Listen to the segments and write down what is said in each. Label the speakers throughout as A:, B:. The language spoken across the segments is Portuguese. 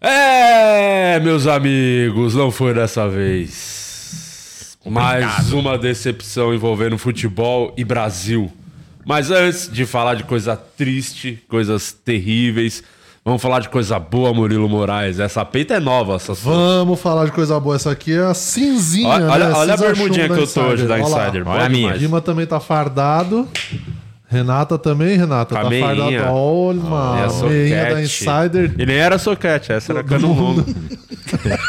A: É, meus amigos, não foi dessa vez. Mais uma decepção envolvendo futebol e Brasil. Mas antes de falar de coisa triste, coisas terríveis, vamos falar de coisa boa, Murilo Moraes. Essa peita é nova, essa sua.
B: Vamos falar de coisa boa. Essa aqui é a cinzinha,
A: Olha,
B: né?
A: olha- olha a
B: Cinza
A: bermudinha
B: chumbo
A: que eu
B: da
A: tô hoje da
B: Olha lá.
A: Insider. É
C: Olha a minha.
B: Lima também tá fardado. Renata também, Renata.
A: Tá
B: tá
A: meinha.
B: fardada. Olha,
A: É a
B: mano. meinha da
A: soquete.
B: Insider.
A: E nem era soquete, essa era
B: Todo
A: cano
B: mundo.
A: longo.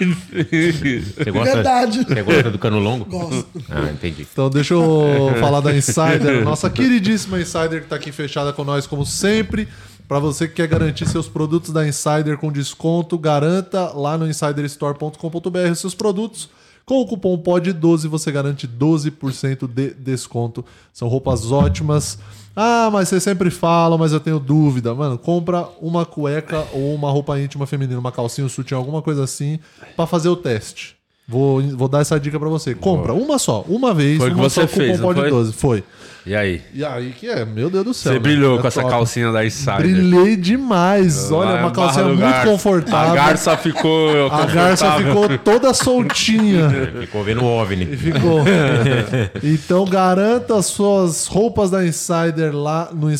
C: Você gosta,
D: Verdade.
C: você gosta do cano longo?
D: Gosto.
C: Ah, entendi.
B: Então deixa eu falar da Insider, nossa queridíssima Insider que tá aqui fechada com nós como sempre. Para você que quer garantir seus produtos da Insider com desconto, garanta lá no insiderstore.com.br os seus produtos. Com o cupom POD12 você garante 12% de desconto. São roupas ótimas. Ah, mas vocês sempre falam, mas eu tenho dúvida. Mano, compra uma cueca ou uma roupa íntima feminina, uma calcinha, um sutiã, alguma coisa assim, para fazer o teste. Vou, vou dar essa dica pra você. Compra uma só, uma vez.
A: Foi o que
B: uma um
A: você
B: só com
A: fez,
B: cupom
A: não
B: POD
A: foi?
B: 12. Foi.
A: E aí?
B: E aí que é, meu Deus do céu.
A: Você
B: né?
A: brilhou
B: É
A: com essa
B: top.
A: calcinha da Insider.
B: Brilhei demais. Olha,
A: Ah,
B: uma
A: barra
B: calcinha
D: é
A: do
B: muito
A: garça.
B: confortável.
A: A garça ficou
B: A garça
A: confortável.
B: ficou toda soltinha.
C: Ficou vendo o OVNI.
B: Ficou. então garanta as suas roupas da Insider lá no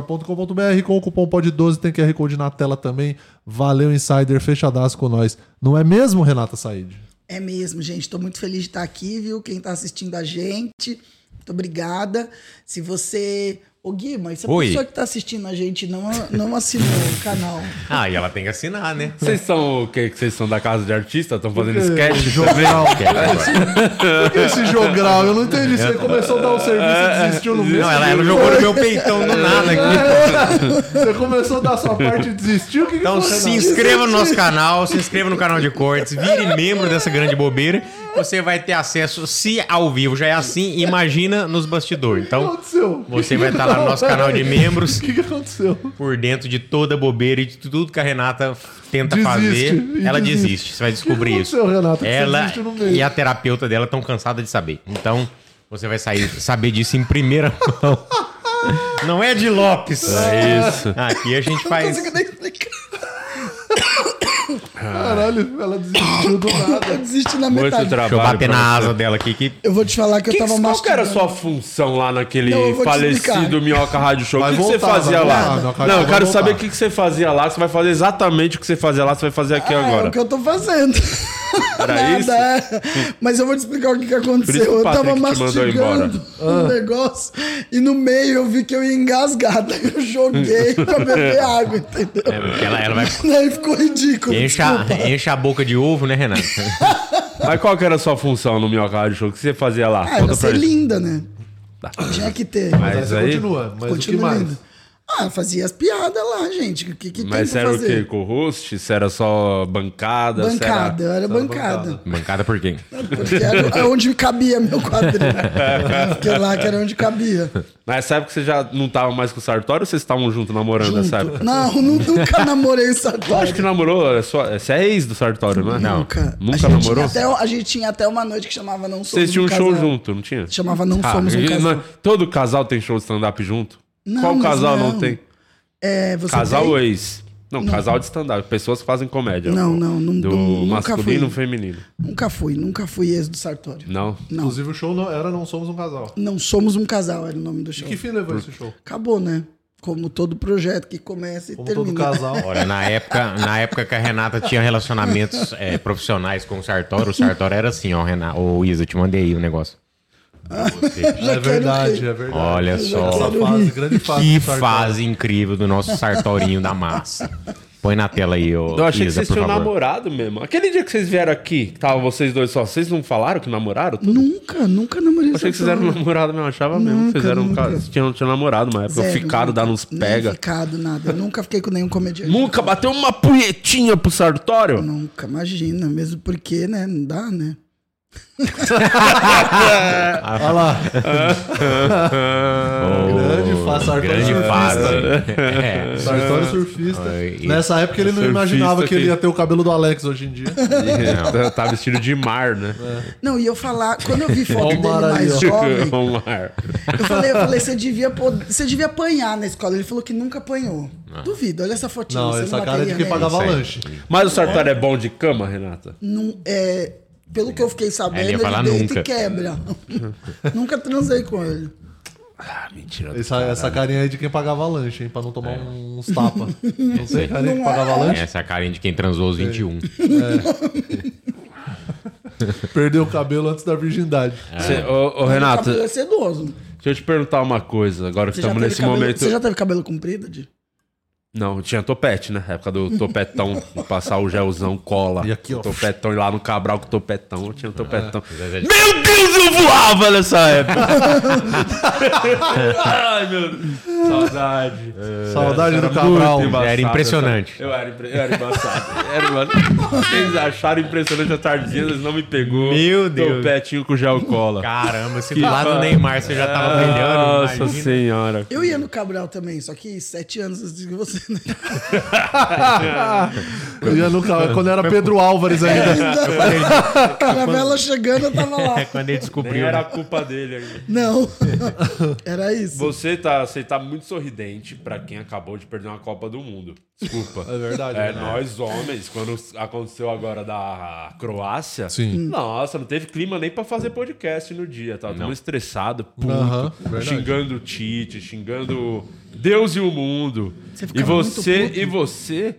B: insiderstore.com.br com o cupom POD12 tem QR Code na tela também. Valeu, Insider, fechadaço com nós. Não é mesmo, Renata Said?
D: É mesmo, gente. Estou muito feliz de estar aqui, viu? Quem está assistindo a gente, muito obrigada. Se você. Ô, Gui, mas se a
C: Oi.
D: pessoa que está assistindo a gente não, não assinou o canal,
C: Ah, e ela tem que assinar, né?
A: Vocês são o quê? que? Vocês são da casa de artista? Estão fazendo sketch?
B: Jogral.
C: Não,
B: Por que esse jogral? Eu não entendi. Você começou a dar um serviço e desistiu no meio.
C: ela, ela jogou no meu peitão do nada aqui.
B: Você começou a dar sua parte e desistiu? O que que
C: Então
B: foi,
C: se
B: Renato?
C: inscreva no nosso canal, se inscreva no canal de cortes, vire membro dessa grande bobeira. Você vai ter acesso, se ao vivo já é assim, imagina nos bastidores.
B: O que
C: Então
B: aconteceu?
C: você vai estar lá no nosso canal de membros.
B: O que, que aconteceu?
C: por dentro de toda a bobeira e de tudo que a Renata tenta
B: Desiste,
C: fazer,
B: e
C: ela
B: desiste.
C: desiste. Você vai descobrir
B: que
C: isso.
B: aconteceu, Renata, que você
C: ela
B: desiste no meio?
C: e a terapeuta dela estão cansadas de saber. Então, você vai sair saber disso em primeira mão. Não é de Lopes.
A: É isso.
C: Aqui a gente
D: não
C: faz.
D: consigo nem explicar.
B: Caralho, ela desistiu do nada.
D: Eu desisti na
A: Muito
D: metade.
A: trabalho.
C: Deixa eu bater
A: pra
C: na
A: você.
C: asa dela aqui que.
D: Eu vou te falar que,
A: Que
D: eu
A: que-
D: tava
A: qual que era a
D: mastigando.
A: sua função lá naquele
D: Não, eu vou te
A: falecido
D: explicar.
A: Minhoca Rádio Show? O
B: Vai
A: que, que você
B: voltar,
A: fazia
B: vai
A: lá?
B: voltar, Minhoca
A: Não,
B: Rádio
A: eu quero
B: vai
A: saber o
B: voltar.
A: que, que você fazia lá. Você vai fazer exatamente o que você fazia lá, você vai fazer aqui
D: Ah,
A: agora.
D: É o que eu tô fazendo.
A: Era isso?
D: é. Mas eu vou te explicar o que,
A: Por
D: que
A: isso
D: aconteceu.
A: que o
D: Eu tava
A: Patrick te mandou
D: mastigando um negócio e no meio eu vi que eu ia engasgar. Daí eu joguei pra beber água, entendeu?
C: É, porque ela, ela vai.
D: Daí ficou ridículo.
C: Enche a, enche a boca de ovo, né, Renata?
A: Mas qual que era a sua função no Minhoca Rádio Show? O que você fazia lá?
D: Ah,
A: Conta
D: era ser
A: pra gente. Tá.
D: linda, né? Tinha que ter.
A: Mas
B: Mas
A: aí-
B: continua, mas o que
D: Continua
B: mais?
D: linda. Ah, fazia as piadas lá, gente. O que, que
A: Mas
D: tem
A: era
D: pra
A: o quê?
D: fazer?
A: Co-host? Você era só bancada? Você era-
D: Bancada, era bancada.
C: Bancada por quem?
D: Porque era onde cabia meu quadrinho. Porque lá que era onde cabia.
A: Nessa época você já não tava mais com o Sartório ou vocês estavam junto namorando nessa época?
D: Não, nu- nunca namorei
A: Acho
D: Sartori.
A: que namorou, é só, você é ex do Sartório, não é?
D: Nunca. a
A: Nunca
D: gente
A: namorou?
D: Tinha até, a gente tinha até uma noite que chamava Não Somos
A: Vocês tinham um
D: um
A: show
D: Casal.
A: junto, não tinha?
D: Chamava Não
A: Ah,
D: Somos um
A: e-
D: Casal.
A: mas todo casal tem show de stand-up junto?
D: Não,
A: Qual
D: mas
A: casal não,
D: não.
A: tem?
D: É, você
A: casal
D: tem?
A: ou ex? Não, casal de stand-up. Pessoas que fazem comédia.
D: Não,
A: Do-
D: não, não-
A: Do
D: nunca
A: masculino
D: fui.
A: e feminino.
D: Nunca fui, nunca fui ex do Sartório.
A: Não?
D: Não.
B: Inclusive, o show não- era Não Somos um Casal.
D: Não Somos um Casal era o nome do
B: E
D: show.
B: que fim levou esse show?
D: Acabou, né? Como todo projeto que começa e
B: Como
D: termina.
B: todo casal.
C: Olha, na época, na época que a Renata tinha relacionamentos é, profissionais com o Sartório, o Sartório era assim, ó, Renata. Ô, Isa, eu te mandei aí o negócio.
B: É
D: quero
B: verdade,
D: rir.
B: é verdade.
C: Olha só.
B: Essa fase, grande fase.
C: Que
B: do Sartori.
C: fase incrível do nosso Sartorinho da massa. Põe na tela aí, ô,
A: Então, Eu achei que
C: Isa,
A: vocês
C: por
A: tinham
C: favor.
A: namorado mesmo. Aquele dia que vocês vieram aqui, que tava vocês dois só, vocês não falaram que namoraram? Tudo?
D: Nunca, nunca namorei
A: Eu achei que vocês eram namorados mesmo, eu achava mesmo. que
D: Nunca,
A: Fizeram um
D: nunca.
A: caso. Tinham, tinham namorado uma época. Ficaram, dando uns pega.
D: Não ficado, nada. Eu nunca fiquei com nenhum comediante.
A: Nunca bateu uma punhetinha pro Sartório?
D: Nunca, imagina. Mesmo porque, né? Não dá, né?
B: Olha lá. grande fa- Sartório
C: Oh, grande
B: surfista.
C: fase. É.
B: Sartório surfista.
C: Ai, e-
B: Nessa época ele não
A: Surfista
B: imaginava que ele
A: que-
B: ia ter o cabelo do Alex hoje em dia.
A: Tá- Tá vestido de mar, né?
D: Não, e eu falar, quando eu vi foto
B: Ó o
D: dele
B: mar aí,
D: mais
B: ó.
D: jovem,
A: O Um mar.
D: eu falei, eu falei, você devia, pod- você devia apanhar na escola. Ele falou que nunca apanhou.
A: Ah.
D: Duvido, olha essa fotinha.
B: Não,
D: você
B: essa cara é
D: bateria
B: de quem
D: nele.
B: pagava
C: Sei.
B: lanche.
A: Mas o Sartori é bom de cama, Renata?
D: Não, é, pelo que eu fiquei sabendo,
C: Ele ia
D: ele,
C: falar
D: deita
C: nunca.
D: e quebra. nunca transei com ele.
A: Ah, mentira.
B: Essa, essa carinha aí de quem pagava lanche, hein? Pra não
A: É.
B: tomar uns tapa. Não
C: sei. É.
B: tem carinha que
D: Não
B: pagava
D: é.
B: lanche.
C: Essa é a carinha de quem transou os 21.
B: Perdeu o cabelo antes da virgindade.
A: Cê, ô, ô, Renata,
D: É. Cabelo é
A: deixa
D: sedoso.
A: eu te perguntar uma coisa, agora que
D: Você já,
A: estamos
D: teve
A: nesse
D: cabelo,
A: momento.
D: você já teve cabelo comprido, Di?
A: Não, tinha topete, né? Época do topetão, passar o gelzão cola.
B: E aqui, ó.
A: Topetão, ir lá no Cabral com topetão, eu tinha topetão.
C: É,
A: Meu Deus, eu voava nessa época! Ai, meu Deus. Saudade.
B: Saudade
A: É, Era
B: do Cabral.
A: muito embaçado,
C: É. Era impressionante.
A: Eu era, impre- eu era embaçado. Era embaçado. Vocês acharam impressionante a tardinha, eles não me pegou.
C: Meu Deus.
A: Topetinho com gel cola.
C: Caramba, se
A: Que
C: do Ah, lado do
A: fã.
C: Neymar você já tava brilhando.
A: Nossa
C: imagina.
A: senhora.
D: Eu ia no Cabral também, só que sete anos antes de você, né?
B: Eu ia no ca- quando era Pedro Álvares
A: É,
B: ainda.
D: Caravela chegando, eu tava lá.
C: É quando ele
A: Nem
C: descobriu.
A: era
C: né?
A: a culpa dele ainda.
D: Não. Era isso.
A: Você tá, você tá muito sorridente pra quem acabou de perder uma Copa do Mundo. Desculpa.
B: É verdade,
A: É,
B: né?
A: nós homens, quando aconteceu agora da Croácia,
B: Sim.
A: nossa, não teve clima nem pra fazer podcast no dia, tá? Tamo estressado, puto,
B: Aham, verdade.
A: xingando o Tite, xingando Deus e o mundo.
D: Você
A: e
D: ficava muito
A: você,
D: puto.
A: e você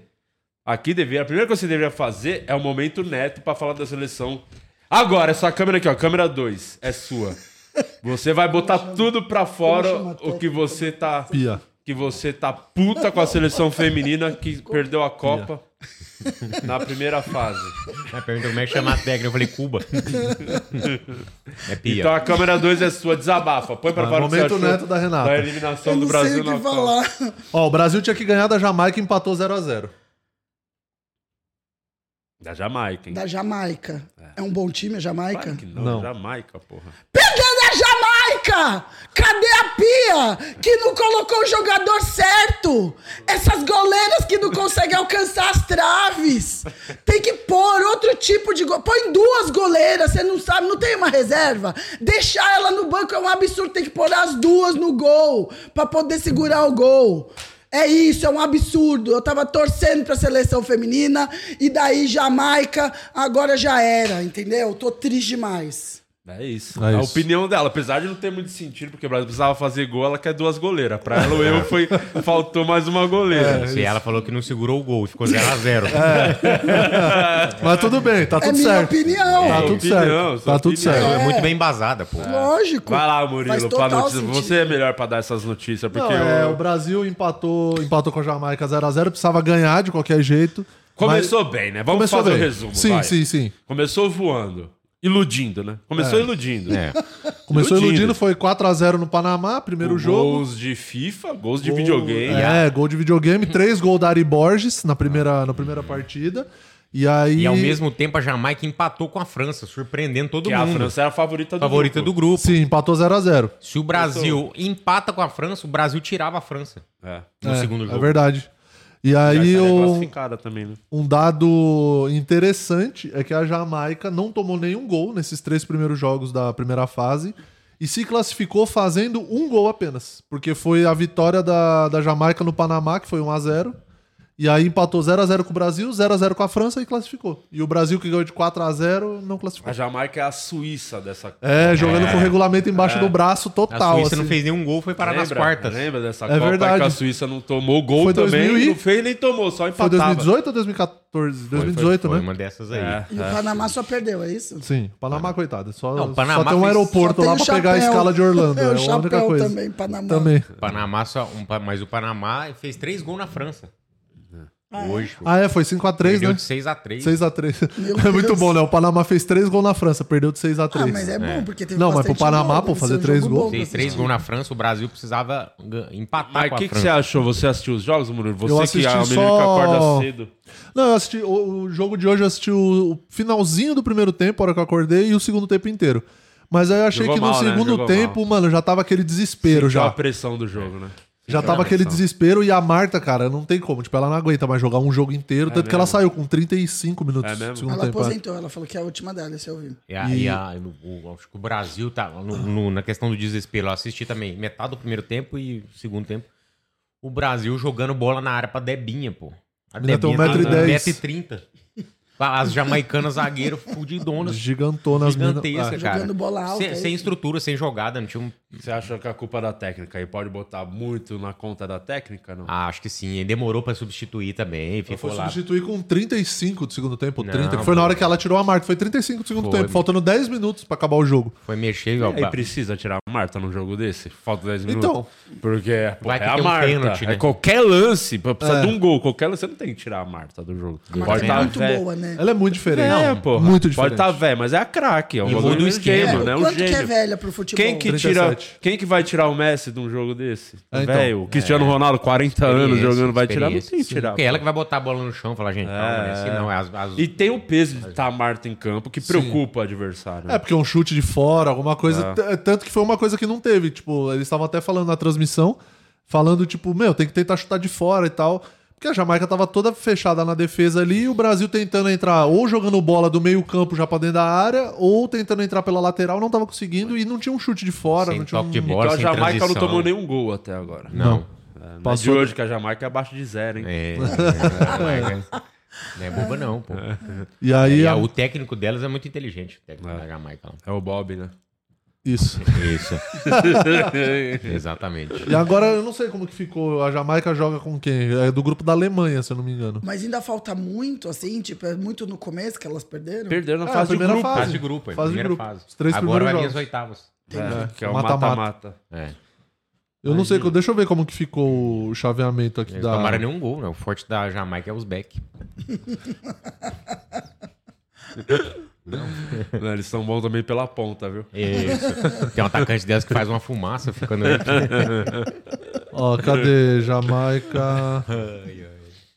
A: aqui deveria, a primeira coisa que você deveria fazer é o momento neto pra falar da seleção. Agora, essa câmera aqui, ó, câmera 2, é sua. Você vai botar tudo pra
D: chama
A: fora
D: a
A: o que você tá
B: Pia.
A: que você tá puta com a seleção feminina que perdeu a Copa na primeira fase.
C: Aí perguntou como é que chama a técnica. Eu falei, Cuba. é pia.
A: Então a câmera 2 é sua, desabafa. Põe pra
B: Vai,
A: fora o que você
B: momento
A: achou
B: neto da Renata.
A: Da eliminação
D: Eu
A: do
D: não sei
A: Brasil
D: o que
A: na Copa.
D: falar.
B: Ó, o Brasil tinha que ganhar da Jamaica e empatou 0x0.
A: Da Jamaica, hein?
D: Da Jamaica. É. um bom time, a Jamaica?
A: Claro que não,
B: Não.
A: Jamaica, porra.
D: Cadê a Jamaica? Cadê a pia que não colocou o jogador certo? Essas goleiras que não conseguem alcançar as traves. Tem que pôr outro tipo de. Go... Põe duas goleiras, você não sabe, não tem uma reserva. Deixar ela no banco é um absurdo, tem que pôr as duas no gol pra poder segurar o gol. É isso, é um absurdo. Eu tava torcendo pra seleção feminina e daí Jamaica agora já era, entendeu? Tô triste demais.
A: É isso.
B: É
A: a
B: isso.
A: opinião dela, apesar de não ter muito sentido, porque o Brasil precisava fazer gol, ela quer duas goleiras. Pra ela
B: É.
A: o eu foi. Faltou mais uma goleira.
C: E ela falou que não segurou o gol, ficou 0x0.
B: Mas tudo bem, tá
D: É
B: tudo
D: minha
B: certo.
D: opinião.
B: Tá tudo
A: Opinião,
B: certo.
A: sua
B: Tá tudo
A: opinião.
B: certo.
C: Foi muito bem embasada, pô.
D: Lógico.
A: Vai lá, Murilo,
D: Faz
A: pra
D: total
A: notícia.
D: sentido.
A: Você é melhor pra dar essas notícias, porque
B: Não, é,
A: eu-
B: o Brasil empatou, empatou com a Jamaica 0x0, precisava ganhar de qualquer jeito.
A: Começou bem, né? Vamos
B: Começou
A: fazer
B: bem.
A: o resumo.
B: Sim,
A: vai.
B: sim, sim.
A: Começou voando. Iludindo, né? Começou iludindo.
C: É.
B: mas começou
A: Iludindo.
B: iludindo, foi 4x0 no Panamá, primeiro jogo.
A: Gols de FIFA, gols de videogame.
B: É, gol de videogame, três gols da Ari Borges na primeira, na primeira partida. E aí.
C: E ao mesmo tempo a Jamaica empatou com a França, surpreendendo todo
A: Que a
C: mundo.
A: França era a favorita do
C: favorita
A: grupo.
C: do grupo.
B: Sim, empatou 0x0.
C: Se o Brasil empata com a França, o Brasil tirava a França
A: É.
C: no
B: é,
C: segundo
B: É
C: jogo.
B: verdade. E aí,
A: Essa é
B: o,
A: classificada também, né?
B: um dado interessante é que a Jamaica não tomou nenhum gol nesses três primeiros jogos da primeira fase e se classificou fazendo um gol apenas, porque foi a vitória da, da Jamaica no Panamá, que foi 1 a 0 e aí empatou 0 a 0 com o Brasil, 0 a 0 com a França e classificou. E o Brasil, que ganhou de 4 a 0 não
A: A
B: classificou.
A: Jamaica é a Suíça dessa
B: É, jogando com o regulamento embaixo do braço
C: A
B: total.
C: Suíça não
B: assim.
C: fez nenhum gol, foi parar nas quartas.
A: Lembra dessa
B: É
A: Copa
B: verdade.
A: que a Suíça não tomou gol
B: Foi
A: também?
B: 2000 e-
A: Não fez nem tomou, só
B: Foi
A: empatava.
B: 2018 ou 2014? 2018,
C: foi, foi
B: né?
C: uma dessas aí.
A: É,
D: E o
A: é.
D: Panamá só perdeu, é isso?
B: Sim, Panamá, coitado. é Só,
C: Não, Panamá
B: só tem um
C: fez-
B: aeroporto
D: Só
B: Tá
D: tem
B: lá
D: o
B: pra pegar a
D: chapéu.
B: escala de Orlando.
D: É, o
B: É, a única
D: chapéu
B: coisa.
D: também, Panamá. Ah,
B: Também.
C: Panamá só, um pa- mas o Panamá fez três gols na França. Hoje, pô.
B: Ah, é, foi 5x3,
C: Perdeu
B: né?
C: de 6x3.
B: 6x3.
D: Meu
B: É muito
D: Deus.
B: bom, né? O Panamá fez 3 gols na França, perdeu de 6x3.
D: Ah, mas é bom, porque teve
B: Não, mas pro
D: bastante
B: Panamá,
D: gol,
B: pô,
D: deve ser
B: fazer
D: um
B: três
D: jogo
B: gols.
D: bom pra
C: Fez três gols na França, o Brasil precisava gan- empatar
A: Mas o
C: com a
A: que, que você
C: França.
A: achou? Você assistiu os jogos, Murilo? Você
B: Eu
A: que é
B: assisti
A: um menino que
B: só-
A: acorda cedo.
B: Não, eu assisti. O, o jogo de hoje eu assisti o, o finalzinho do primeiro tempo, a hora que eu acordei, e o segundo tempo inteiro. Mas aí eu achei
A: Jogou
B: que no
A: mal, né?
B: segundo
A: Jogou
B: tempo, mano, já tava aquele desespero
A: Sentiu
B: já.
A: a pressão do jogo, né?
B: Já tava aquele desespero e a Marta, cara, não tem como. Tipo, ela não aguenta mais jogar um jogo inteiro, tanto que ela
A: É mesmo?
B: saiu com 35 minutos
A: É
B: do
A: mesmo?
B: segundo
D: Ela
B: tempo.
D: aposentou, ela falou que é a última dela, esse eu vi.
C: E a- e a- o- o- acho que o Brasil tá no- no- na questão do desespero. Eu assisti também metade do primeiro tempo e segundo tempo. O Brasil jogando bola na área pra Debinha, pô. A
B: Menina tem
C: Debinha tá
B: 1,10.
C: 1,30m. As jamaicanas zagueiro
B: é.
C: fudidonas.
B: Gigantonas,
C: Gigantesca,
B: meninas. Ah.
C: cara.
D: Jogando bola alta,
C: Sem,
D: é
C: sem
D: isso.
C: estrutura, sem jogada. Não tinha um...
A: Você acha que a culpa é da técnica e pode botar muito na conta da técnica, não?
C: Ah, acho que sim. Ele demorou pra substituir também.
B: Ah,
C: Ficou
B: foi
C: lá.
B: substituir com 35 do segundo tempo,
C: Não,
B: 30, que foi na hora que ela tirou a Marta. Foi 35 do segundo
C: Foi.
B: tempo, faltando 10 minutos pra acabar o jogo.
C: Foi
B: É,
C: mexer. ó,
A: E aí precisa tirar a Marta num jogo desse? Falta 10 minutos.
B: Então.
A: Porque pô,
C: Vai que
A: é a
C: tem um
A: Marta.
C: pênalti, né?
A: É qualquer lance, pô, precisa
B: É.
A: de um gol. Qualquer lance, você não tem que tirar a Marta do jogo.
D: A Marta
A: tá
D: é muito
A: vé-
D: boa, né?
B: Ela é muito diferente.
A: É,
B: Não,
A: pô.
B: Muito diferente.
A: Pode estar tá velho, mas é a craque. É um
C: E muda
A: bagulho
C: o esquema.
A: gênio,
D: É,
A: né?
D: o
A: Um
D: quanto que é
A: gênio.
D: velha pro futebol?
A: Quem que tira,
B: 37.
A: quem que vai tirar o Messi de um jogo desse?
B: É, então.
A: Velho, o Cristiano Ronaldo, 40 anos
C: Experiência,
A: Tá jogando, vai tirar? Não tem que
C: experiência.
A: tirar.
C: Porque é
A: pô.
C: ela que vai botar a bola no chão e falar, gente, calma, né? Se não, é as, as-
A: E tem o peso de estar a Marta em campo, que preocupa o adversário. né?
B: É, porque um chute de fora, alguma
C: É.
B: coisa. t- Tanto que foi uma coisa que não teve. Tipo, eles estavam até falando na transmissão, falando, tipo, meu, tem que tentar chutar de fora e tal. Porque a Jamaica tava toda fechada na defesa ali e o Brasil tentando entrar ou jogando bola do meio-campo já pra dentro da área, ou tentando entrar pela lateral, não tava conseguindo e não tinha um chute de fora.
C: Sem
B: não tinha
C: toque
B: um...
C: de bola.
A: Então a
C: sem
A: Jamaica não
C: transição.
A: tomou nenhum gol até agora.
C: Não.
A: É, não é de
B: Passou-
A: hoje que a Jamaica é abaixo de zero, hein?
C: É, é, Jamaica. Não é boba, não, pô.
B: E aí.
C: É, E
B: a-
C: a- o técnico delas é muito inteligente, o técnico da Jamaica. lá.
A: É o Bob, né?
B: Isso.
C: Isso. Exatamente.
B: E agora eu não sei como que ficou. A Jamaica joga com quem? É do grupo da Alemanha, se eu não me engano.
D: Mas ainda falta muito, assim, tipo, é muito no começo que elas perderam.
A: Perderam na
B: É, a
A: fase de
B: primeira
A: grupo.
B: fase.
C: Fase de grupo, é.
B: Fase de
C: primeira
B: grupo.
C: fase.
B: Os três
C: Agora vai vir
B: primeiros
C: as oitavas.
A: É, que é o
B: Mata-mata.
A: mata-mata.
C: É.
B: Eu não sei, deixa eu ver como que ficou o chaveamento aqui
C: Eles
B: da.
C: tomaram nenhum gol, né? O forte da Jamaica é os back.
A: Não, Eles são bons também pela ponta, viu?
C: Isso. Tem um atacante delas que faz uma fumaça ficando.
B: Ó, cadê? Jamaica.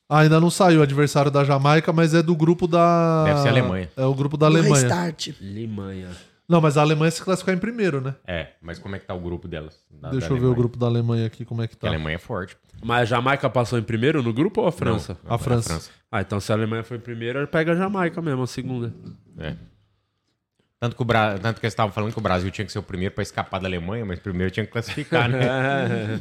B: Ah, ainda não saiu o adversário da Jamaica, mas é do grupo da.
C: Deve ser a Alemanha.
B: É o grupo da
D: No
B: Alemanha.
D: restart.
A: Limanha.
B: Não, mas a Alemanha se classificar em primeiro, né?
C: É, mas como é que tá o grupo delas? Da-
B: Deixa eu ver
C: da
B: o
C: Alemanha.
B: grupo da Alemanha aqui, como é que
C: Porque
B: tá.
C: A Alemanha é forte.
A: Mas a Jamaica passou em primeiro no grupo ou a França?
C: é
B: A França.
A: Ah, então se a Alemanha foi em primeiro, pega a Jamaica mesmo, a segunda.
C: É. Tanto que, o Bra... Tanto que eles estavam falando que o Brasil tinha que ser o primeiro pra escapar da Alemanha, mas primeiro tinha que classificar, né?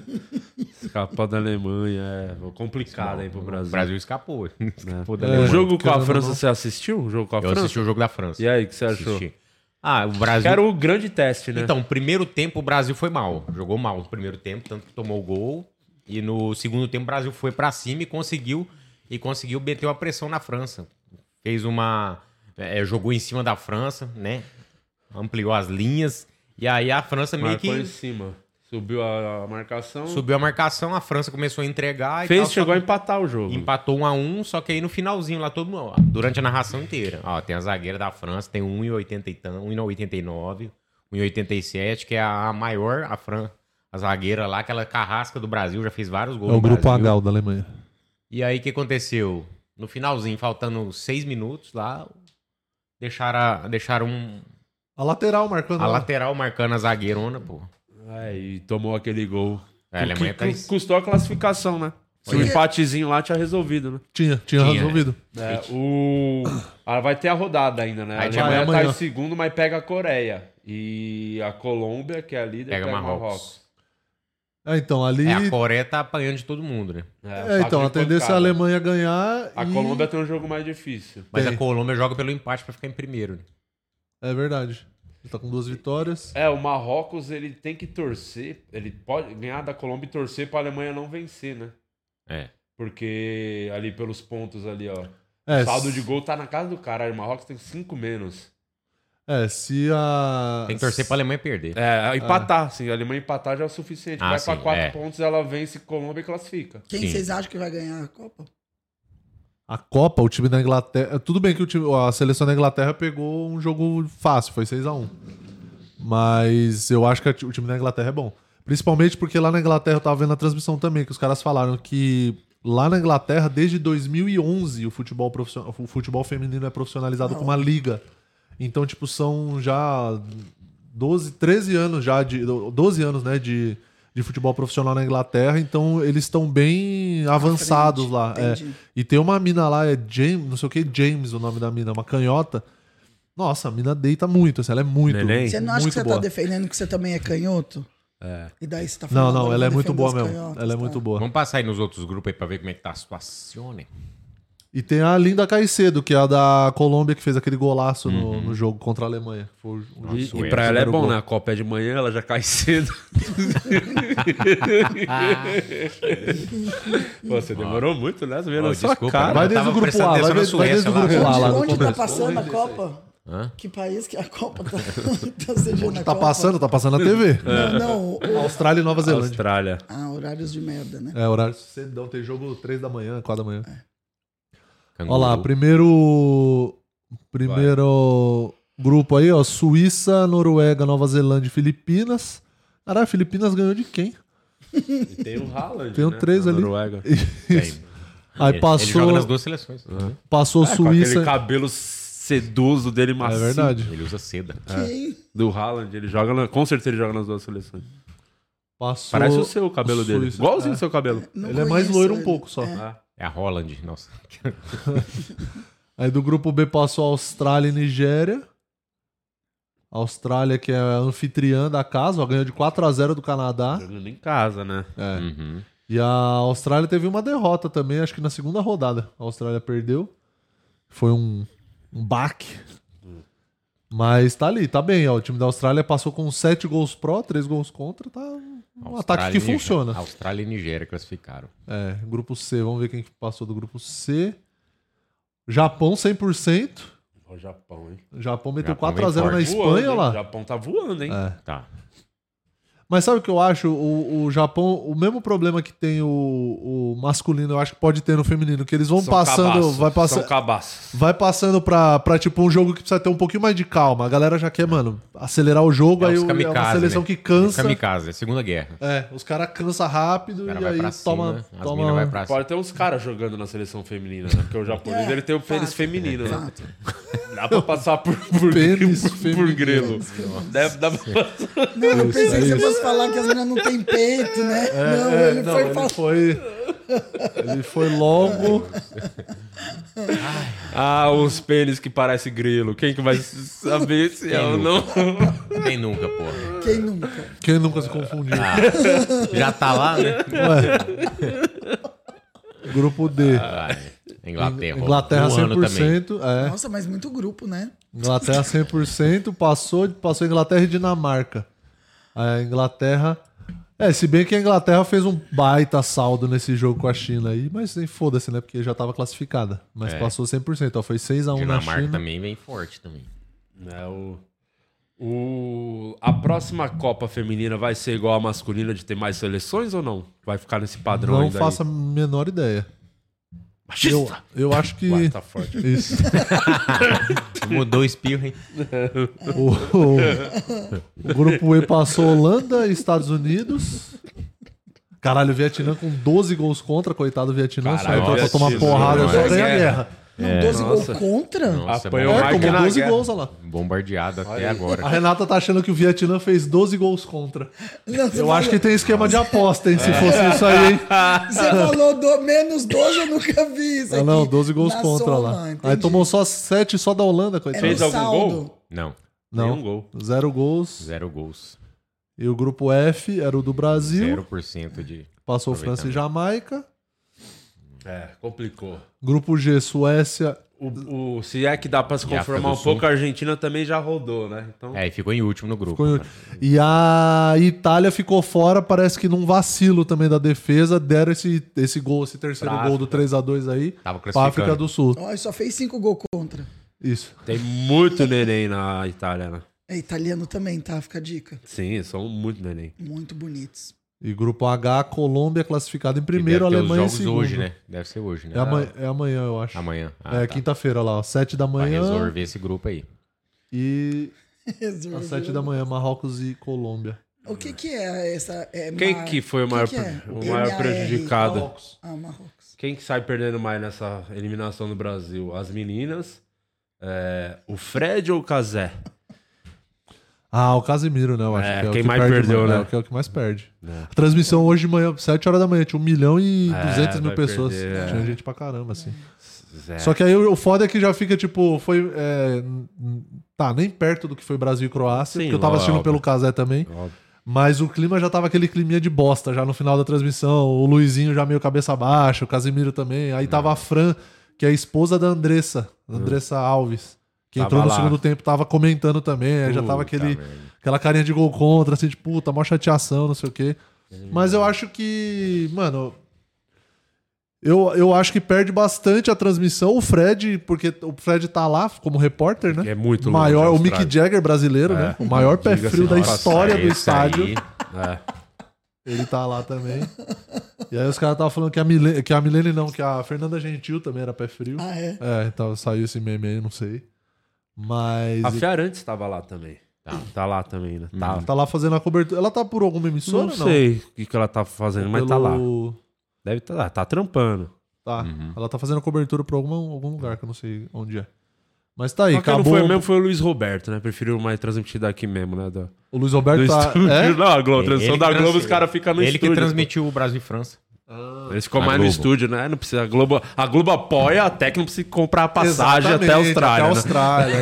A: Escapar da Alemanha, é complicado aí pro Brasil. né?
C: O Brasil escapou. escapou da
A: O
C: Alemanha.
A: jogo com a
B: Querendo
A: França,
B: ou não.
A: você assistiu? O jogo com a
C: Eu
A: França?
C: assisti o jogo da França.
A: E aí, o que você achou?
C: Assisti. Ah, o Brasil.
A: Era o grande teste, né?
C: Então, primeiro tempo o Brasil foi mal. Jogou mal no primeiro tempo, tanto que tomou o gol. E no segundo tempo o Brasil foi pra cima e conseguiu e conseguiu meter uma pressão na França. Fez uma é, jogou em cima da França, né? Ampliou as linhas e aí a França meio
A: Marcou em
C: que
A: cima. Subiu a, a marcação.
C: subiu a marcação, a França começou a entregar e
A: Fez,
C: tal, só
A: chegou a
C: que
A: empatar o jogo.
C: empatou um a um, só que aí no finalzinho lá todo mundo, ó, durante a narração inteira, ó, tem a zagueira da França, tem 1,80 e um tanto, 1,89, 1,87, que é a maior, a Fran, a zagueira lá, aquela carrasca do Brasil, já fez vários
B: É
C: gols
B: o
C: no
B: grupo
C: Brasil.
B: H o da Alemanha.
C: E aí o que aconteceu? No finalzinho, faltando seis minutos lá, deixaram, a- deixaram um-
B: A lateral marcando.
C: a
B: lá.
C: lateral marcando a zagueirona, pô.
A: É, e tomou aquele gol.
C: A Alemanha
A: que,
C: tá em-
A: cu- custou a classificação, né? Se um
D: Olha.
A: empatezinho lá tinha resolvido, né?
B: Tinha, tinha,
C: Tinha,
B: resolvido.
A: É, o... ah, vai ter a rodada ainda, né?
C: Aí
A: a
C: vai
A: Alemanha tá
B: amanhã.
A: em segundo, mas pega a Coreia. E a Colômbia, que é a líder,
C: pega
A: pega,
C: Marrocos.
A: Marrocos.
B: É, então, ali.
C: É, a Coreia tá apanhando de todo mundo, né?
B: É, então, a tendência é a
A: alemã.
B: Alemanha ganhar.
A: A
B: e-
A: Colômbia tem um jogo mais difícil.
C: Mas
B: Tem.
C: a Colômbia joga pelo empate pra ficar em primeiro, né?
B: É verdade. Ele tá com duas vitórias.
A: É, o Marrocos ele tem que torcer, ele pode ganhar da Colômbia e torcer pra Alemanha não vencer, né?
C: É.
A: Porque ali pelos pontos ali, ó.
B: É,
A: o saldo de
B: se-
A: gol tá na casa do caralho. O Marrocos tem cinco menos.
B: É, se a.
C: Tem que torcer pra Alemanha perder.
A: É, empatar, sim. A Alemanha empatar já é o suficiente.
C: Ah,
A: Vai
C: sim,
A: pra quatro
C: é.
A: pontos, ela vence Colômbia e classifica.
D: Quem
C: Sim.
D: vocês acham que vai ganhar a Copa?
B: A Copa, o time da Inglaterra. Tudo bem que o time- a seleção da Inglaterra pegou um jogo fácil, foi 6 a 1 Mas eu acho que a ti- o time da Inglaterra é bom. Principalmente porque lá na Inglaterra eu tava vendo a transmissão também, que os caras falaram que lá na Inglaterra, desde 2011, o futebol, profission- o futebol feminino é profissionalizado com uma liga. Então, tipo, são já 12, 13 anos já de. 12 anos, né, de, de futebol profissional na Inglaterra, então eles estão bem avançados
D: frente,
B: lá. é.
D: entendi.
B: E tem uma mina lá, é James, não sei o que, James o nome da mina, uma canhota. Nossa, a mina deita muito, assim, ela é muito.
A: Neném?
D: Você não acha que
B: muito
D: você
B: boa.
D: tá defendendo que você também é canhoto? É. E daí você tá
B: Não,
D: falando.
B: não,
D: agora
B: ela é
D: defende
B: muito boa
D: os
B: mesmo.
D: canhotos,
B: Ela é
D: tá?
B: muito boa.
C: Vamos passar aí nos outros grupos aí pra ver como é que tá a situação, né?
B: E tem a Linda Caicedo, que é a da Colômbia, que fez aquele golaço
C: Uhum.
B: no, no jogo contra a Alemanha. Foi um o- o-
A: E,
C: Suécia,
A: e pra ela é
B: primeiro
A: bom,
B: gol.
A: né? A Copa é de manhã, ela já cai cedo. Pô, você demorou muito, né? Você veio
C: Ó,
A: na sua
C: desculpa,
A: cara.
B: vai
C: eu
B: desde
C: tava
B: o grupo
C: prestando
B: A, vai
C: atenção na
B: desde- vai desde o
C: Suécia
B: grupo
C: lá.
B: A. lá no
D: Onde, onde tá
B: começo.
D: passando a Copa? Que país que a Copa tá, tá sediando a
B: Tá
D: Copa?
B: passando, tá passando na TV.
D: Não, não. o-
B: Austrália e Nova
C: É.
B: Zelândia.
A: Austrália.
D: Ah, horários de merda, né?
B: É, horário cedão, tem jogo 3 da manhã, 4 da manhã.
C: Canguru.
B: Olha lá, primeiro. Primeiro grupo aí, ó. Suíça, Noruega, Nova Zelândia e Filipinas. Caralho, Filipinas ganhou de quem?
A: E tem o Haaland,
B: Tem um
A: né?
B: três
A: Na
B: ali.
A: Noruega.
C: Tem.
B: Aí
C: Ele- Ele
B: passou, Uhum.
C: joga nas duas seleções.
B: passou
A: Com
B: Suíça.
A: aquele cabelo sedoso dele
B: É
A: macio.
B: verdade.
C: Ele usa seda.
D: Quem?
A: Do Haaland, ele joga na- com certeza ele joga nas duas seleções.
B: Passou
A: Parece o seu cabelo dele.
B: Suíça.
A: Igualzinho o
B: É.
A: seu cabelo.
D: Não
B: Ele é mais
D: conheço
B: loiro um
D: ele.
B: pouco só.
A: Ah.
C: É a Holland, nossa.
B: Aí do grupo B passou Austrália e Nigéria. Austrália, que é a anfitriã da casa, ó, ganhou de 4 a 0 do Canadá.
A: Jogando em casa, né?
B: É.
C: Uhum.
B: E a Austrália teve uma derrota também, acho que na segunda rodada. A Austrália perdeu. Foi um, um baque. Mas tá ali, tá bem. Ó, o time da Austrália passou com 7 gols pró, 3 gols contra. Tá um
C: Austrália
B: ataque que
C: e Nigéria.
B: funciona.
C: Austrália e Nigéria classificaram.
B: É, grupo C, vamos ver quem que passou do grupo C. Japão 100%.
A: O Japão, hein?
B: Japão meteu
C: Japão vem
B: 4x0 na
C: forte.
B: Espanha
A: hein?
B: lá.
A: O Japão tá voando, hein?
B: É.
C: Tá.
B: Mas sabe o que eu acho? O, o Japão, o mesmo problema que tem o, o masculino, eu acho que pode ter no feminino, que eles vão
A: São
B: passando,
A: cabaços,
B: vai
A: São
B: passando,
A: cabaços.
B: vai passando pra, pra tipo um jogo que precisa ter um pouquinho mais de calma. A galera já quer, mano, acelerar o jogo,
C: É
B: aí
C: os
B: o- é uma
C: kamikaze,
B: seleção
C: né?
B: que cansa.
C: Kamikaze, é Segunda Guerra.
B: É, os caras cansa rápido
C: O cara
B: e
C: vai
B: aí
C: pra
B: toma,
C: cima, as
B: toma um
C: minas vai pra cima.
A: Pode ter uns caras jogando na seleção feminina, né? Porque o japonês
D: É,
A: ele tem o pênis
D: fato.
B: É.
A: feminino, né?
D: Exato.
A: Dá pra passar por, por,
B: Pênis
A: por
B: feminino.
A: grelo. Deve, dá pra passar.
D: Não, eu
B: Isso,
D: pensei que
B: é
D: você
B: isso.
D: fosse falar que as meninas não têm peito, né?
B: É,
D: não,
B: é,
D: ele
B: não,
D: foi
B: ele
D: falar.
B: foi ele foi logo.
A: Ah, os pênis que parece grilo. Quem que vai saber se é ou não?
C: Nem nunca, porra.
D: Quem nunca?
B: Quem nunca se confundiu?
C: Ah. Já tá lá, né?
B: Grupo D.
C: Inglaterra.
B: Inglaterra
C: Ah, Um ano também.
B: 100%, é.
D: Nossa, mas muito grupo, né?
B: Inglaterra 100%, passou, passou Inglaterra e Dinamarca. A Inglaterra. É, se bem que a Inglaterra fez um baita saldo nesse jogo com a China aí, mas nem foda-se, né? Porque já tava classificada.
A: É.
B: Mas passou 100%, ó. Foi 6x1 na
C: Dinamarca
B: China.
C: também vem forte também.
A: É, o, o, a próxima Copa Feminina vai ser igual à masculina de ter mais seleções ou não? Vai ficar nesse padrão
B: Não
A: ainda
B: faço
A: aí?
B: a menor ideia. Eu,
A: Machista!
B: eu acho que.
A: Ué, tá forte.
B: Isso.
C: Mudou o espirro, hein?
B: O, o- o grupo E passou Holanda e Estados Unidos. Caralho, o Vietnã com 12 gols contra, coitado do Vietnã.
A: Caralho,
B: só entrou pra tomar
A: Vietnã, né?
B: porrada, só
C: mano.
B: ganha
C: É.
B: guerra.
D: Não, 12 gols
A: Nossa.
D: contra?
C: Nossa,
A: Apanhou
C: bom-
A: mais
B: É,
A: Marca
B: tomou
A: na
B: 12
A: guerra.
B: gols, olha lá.
C: bombardeado até
B: A
C: agora.
B: Renata tá achando que o Vietnã fez 12 gols contra.
D: Não, você
B: Eu
D: falou-
B: acho que tá tem esquema de aposta, hein? Se fosse isso aí, hein?
D: Você falou do, menos 12, eu nunca vi isso.
B: Ah,
D: aqui.
B: não, 12 gols
D: Na
B: contra
D: soma,
B: lá. Aí
D: entendi.
B: tomou só 7 só da Holanda,
D: Era
B: coitado.
A: Fez
D: um
A: algum
D: saldo.
A: gol?
C: Não,
A: Nenhum gol.
B: Zero gols.
C: zero gols.
B: E o grupo F era o do Brasil.
C: 0% de.
B: Passou França e Jamaica.
A: É, complicou.
B: Grupo G, Suécia.
A: O, o- se é que dá pra se
C: E África
A: conformar
C: do
A: um
C: Sul.
A: pouco, a Argentina também já rodou, né? Então,
C: É, e ficou em último no grupo.
B: ficou em último. E a Itália ficou fora, parece que num vacilo também da defesa. Deram esse, esse gol, esse terceiro
A: Pra
B: gol do 3x2 aí.
C: Tava
B: Pra
C: classificando.
B: África do Sul.
D: Ó, ele só fez 5 gols contra.
B: Isso.
A: tem muito neném na Itália, né?
D: É italiano também, tá? Fica a dica.
A: Sim, são muito neném.
D: Muito bonitos.
B: E grupo H, Colômbia classificada em primeiro,
C: Deve ter os
B: Alemanha em
C: jogos
B: segundo.
C: hoje, né? Deve ser hoje, né?
B: É, amanhã, é amanhã, eu acho.
C: Amanhã. Ah,
B: é,
C: tá.
B: quinta-feira lá, ó. Sete da
C: Pra
B: manhã.
C: resolver esse grupo aí.
B: E às
D: Resolveu.
B: sete da manhã, Marrocos e Colômbia.
D: O que que é essa... é
A: Quem
D: ma-
A: que foi o
D: que
A: maior,
D: que é?
A: o maior
D: MAR?
A: prejudicado?
B: Marrocos.
D: Ah, Marrocos.
A: Quem que sai perdendo mais nessa eliminação do Brasil? As meninas? É, o Fred ou o Kazé?
B: Ah, o Casemiro, né? Eu acho
A: É,
B: que é o
A: quem
B: que
A: mais
B: perde
A: perdeu,
B: mais,
A: né?
B: É, o que é o que mais perde. A transmissão hoje de manhã, 7 horas da manhã, tinha 1 milhão e 200
A: vai
B: mil pessoas.
A: perder, é.
B: Tinha gente pra caramba, assim.
A: Zé.
B: Só que aí o o foda é que já fica, tipo, foi. é, n- n- tá, nem perto do que foi Brasil e Croácia,
A: Sim,
B: porque eu tava assistindo
A: óbvio.
B: pelo Casé também.
A: Óbvio.
B: Mas o clima já tava aquele climinha de bosta já no final da transmissão. O Luizinho já meio cabeça baixa, o Casimiro também. Aí tava a Fran, que é a esposa da Andressa, Andressa Alves. Que
A: Tava
B: entrou no
A: lá.
B: segundo tempo, tava comentando também. Aí já tava
A: Puta
B: aquele,
A: merda.
B: aquela carinha de gol contra, assim, de puta, mó chateação, não sei o quê. Mas eu acho que, mano, eu, eu acho que perde bastante a transmissão o Fred, porque o Fred tá lá como repórter, né?
A: É muito
B: maior,
A: longe,
B: o Mick
A: Austrália.
B: Jagger brasileiro, né? O maior pé
A: Diga-se
B: frio da
A: de passagem.
B: história do
C: Esse
B: estádio.
C: aí,
A: É.
B: Ele tá lá também. E aí os caras estavam falando que a Milene, que a Milene não, que a Fernanda Gentil também era pé frio.
D: Ah, é?
B: É, então saiu esse meme aí, não sei. Mas
A: A Fiarantes estava lá também. Tá. lá também, né? Tá.
B: tá lá fazendo a cobertura. Ela tá por alguma emissora
A: Não
B: ou
A: sei o que, que ela tá fazendo, mas tá lá. Uhum.
B: Pelo-
A: Deve estar lá, tá trampando.
B: Tá. Ela tá fazendo cobertura pra alguma, algum lugar que eu não sei onde é. Mas tá aí,
A: Só que não
B: acabou.
A: foi mesmo, foi o Luiz Roberto, né? Preferiu mais transmitir daqui mesmo, né? Do,
B: O Luiz
A: do
B: Alberto tá.
A: estúdio.
B: É?
A: Não, a Globo, a transmissão
C: Ele
A: da
C: que
A: Globo,
C: trans-
A: os caras ficam no
C: Ele
A: estúdio.
C: que transmitiu o Brasil e França.
A: Eles ficam
C: A
A: mais no
C: Globo.
A: estúdio, né? Não precisa, a, Globo, a Globo apoia até que não precisa comprar a passagem
B: Exatamente,
A: até a Austrália.
B: Até a
A: né?
B: Austrália,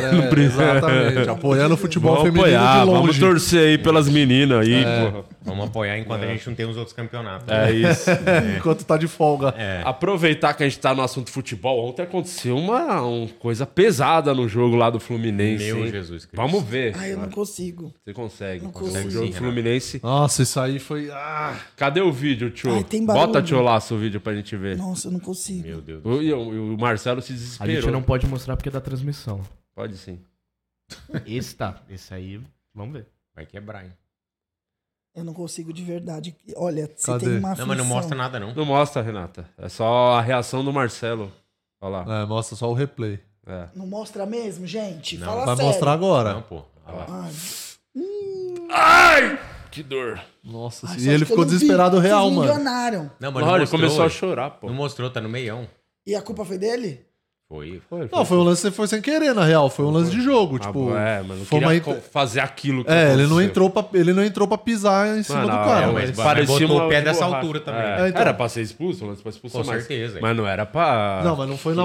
B: né?
A: Não precisa.
B: Exatamente. Apoiando o futebol
A: Vamos
B: feminino
A: apoiar,
B: de
A: vamos
B: longe. né, É.
A: torcer aí pelas meninas aí, porra.
C: Vamos apoiar enquanto a gente não tem os outros campeonatos.
A: É isso.
B: Enquanto tá de folga.
A: É. Aproveitar que a gente tá no assunto futebol, ontem aconteceu uma, uma coisa pesada no jogo lá do Fluminense.
C: Meu
A: hein?
C: Jesus Cristo.
A: Vamos ver.
D: Ah, eu não consigo.
A: Você consegue.
D: Não
A: consegue.
D: consigo.
A: O jogo do Fluminaense.
B: Nossa, isso aí foi. Ah,
A: Cadê o vídeo, tio?
D: Ai, tem barulho.
A: Bota, tio Laço, o vídeo pra gente ver.
D: Nossa, eu não consigo.
C: Meu Deus.
A: O, e o- e o Marcelo se
E: A
A: desesperou.
E: gente não pode mostrar porque é da transmissão.
A: Pode sim.
E: Esse tá. Esse aí, vamos ver.
C: Vai quebrar, hein?
D: Eu não consigo de verdade. Olha, se
B: Cadê?
D: tem
C: Não,
D: uma
C: mas não
D: aflição-
C: mostra nada, não.
A: Não mostra, Renata. É só a reação do Marcelo. Olha lá.
B: é, mostra só o replay.
A: É.
D: Não mostra mesmo, gente?
C: Não.
D: Fala
B: Vai
D: sério.
B: mostrar agora.
C: Não, pô. Olha lá.
D: Ai,
A: Ai! Que dor.
B: Nossa,
D: ai,
B: e
D: Ah, só
B: ele
D: que
B: ficou
D: eu não vi. né?
B: desesperado
D: Vocês
B: real,
D: me
B: mano.
D: enganaram.
C: Não, mas não
A: Olha, ele
C: mostrou.
A: começou a
C: hoje.
A: chorar, pô.
C: Não mostrou, tá no meião.
D: E a culpa foi dele?
C: Foi.
A: Foi,
B: Não, foi um lance que foi sem querer, na real. Foi um lance de jogo,
A: Ah,
B: tipo.
A: é, mas não
B: foi
A: queria
B: uma
A: co-
B: int-
A: fazer aquilo que
B: É, ele não
A: aconteceu.
B: entrou pra, ele não entrou pra pisar em cima
A: Mano,
B: do
A: não,
B: cara.
A: é,
B: mas-
C: mas-
A: parecia
C: botou o
A: uma-
C: pé dessa
A: borracha.
C: altura também.
A: É.
B: É, então.
A: Era pra ser expulso, lance pra expulsar
C: Com
A: mas-
C: certeza, hein.
A: Mas não era pra.
B: Não, mas não foi na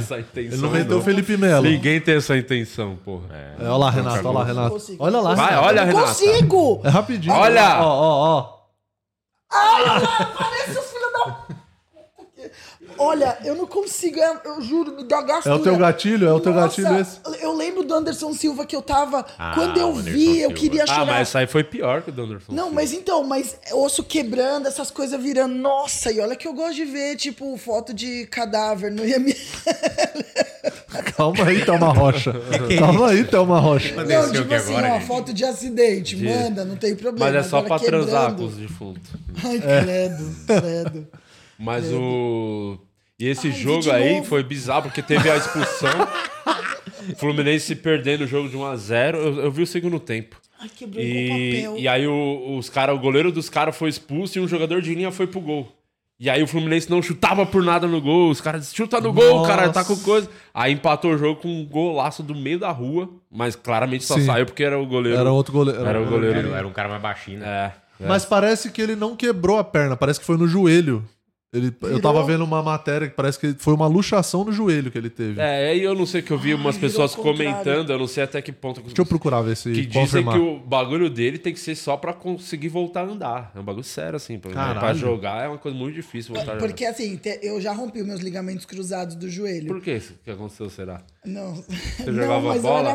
A: Essa intenção,
B: Ele não meteu É. o Felipe Melo. É,
A: Ninguém tem essa intenção, porra.
B: olha lá, Renato, olha lá,
D: Não
B: Renato.
D: consigo.
B: Olha lá,
A: Vai,
B: Renato.
A: olha,
D: não
A: Renata.
D: consigo!
B: É rapidinho.
A: Olha!
B: Ó, ó, ó.
D: Parece os filhos da... Olha, eu não consigo, eu, eu juro, me dá
B: É
D: gastura.
B: o teu gatilho? É o teu
D: Nossa,
B: gatilho esse?
D: Eu lembro do Anderson Silva que eu tava.
C: Ah,
D: quando eu
C: o Anderson
D: vi, eu
C: Silva.
D: queria chorar.
A: Ah, mas essa aí foi pior que o do Anderson.
D: Não,
A: Silva.
D: mas então, mas osso quebrando, essas coisas virando. Nossa, e olha que eu gosto de ver, tipo, foto de cadáver no IML.
B: Calma aí, Thelma Rocha.
A: é
B: Calma aí, Thelma Rocha.
D: Não,
C: Aconteceu
D: tipo
C: aqui
D: assim,
C: agora,
D: ó,
C: gente.
D: foto de acidente,
A: De-
D: manda, não tem problema.
A: Mas é só
D: Agora
A: pra
D: quebrando.
A: transar com os defuntos.
D: Ai,
B: É.
D: credo, credo.
A: Mas o. E esse
D: É. Ai, de
A: jogo aí
D: novo.
A: foi bizarro, porque teve a expulsão. o Fluminense perdendo o jogo de 1x0. Eu, eu vi o segundo tempo.
D: Ai, quebrou
A: E,
D: com o papel.
A: e aí o, os cara, o goleiro dos caras foi expulso e um jogador de linha foi pro gol. E aí o Fluminense não chutava por nada no gol. Os caras dizem, chuta no gol,
B: Nossa.
A: cara, tá com coisa. Aí empatou o jogo com um golaço do meio da rua, mas claramente só
B: Sim.
A: saiu porque era o goleiro.
B: Era outro goleiro.
A: Era o goleiro.
C: Era, era um cara mais baixinho, né?
A: É.
B: Mas parece que ele não quebrou a perna, parece que foi no joelho. Ele, eu tava vendo uma matéria que parece que foi uma luxação no joelho que ele teve.
A: É, aí eu não sei que eu vi umas
D: Ah, virou
A: pessoas
D: o contrário.
A: comentando, eu não sei até que ponto.
B: Deixa eu procurar ver se
A: Que dizem que o bagulho dele tem que ser só pra conseguir voltar a andar. É um bagulho sério, assim. Pra,
B: Caralho.
A: pra jogar é uma coisa muito difícil voltar
D: Porque assim, te- eu já rompi os meus ligamentos cruzados do
A: a jogar.
D: joelho.
A: Por que isso que aconteceu, será?
D: Não, não
A: jogava
D: mas
A: bola?
D: eu era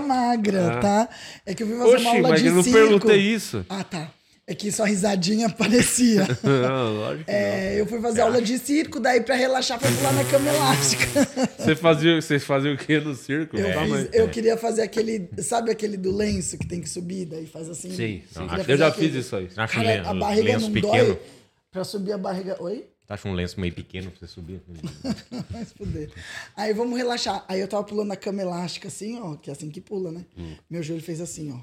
A: Ah.
D: magra, tá? É que eu vim fazer uma
A: Oxi,
D: aula
A: mas
D: de
A: eu não
D: circo.
A: perguntei isso.
D: Ah, tá. É que sua risadinha parecia.
A: Lógico que
D: É, eu fui fazer aula de circo, daí pra relaxar foi pular na cama elástica.
A: não. Você fazia, vocês faziam o quê no circo?
D: Eu,
A: Tá,
D: fiz-
A: mas-
D: eu queria fazer aquele. Sabe aquele do lenço que tem que subir, daí faz assim?
A: Sim, sim.
D: queria fazer
A: Eu já
D: aquele-
A: fiz isso aí.
C: Acha um
D: Cara, a
C: len-
D: barriga
C: lenço
D: não
C: pequeno?
D: dói. Pra subir a barriga. Oi?
C: Você acha um lenço meio pequeno pra você subir?
D: Vai se fuder. Aí vamos relaxar. Aí eu tava pulando a cama elástica assim, ó, que é assim que pula, né?
A: Hum.
D: Meu joelho fez assim, ó.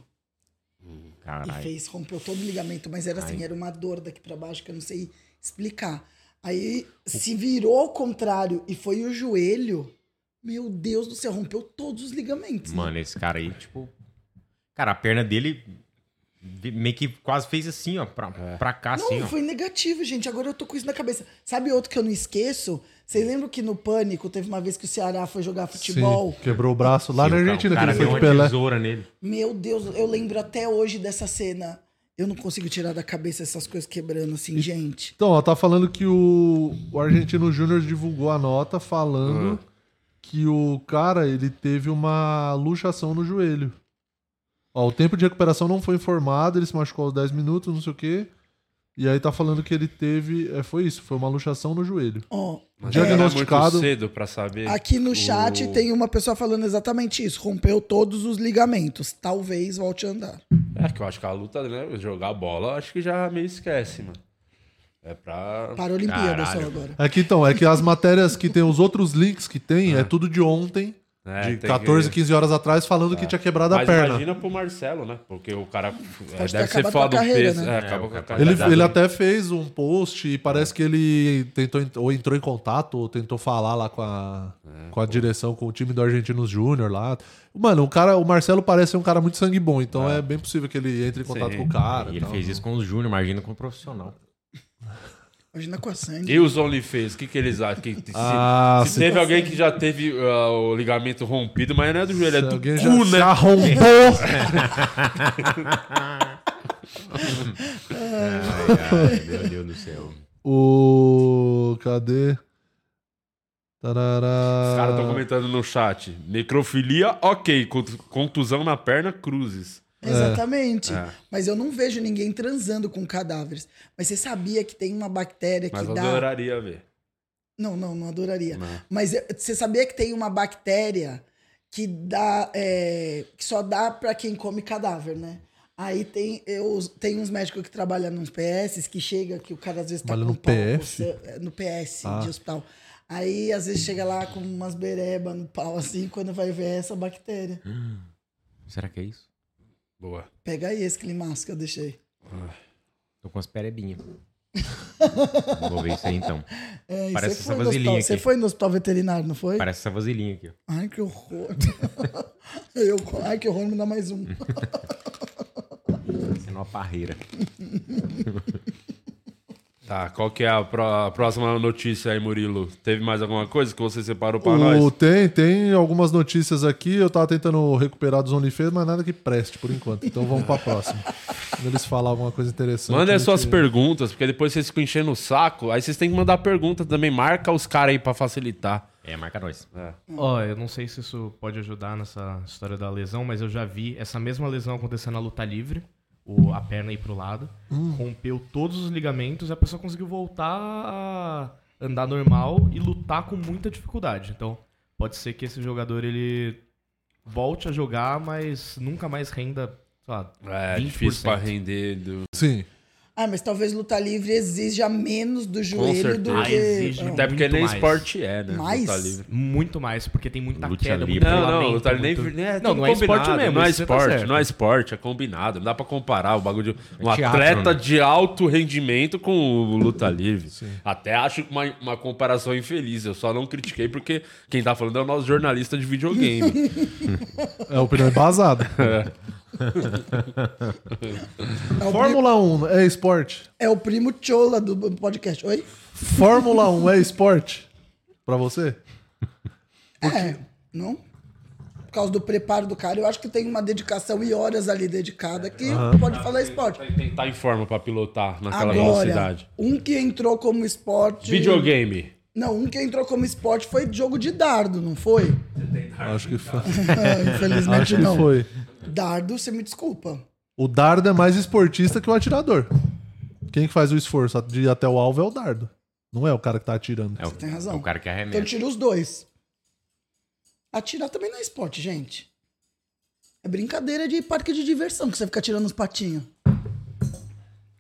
D: E
C: Caralho.
D: fez, rompeu todo o ligamento, mas era assim, era uma dor daqui pra baixo que eu não sei explicar. Aí se virou ao contrário e foi o joelho. Meu Deus do céu, rompeu todos os ligamentos. né?
C: Mano, esse cara aí, tipo. Cara, a perna dele vi- meio que quase fez assim, ó. Pra,
B: É.
C: pra cá,
D: Não,
C: assim, ó.
D: foi negativo, gente. Agora eu tô com isso na cabeça. Sabe outro que eu não esqueço? Vocês lembram que no Pânico teve uma vez que o Ceará foi jogar futebol?
B: Sim, quebrou o braço lá na
C: Sim, o
B: Argentina, que
C: cara
B: ele foi de
C: deu uma
B: Pelé.
C: tesoura nele.
D: Meu Deus, eu lembro até hoje dessa cena. Eu não consigo tirar da cabeça essas coisas quebrando assim, gente.
B: Então, ó, tá falando que o, o Argentino Júnior divulgou a nota falando
A: Ah.
B: que o cara, ele teve uma luxação no joelho. Ó, o tempo de recuperação não foi informado, ele se machucou aos 10 minutos, não sei o quê. E aí tá falando que ele teve... é, foi isso, foi uma luxação no joelho.
D: Ó, é.
A: Mas era
B: Diagnosticado...
A: muito cedo pra saber.
D: aqui no chat
A: o-
D: tem uma pessoa falando exatamente isso. Rompeu todos os ligamentos. Talvez volte a andar.
A: É que eu acho que a luta, né? Jogar bola, eu acho que já meio esquece, mano. É pra.
D: Para a Olimpíada só
C: Caralho.
D: agora.
B: É que então, é que as matérias que tem, os outros links que tem, é, tudo de ontem,
A: né, Ah. tem
B: de
A: que- É.
B: 14, 15 horas atrás, falando que tinha quebrado a
A: Mas
B: perna.
A: imagina pro Marcelo, né? Porque o cara é, deve
D: ter
A: ser
D: acabado com a
A: foda o
D: carreira,
A: peso.
D: né?
A: É, acaba com a
C: Ele-
A: carreira.
B: Ele,
A: dele.
B: ele até fez um post e parece que ele tentou en- ou entrou em contato ou tentou falar lá com a,
A: É,
B: com a direção, com o time do Argentinos Júnior lá. Mano, o cara, o Marcelo parece um cara muito sangue bom, então é, bem possível que ele entre em contato
A: Sim.
B: com o cara.
C: E
B: e
C: ele
B: tal.
C: fez isso com o Júnior, imagina com o profissional.
D: Imagina com a Sandy.
A: E os OnlyFans, o que, que eles acham? Que, se
B: Ah,
A: se
B: sim.
A: teve alguém que já teve ah, o ligamento rompido, mas não é do joelho, é
B: Se
A: do
B: alguém
A: cu,
B: já se
A: né?
B: arrombou.
C: Ai, meu Deus do céu.
B: o. Cadê?
A: Os caras estão
B: Tarará.
A: comentando no chat. Necrofilia, ok. Cont- Contusão na perna, cruzes.
D: Exatamente.
A: É.
D: Mas eu não vejo ninguém transando com cadáveres. Mas você sabia que tem uma bactéria que
A: Mas eu
D: dá.
A: adoraria ver.
D: Não, não, não adoraria.
A: Não.
D: Mas eh, você sabia que tem uma bactéria que dá. eh, que só dá pra quem come cadáver, né? Aí tem, eu, tem uns médicos que trabalham nos PS que chega que o cara às vezes tá
B: Trabalha no
D: com um pau
B: PF?
D: coça- eh, no PS
B: Ah.
D: de hospital. Aí às vezes chega lá com umas berebas no pau assim, quando vai ver é essa bactéria.
C: Será que é isso?
A: Boa.
D: Pega aí esse climaço que eu deixei.
C: Tô com as perebinhas. Vou ver isso aí então.
D: É, e
C: Parece
D: você
C: essa
D: foi no
C: vasilhinha
D: hospital-
C: aqui.
D: Você foi no hospital veterinário, não foi?
C: Parece essa vasilhinha aqui, ó.
D: Ai, que horror. eu, ai, que horror, me dá mais um.
C: Sendo uma parreira.
A: Tá, qual que é a, pró- a próxima notícia aí, Murilo? Teve mais alguma coisa que você separou pra
B: O,
A: nós?
B: tem, tem algumas notícias aqui. Eu tava tentando recuperar dos OnlyFans, mas nada que preste por enquanto. Então vamos pra próxima. Quando eles falam alguma coisa interessante.
A: Mandem
B: a
A: as suas
B: gente-
A: perguntas, porque depois vocês ficam enchendo o saco. Aí vocês têm que mandar pergunta também. Marca os caras aí pra facilitar.
C: É, marca nós.
E: Ó, eu não sei se isso pode ajudar nessa história da lesão, mas eu já vi essa mesma lesão acontecer na luta livre. O, a perna ir pro lado,
B: Hum.
E: rompeu todos os ligamentos e a pessoa conseguiu voltar a andar normal e lutar com muita dificuldade. Então, pode ser que esse jogador ele volte a jogar, mas nunca mais renda, sei lá,
A: É,
E: 20%.
A: difícil pra render. do-
B: Sim.
D: Ah, mas talvez luta livre exija menos do joelho do
A: certeza.
D: que.
E: Ah, exige.
D: Ah,
A: Até porque
E: muito
A: nem
E: mais.
A: esporte é, né?
D: Mais?
A: Luta livre.
E: muito mais, porque tem muita
C: Luta
E: queda,
C: livre.
E: muito
A: Não, não,
E: ligamento,
A: não tá nem,
E: muito-
A: nem é
E: Não,
A: tudo
E: não é esporte
A: combinado,
E: mesmo,
A: Não é
E: isso você tá
A: esporte,
E: certo. É
A: não é esporte, é combinado. Não dá pra comparar o bagulho de um
C: teatro,
A: atleta
C: né?
A: de alto rendimento com o luta livre. Até acho uma, uma comparação infeliz. Eu só não critiquei porque quem tá falando é o nosso jornalista de videogame.
B: É a opinião embasada.
D: É o, pri-
B: Fórmula 1 é esporte?
D: é o primo Chola do podcast. Oi?
B: Fórmula 1 é esporte? Pra você?
D: É, não? Por causa do preparo do cara, eu acho que tem uma dedicação e horas ali dedicada que pode falar esporte.
A: Quem tá em forma pra pilotar naquela
D: Agora,
A: velocidade.
D: um que entrou como esporte.
A: Videogame.
D: Não, um que entrou como esporte foi jogo de dardo, não foi?
B: Acho que foi.
D: Ah, Infelizmente
B: Acho que
D: não.
B: foi.
D: Dardo, você me desculpa.
B: O dardo é mais esportista que o atirador. Quem que faz o esforço de ir até o alvo é o dardo. Não é o cara que tá atirando.
C: É o,
D: tem razão.
C: é o cara que
D: Então
C: arremete.
D: tira os dois. Atirar também não é esporte, gente. É brincadeira de parque de diversão que você fica atirando os patinhos.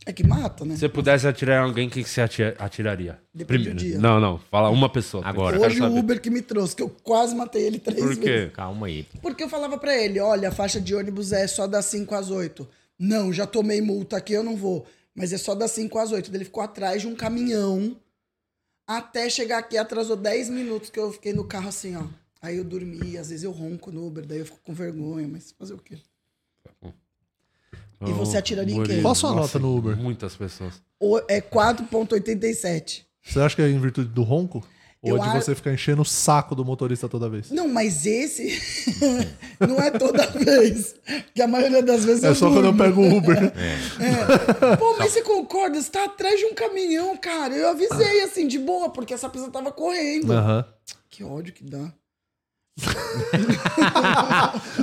D: É que mata, né?
A: Se você pudesse atirar em alguém, quem que você ati- atiraria?
D: Depende do dia.
A: Não, não. Fala uma pessoa.
C: Agora.
A: Eu quero
D: Hoje o
A: saber.
D: Uber que me trouxe, que eu quase matei ele três
B: tipo,
A: Por
D: vezes.
A: quê?
C: Calma aí.
D: Porque eu falava pra ele, olha, a faixa de ônibus é só das 5 às 8. Não, já tomei multa aqui, eu não vou. Mas é só das 5 às 8. Daí Ele ficou atrás de um caminhão até chegar aqui, atrasou 10 minutos que eu fiquei no carro assim, ó. Aí eu dormi, às vezes eu ronco no Uber, daí eu fico com vergonha, mas fazer o quê? E você atiraria em
A: Murilo,
D: quem?
B: Qual a sua nota no Uber?
A: Muitas pessoas.
D: O- é 4.87.
B: Você acha que é em virtude do ronco? Ou
D: Eu
B: é de
D: a-
B: você ficar enchendo o saco do motorista toda vez?
D: Não, mas esse não é toda vez. Porque a maioria das vezes eu
B: É só quando eu
D: durmo.
B: pego o Uber.
D: Pô, mas você concorda? Você tá atrás de um caminhão, cara. Eu avisei, assim, de boa, porque essa pessoa tava correndo.
B: Aham.
D: Que ódio que dá.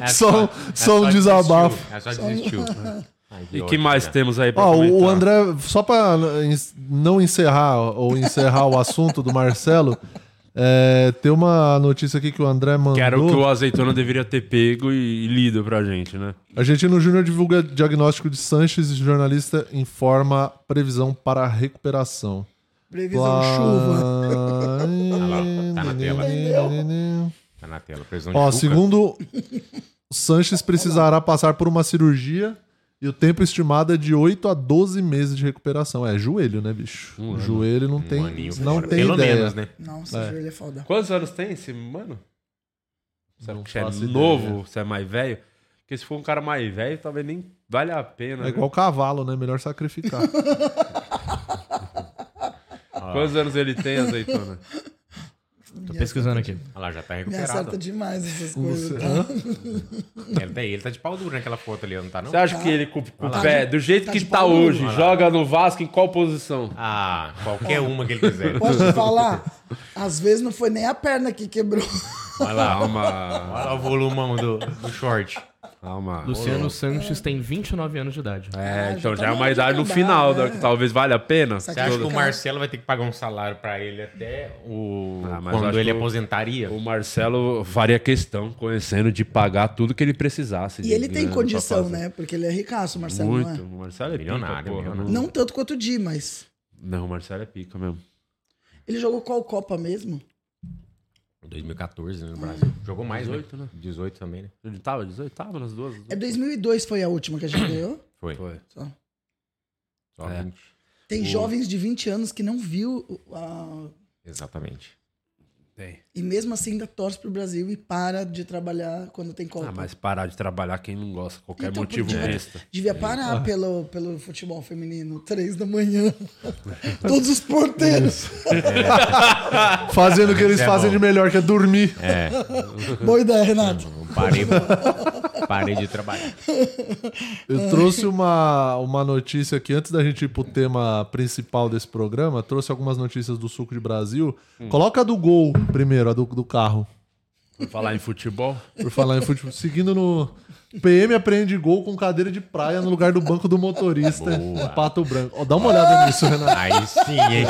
B: É Só, só um desabafo. um-
C: desistiu. É só desistiu. Ai,
A: E que né?
C: ódio,
A: mais
C: cara.
A: temos aí pra
B: Ó, o- o
A: comentar?
B: André, só pra ens- não encerrar ou encerrar o assunto do Marcelo, é, tem uma notícia aqui que o André mandou.
A: Que era o que o Azeitona deveria ter pego e, e lido pra gente, né?
B: Argentino Júnior divulga diagnóstico de Sanches e jornalista informa previsão para recuperação.
D: Previsão chuva.
C: Tá na tela. Tá na tela. Prisão
B: Ó,
C: de Cuca.
B: segundo Sanches precisará passar por uma cirurgia e o tempo estimado é de 8 a 12 meses de recuperação. É joelho, né, bicho?
A: Um ano.
B: joelho não tem,
C: Um aninho
B: não
C: fora.
B: tem
C: Pelo
B: ideia.
C: menos, né?
D: Nossa,
B: É.
D: é. ele é foda.
A: Quantos anos tem esse mano? Você
B: Não
A: é
B: faço ideia.
A: novo? Você é mais velho? Porque se for um cara mais velho, talvez nem valha a pena.
B: É
A: né?
B: igual cavalo, né? Melhor sacrificar.
A: Quantos anos ele tem, Azeitona?
E: Tô pesquisando aqui.
C: Olha lá, já tá
D: Me acerta
C: recuperado.
D: demais essas coisas. tá?
C: Ele tá, ele tá de pau duro naquela foto ali, não tá não?
A: Você acha que ele com com o
D: Tá
A: pé,
D: de-
A: do jeito
D: tá
A: que
D: de
A: tá
D: pau duro.
A: hoje, joga no Vasco em qual posição?
C: Ah, qualquer uma que ele quiser.
D: Posso te falar? Às vezes não foi nem a perna que quebrou.
C: Olha lá, ó.
A: Calma,
C: olha lá o volumão do, do short.
A: calma.
E: Luciano Sanches tem 29 anos de idade.
A: É,
D: Ah,
A: então já é
D: já tá na hora
A: uma
D: de
A: idade no
D: acabar,
A: final,
D: né?
A: né, que talvez valha a pena.
D: Você
C: Você acha que o
D: Cara.
C: Marcelo vai ter que pagar um salário pra ele até o
A: Ah, mas eu
C: quando
A: acho
C: ele
A: que o-
C: aposentaria?
A: O Marcelo faria questão, conhecendo, de pagar tudo que ele precisasse.
D: E
A: de
D: ele tem
A: grana pra
D: condição,
A: fazer.
D: né? Porque ele é ricaço, o Marcelo, não
A: Muito.
D: é?
A: O Marcelo é
C: Milionário,
A: pica, porra.
C: milionário.
A: Não,
D: Não tanto quanto o Di, mas...
A: não, o Marcelo é pica mesmo.
D: Ele jogou qual Copa mesmo?
C: 2014 né, no Brasil. Jogou mais,
A: 18,
C: né?
A: né?
C: 18 também, né?
A: Ele tava 18, tava nas duas. né?
D: É 2002 foi a última que a gente ganhou.
C: Foi.
A: Foi.
D: Só.
C: Só
A: É.
C: 20.
D: Tem jovens de 20 anos que não viu a
C: Exatamente.
A: Tem.
D: E mesmo assim ainda torce pro Brasil e para de trabalhar quando tem Copa.
A: Ah, mas parar de trabalhar quem não gosta, qualquer
D: Então,
A: motivo
D: podia-
A: besta.
D: Devia parar pelo, pelo futebol feminino, três da manhã. Todos os porteiros.
B: Fazendo o que eles
C: É
B: fazem
C: bom.
B: de melhor, que é dormir.
D: Boa ideia, Renato.
C: Eu Então, Parei, parei de trabalhar.
B: Eu trouxe uma, uma notícia aqui, antes da gente ir pro tema principal desse programa, trouxe algumas notícias do Suco de Brasil.
C: Hum.
B: Coloca a do gol primeiro, a do, do carro.
A: Por falar em futebol,
B: Por falar em futebol. Seguindo no. PM apreende gol com cadeira de praia no lugar do banco do motorista.
C: Boa.
B: Pato branco. Ó, dá uma olhada nisso, Renato.
C: Aí sim, hein?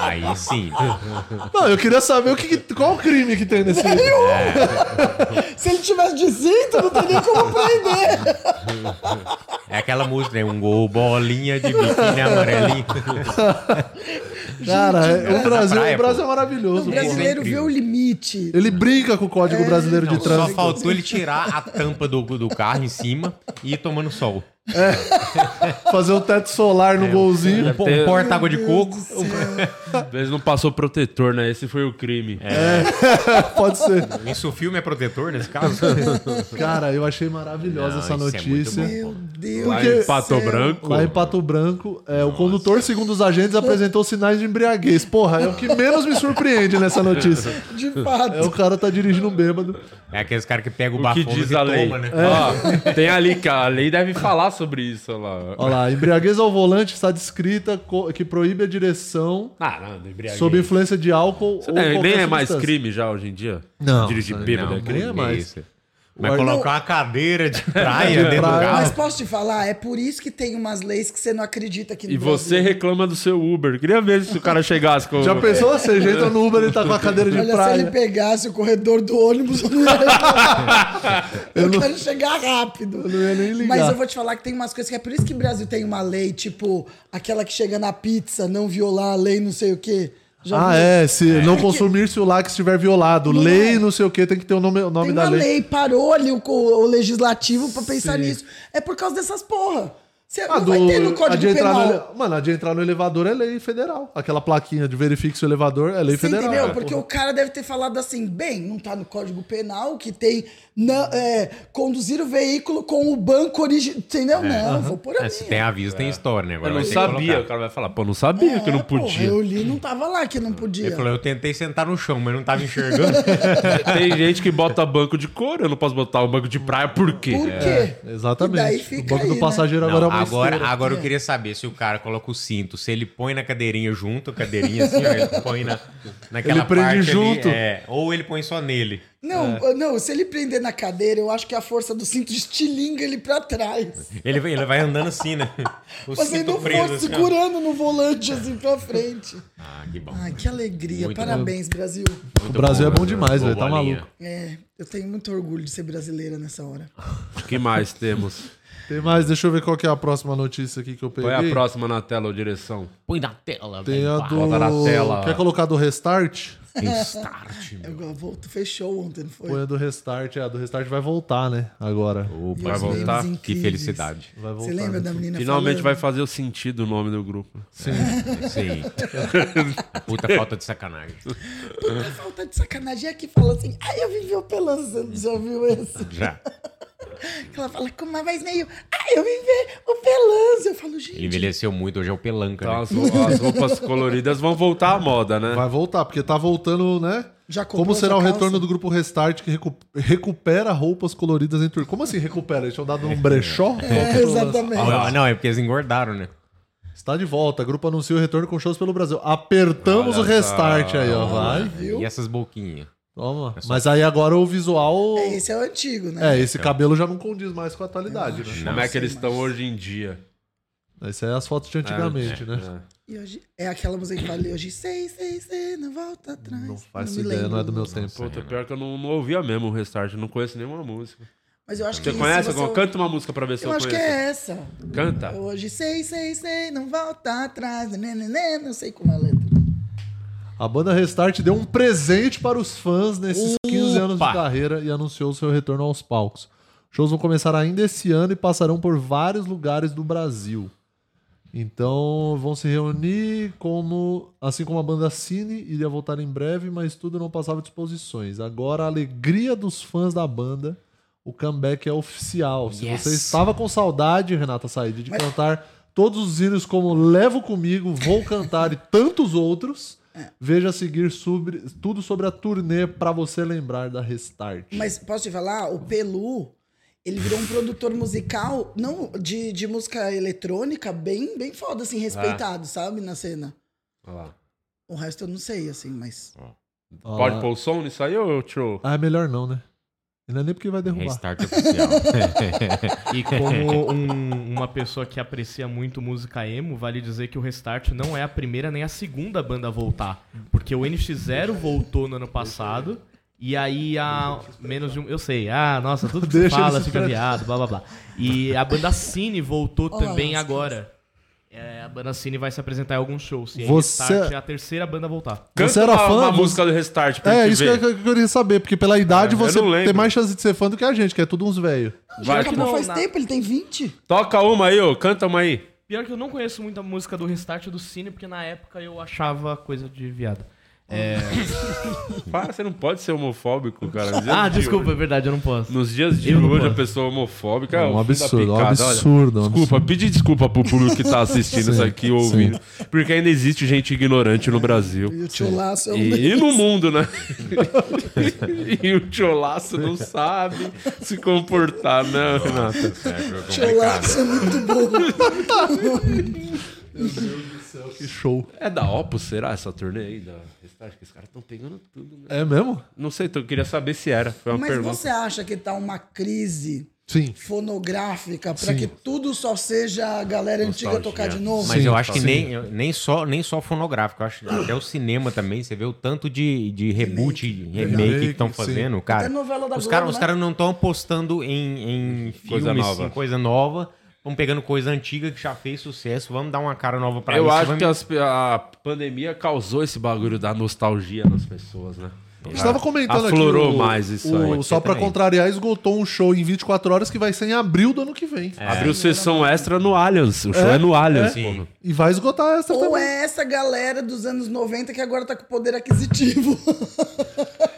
C: Aí sim.
B: Não, eu queria saber o que, que- qual o crime que tem nesse.
D: Se ele tivesse de cinto, não teria como prender.
C: É aquela música, né? Um gol, bolinha de biquíni amarelinho.
B: Cara, é- o Brasil,
C: praia,
B: o Brasil é
C: pô.
D: O
B: maravilhoso. pô.
D: brasileiro É, vê
C: incrível.
D: o limite.
B: Ele brinca com o código brasileiro de
C: Não, só
B: trânsito.
C: faltou ele tirar a tampa do, do carro em cima e ir tomando sol.
B: Fazer o teto solar no golzinho.
C: Um, um porta-água de coco.
A: às vezes não passou protetor, né? Esse foi o crime.
D: É.
B: Pode ser.
C: Isso o filme é protetor nesse caso?
B: Cara, eu achei maravilhosa
C: Não,
B: essa
C: isso é
B: notícia.
C: muito
D: Meu Deus.
A: Lá
B: porque-
A: em Pato
D: Céu.
A: Branco.
B: Lá em Pato Branco, é, o condutor, segundo os agentes, apresentou sinais de embriaguez. Porra, é o que menos me surpreende nessa notícia.
D: De
B: É o
D: fato.
B: cara tá dirigindo bêbado.
C: É aqueles caras que pegam o
A: O que
C: bafão
A: diz
C: e
A: a lei? É.
C: toma, né?
A: Ó, tem ali, cara. A lei deve falar sobre isso olha lá.
B: Olha lá, embriaguez ao volante está descrita co- que proíbe a direção
A: Ah, não, não embriaguei.
B: sob influência de álcool
A: Isso
B: ou
A: nem,
B: qualquer
A: nem é mais
B: substância.
A: crime já hoje em dia?
B: Não.
A: Dirigir
B: Não,
A: bêbado é
C: Não,
A: crime.
B: é mais.
C: isso. Vai colocar uma cadeira de praia
B: De
C: dentro do
B: praia.
D: Mas
C: carro.
D: posso te falar, é por isso que tem umas leis que você não acredita que no
A: E você
D: Brasil-
A: reclama do seu Uber. Queria ver se o cara chegasse com.
B: Já pensou? Você jeita no Uber, ele tá com a cadeira de
D: Olha, se ele
B: praia.
D: pegasse o corredor do ônibus, eu não ia reclamar. Eu, quero chegar rápido.
B: Eu não ia nem ligar.
D: Mas eu vou te falar que tem umas coisas que é por isso que o Brasil tem uma lei, tipo, aquela que chega na pizza, não violar a lei, não sei o quê.
B: Ah,
D: viu?
B: é. Se não
D: Porque-
B: consumir se o lá que estiver violado. Lei, não sei o que, tem que ter o nome, o nome
D: Tem
B: da
D: uma
B: lei.
D: lei, parou ali o, co- o legislativo pra pensar
B: Sim.
D: nisso. É por causa dessas porra. Você
B: Ah,
D: não vai ter no
B: a
D: Código
B: de entrar
D: Penal.
B: no ele- mano, a de entrar no elevador é lei federal. Aquela plaquinha de verifique se o elevador é lei
D: Você
B: federal.
C: né?
D: entendeu?
B: É,
D: Porque
B: porra.
D: o cara deve ter falado assim, bem, não tá no Código Penal que tem na- é, conduzir o veículo com o banco original. Entendeu? não, vou por
C: É,
D: ali.
C: se tem aviso, tem história, né? Agora
A: Eu
C: vai
A: não
C: ter que
A: sabia. O
C: colocar.
A: cara vai falar, pô, não sabia que eu não
D: É, porra,
A: podia.
D: eu li, não tava lá que não podia.
C: Ele falou, É, eu tentei sentar no chão, mas não tava enxergando.
A: Tem gente que bota banco de cor, eu não posso botar o banco de praia, por quê?
D: Por
A: É.
D: quê?
B: Exatamente.
D: E daí
B: o
D: fica
B: banco
D: aí,
B: do
D: né?
B: passageiro
C: Não,
B: agora é uma
C: agora,
B: esteira.
C: agora eu queria saber se o cara coloca o cinto, se ele põe na cadeirinha junto, a cadeirinha assim, ó, ele põe na, naquela
B: Ele prende
C: parte ali,
B: junto.
C: é, ou ele põe só nele.
D: Não,
C: é.
D: ah, não, se ele prender na cadeira, eu acho que a força do cinto estilinga ele pra trás.
C: Ele, vai- ele vai andando assim, né? O
D: Fazendo
C: assim,
D: força,
C: ó.
D: segurando no volante assim pra frente.
C: Ah, que bom.
D: Ai, que alegria.
C: Muito
D: Parabéns, Brasil.
B: O Brasil é bom demais,
A: né?
B: velho. Tá
C: Bolinha.
B: maluco.
D: É, eu tenho muito orgulho de ser brasileira nessa hora.
A: O que mais temos?
B: Tem mais, deixa eu ver qual que é a próxima notícia aqui que eu peguei.
A: Põe a próxima na tela ou direção.
C: Põe na tela,
B: Tem a do.
A: Bota na tela.
B: Quer colocar do restart?
C: Tem start, meu.
D: Eu volto, fechou ontem, não foi?
B: Põe a do restart. É, a do restart vai voltar, né? Agora.
C: Opa,
A: Vai
C: vai
A: voltar?
C: voltar?
D: Memes
C: Que
D: incríveis.
C: felicidade.
B: Vai voltar.
D: Você
B: né?
D: lembra da menina
A: Finalmente
D: falando?
A: vai fazer o sentido o nome do grupo.
C: Sim. Puta falta de sacanagem.
D: Puta falta de sacanagem. É que fala assim, ai, eu vivi o Pelanzano. Já viu esse?
C: Já.
D: Que ela fala com uma voz meio, ai, eu vivi o Pelanzano. Eu falo, gente...
C: Ele envelheceu muito, hoje é o pelanca.
A: Então
C: né?
A: as, ro- as roupas coloridas vão voltar à moda, né?
B: Vai voltar, porque tá voltando, né?
D: Já comprou
B: Como será
D: sua
B: o
D: calça?
B: retorno do grupo Restart que recu- recupera roupas coloridas em Turquia? Como assim recupera? Eles tinham dado um brechó?
D: É, exatamente.
C: Ah, não, é porque eles engordaram, né?
B: Está de volta. Grupo anuncia o retorno com shows pelo Brasil. Apertamos
A: Olha
B: o Restart
A: só.
B: aí, ó. Vai.
D: Viu?
C: E é essas boquinhas?
B: Toma.
A: É
B: Mas aí agora o visual.
D: É, Esse é o antigo, né?
B: É, esse cabelo já não condiz mais com a atualidade, né?
A: Como é que eles estão hoje em dia?
B: Essas é as fotos de antigamente, né?
D: E hoje é aquela música que fala hoje, sei, sei, sei, não volta atrás.
B: Não faço
D: me
B: ideia,
D: lembro.
B: não é do meu tempo.
A: Puta, pior que eu não, não ouvia mesmo o restart, eu não conheço nenhuma música.
D: Mas eu acho
A: Você
D: que
A: conhece
D: se você-
A: alguma? Canta uma música pra ver se eu,
D: Eu acho que
A: conheço.
D: é essa.
A: Canta.
D: Hoje sei, sei, sei, não volta atrás. Né, né, né, não sei como é a letra.
B: A banda Restart deu um presente para os fãs nesses 15 anos de
C: Opa!
B: carreira e anunciou seu retorno aos palcos. Shows vão começar ainda esse ano e passarão por vários lugares do Brasil. Então vão se reunir como assim como a banda Cine iria voltar em breve, mas tudo não passava de exposições. Agora a alegria dos fãs da banda, o comeback é oficial. Se
C: Yes.
B: você estava com saudade, Renata Said, de
D: Mas-
B: cantar todos os hinos como Levo Comigo, Vou Cantar e tantos outros, veja a seguir sobre, tudo sobre a turnê para você lembrar da Restart.
D: Mas posso te falar? O Pelu, ele virou um produtor musical não de, de música eletrônica bem, bem foda, assim, respeitado, sabe? Na cena.
A: Olha lá.
D: O resto eu não sei, assim, mas.
B: Ó
A: Pode
B: lá.
A: pôr o som nisso aí, ô tio?
B: Ah, é melhor não, né? E Não é nem porque vai derrubar.
C: Restart oficial.
E: E como um- uma pessoa que aprecia muito música emo, vale dizer que o Restart não é a primeira nem a segunda banda a voltar. Porque o NX0 voltou no ano passado. E aí há menos de um. Eu sei, ah, nossa, tudo que se
B: Deixa ele
E: fala
B: se
E: fica viado, blá blá blá. E a banda Cine voltou
D: Olha lá,
E: também
D: os
E: agora. É, a banda Cine vai se apresentar em alguns shows. E aí
B: Você-
E: Restart é a terceira banda a voltar.
A: Canta
B: Você era
A: uma,
B: fã
A: uma
B: dos-
A: música do restart pra
B: É,
A: gente
B: isso que
A: ver. Ah,
B: eu, que eu queria saber, porque pela idade
A: eu
B: você
A: não lembro.
B: tem mais chance de ser fã do que a gente, que é tudo uns velho.
A: Vai,
D: acabou
E: não,
D: faz
E: na-
D: tempo, ele tem 20.
A: Toca uma aí, ô. Canta uma aí.
E: Pior que eu não conheço muito a música do Restart e do Cine, porque na época eu achava coisa de viado.
A: Para, você não pode ser homofóbico, cara. Nos dias de
E: Ah,
A: hoje-
E: desculpa, é verdade, eu não posso.
A: Nos dias de
E: Eu não
A: hoje,
E: posso.
A: a pessoa homofóbica
B: É
A: é
B: um
A: o fim da
B: absurdo, um
A: picada, olha.
B: absurdo, um
A: Desculpa, pedir desculpa pro público que tá assistindo isso aqui ou ouvindo. Porque ainda existe gente ignorante no Brasil.
D: E o tio Laço é um
A: E, e
D: deles.
A: no mundo, né? e o Tcholaço não sabe se comportar, né,
C: é
A: Renato?
D: é Tio Laço é muito bom.
B: céu, que show.
A: É da Opus, será essa turnê aí? Da Restart? Que os caras estão pegando tudo, né?
B: É mesmo?
A: Não sei, eu queria saber se era. Foi uma
D: Mas
A: pergunta.
D: você acha que tá uma crise
B: Sim.
D: fonográfica pra
B: Sim.
D: que tudo só seja a galera antiga
A: Nostalgia.
D: tocar de novo?
C: Mas
B: Sim,
C: eu acho que
B: sim.
C: nem, eu- nem, só, nem só fonográfico, eu acho que até o cinema também, você vê o tanto de, de reboot, remake,
B: Remake,
C: que estão
B: sim.
C: fazendo, cara.
D: Até novela da
C: os
D: Globo,
C: caras
D: né?
C: cara não estão apostando em, em
A: Coisa
C: filmes,
A: nova.
C: em coisa nova, estão pegando coisa antiga que já fez sucesso, vamos dar uma cara nova pra
A: Eu
C: isso.
A: acho
C: vamos-
A: que as pe- a pandemia causou esse bagulho da nostalgia nas pessoas, né?
B: A gente tava comentando
A: Aflorou
B: aqui. o-
A: mais isso
B: o-
A: aí.
B: Só pra
C: Também.
B: contrariar, esgotou um show em 24 horas que vai ser em abril do ano que vem.
A: É. Abriu sessão extra no Allianz. O show é, no Allianz,
C: É?
A: mano.
B: E vai esgotar essa
D: Ou
B: também.
D: é essa galera dos anos 90 que agora tá com poder aquisitivo?